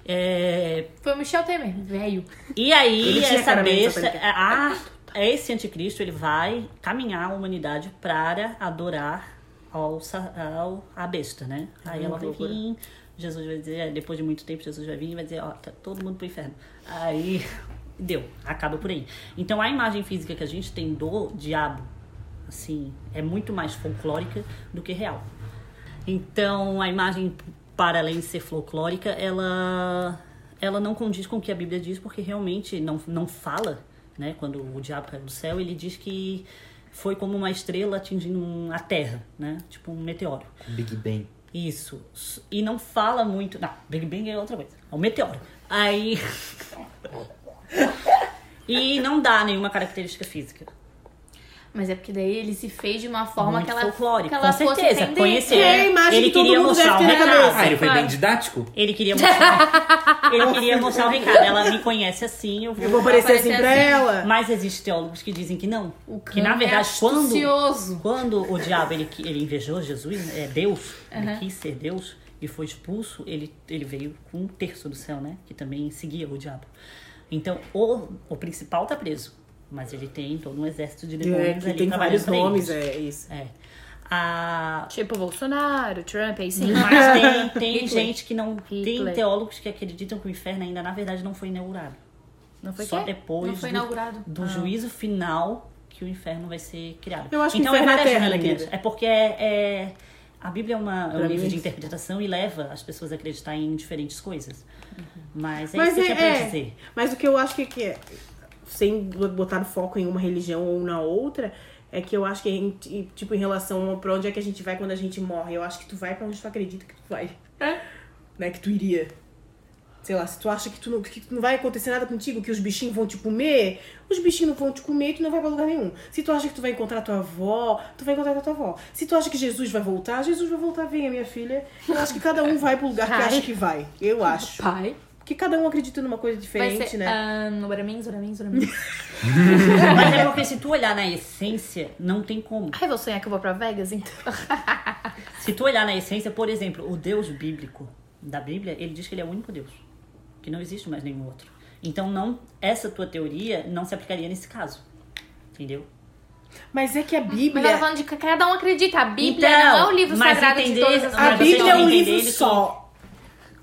S7: É,
S2: Foi o Michel Temer, velho.
S7: e aí,
S4: Ele tinha
S7: essa
S4: cara meio
S7: besta, é,
S4: satânica.
S7: a, esse anticristo, ele vai caminhar a humanidade para adorar ao, sa- ao, a besta, né? Aí ela vai
S4: É loucura.
S7: vir, Jesus vai dizer, depois de muito tempo, Jesus vai vir e vai dizer, ó, tá todo mundo pro inferno. Aí, deu, acaba por aí. Então, a imagem física que a gente tem do diabo, assim, é muito mais folclórica do que real. Então, a imagem, para além de ser folclórica, ela, ela não condiz com o que a Bíblia diz, porque realmente não, não fala, né? Quando o diabo caiu do céu, ele diz que foi como uma estrela atingindo um- a Terra, né? Tipo um meteoro.
S3: Big Bang.
S7: Isso. S- E não fala muito... Não, Big Bang é outra coisa. É um meteoro. Aí... e não dá nenhuma característica física.
S2: Mas é porque daí ele se fez de uma forma
S7: Muito
S2: que ela,
S7: folclórica,
S2: que ela
S7: com
S2: fosse
S7: certeza.
S2: entender.
S7: Conhecer.
S4: É a imagem
S7: ele
S4: que todo
S7: queria
S4: mundo deve
S7: mostrar
S4: ter
S7: um
S4: na
S7: retrato.
S4: cabeça.
S3: Ah, ele foi bem
S2: claro.
S3: didático?
S7: Ele queria mostrar. ele queria mostrar o recado. Ela me conhece assim, eu vou.
S4: Eu vou aparecer assim
S2: Aparecer
S4: pra
S2: assim.
S4: ela.
S7: Mas existem teólogos que dizem que não.
S2: O
S7: que na
S2: Kant é
S7: verdade, quando,
S2: astucioso.
S7: quando o diabo ele, que- ele invejou Jesus, né, é Deus, ele quis ser Deus e foi expulso, ele, ele veio com um terço do céu, né? Que também seguia o diabo. Então, o, o principal tá preso. Mas ele tem todo um exército de demônios
S4: É, que
S7: ali
S4: tem
S7: trabalhando
S4: vários
S7: pra eles.
S4: nomes, é isso.
S7: É. A,
S6: Tipo Bolsonaro, Trump, aí sim.
S7: mas tem, tem
S6: Hitler.
S7: gente que não. Tem
S6: Hitler.
S7: teólogos que acreditam que o inferno ainda, na verdade, não foi inaugurado.
S6: Não foi
S7: Só
S6: quê?
S7: depois
S2: Não foi
S7: do,
S2: inaugurado.
S7: do juízo final que o inferno vai ser criado.
S4: Ah. Eu acho que
S7: então
S4: o inferno é
S7: é várias
S4: terra, né,
S7: linhas.
S4: querida?
S7: É porque é, é- a Bíblia é, uma, é
S4: Pra
S7: um
S4: mim
S7: livro
S4: é isso.
S7: de interpretação e leva as pessoas a acreditar em diferentes coisas. Mas é
S4: Mas
S7: isso que
S4: é-
S7: eu tinha pra
S4: é.
S7: dizer.
S4: Mas o que eu acho que, que é, sem botar o foco em uma religião ou na outra, é que eu acho que, em- em- tipo, em relação ao pra onde é que a gente vai quando a gente morre, eu acho que tu vai pra onde tu acredita que tu vai. Né, que tu iria. Sei lá, se tu acha que tu, não, que tu não vai acontecer nada contigo, que os bichinhos vão te comer, os bichinhos não vão te comer e tu não vai pra lugar nenhum. Se tu acha que tu vai encontrar tua avó, tu vai encontrar com a tua avó. Se tu acha que Jesus vai voltar, Jesus vai voltar, venha, minha filha. Eu acho que cada um vai pro lugar que acha que vai. Eu acho.
S2: Pai.
S4: Porque cada um acredita numa coisa
S2: Vai
S4: diferente,
S7: é,
S2: ser.
S4: né?
S7: ah.
S2: Um, Uramins, Uramins, Uramins.
S7: Mas é porque se tu olhar na essência, não tem como.
S6: Ai, vou sonhar que eu vou pra Vegas, então.
S7: Se tu olhar na essência, por exemplo, o Deus bíblico da Bíblia, ele diz que ele é o único Deus, que não existe mais nenhum outro. Então não, essa tua teoria não se aplicaria nesse caso. Entendeu?
S4: Mas é que a
S2: Mas ela
S4: Bíblia.
S2: tá falando de que cada um acredita. A Bíblia não
S6: Então,
S2: é o livro
S7: mas
S2: sagrado
S7: entender-
S2: de todas as
S7: mas
S4: A
S7: vocês
S4: Bíblia é
S7: vão
S4: um
S7: entender
S4: livro
S7: ele
S4: só.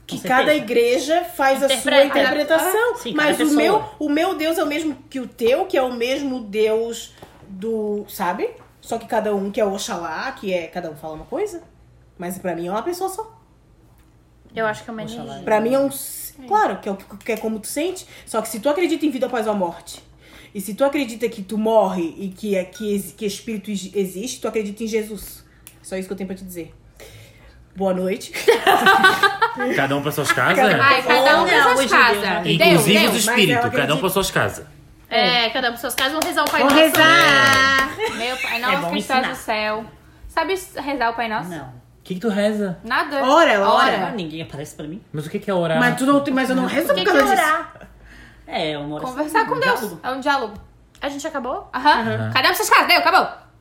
S4: Que
S7: certeza. Ah,
S4: cada igreja faz a sua
S2: Interpreta.
S4: interpretação.
S7: Sim, cada
S4: mas o
S7: pessoa.
S4: meu, o meu Deus é o mesmo que o teu, que é o mesmo Deus do. Sabe? Só que cada um que é Oxalá, que é. Cada um fala uma coisa. Mas pra mim é uma pessoa só.
S6: Eu acho que é uma
S7: Oxalá.
S6: energia.
S4: Pra mim é um. sentimentos. Claro, que é, o que que é como tu sente. Só que se tu acredita em vida após a morte, e se tu acredita que tu morre e que, é- que, ex- que espírito ex- existe, tu acredita em Jesus. Só isso que eu tenho pra te dizer. Boa noite.
S3: Cada um pra suas casas?
S6: Ai, cada um
S7: Olha,
S6: pra
S7: hoje
S6: suas
S7: deu,
S6: casas.
S7: Tá né?
S6: Deu,
S3: Inclusive
S6: deu.
S3: os
S4: mas eu
S3: espíritos, cada um
S4: acredito-
S3: pra suas casas.
S6: É, cada um pros seus casos, vão rezar o Pai
S4: Vão
S6: Nosso. né?
S4: rezar.
S6: Meu Pai
S7: É
S6: Nosso
S7: bom
S6: que estás no
S7: ensinar.
S6: céu. Sabe rezar o Pai Nosso?
S7: Não.
S3: O que, que tu reza?
S6: Nada.
S4: Ora, ora.
S7: Ah, ninguém aparece pra mim.
S3: Mas o que, que é orar?
S4: Mas, tu não, mas eu não rezo
S6: O
S4: por
S6: que, que
S4: causa
S6: é
S4: disso.
S6: orar?
S7: É, uma oração.
S6: Conversar com
S7: um
S6: Deus.
S7: diálogo.
S6: É um diálogo.
S9: A gente acabou?
S6: Aham. Cada um pra suas casas. Deu, acabou.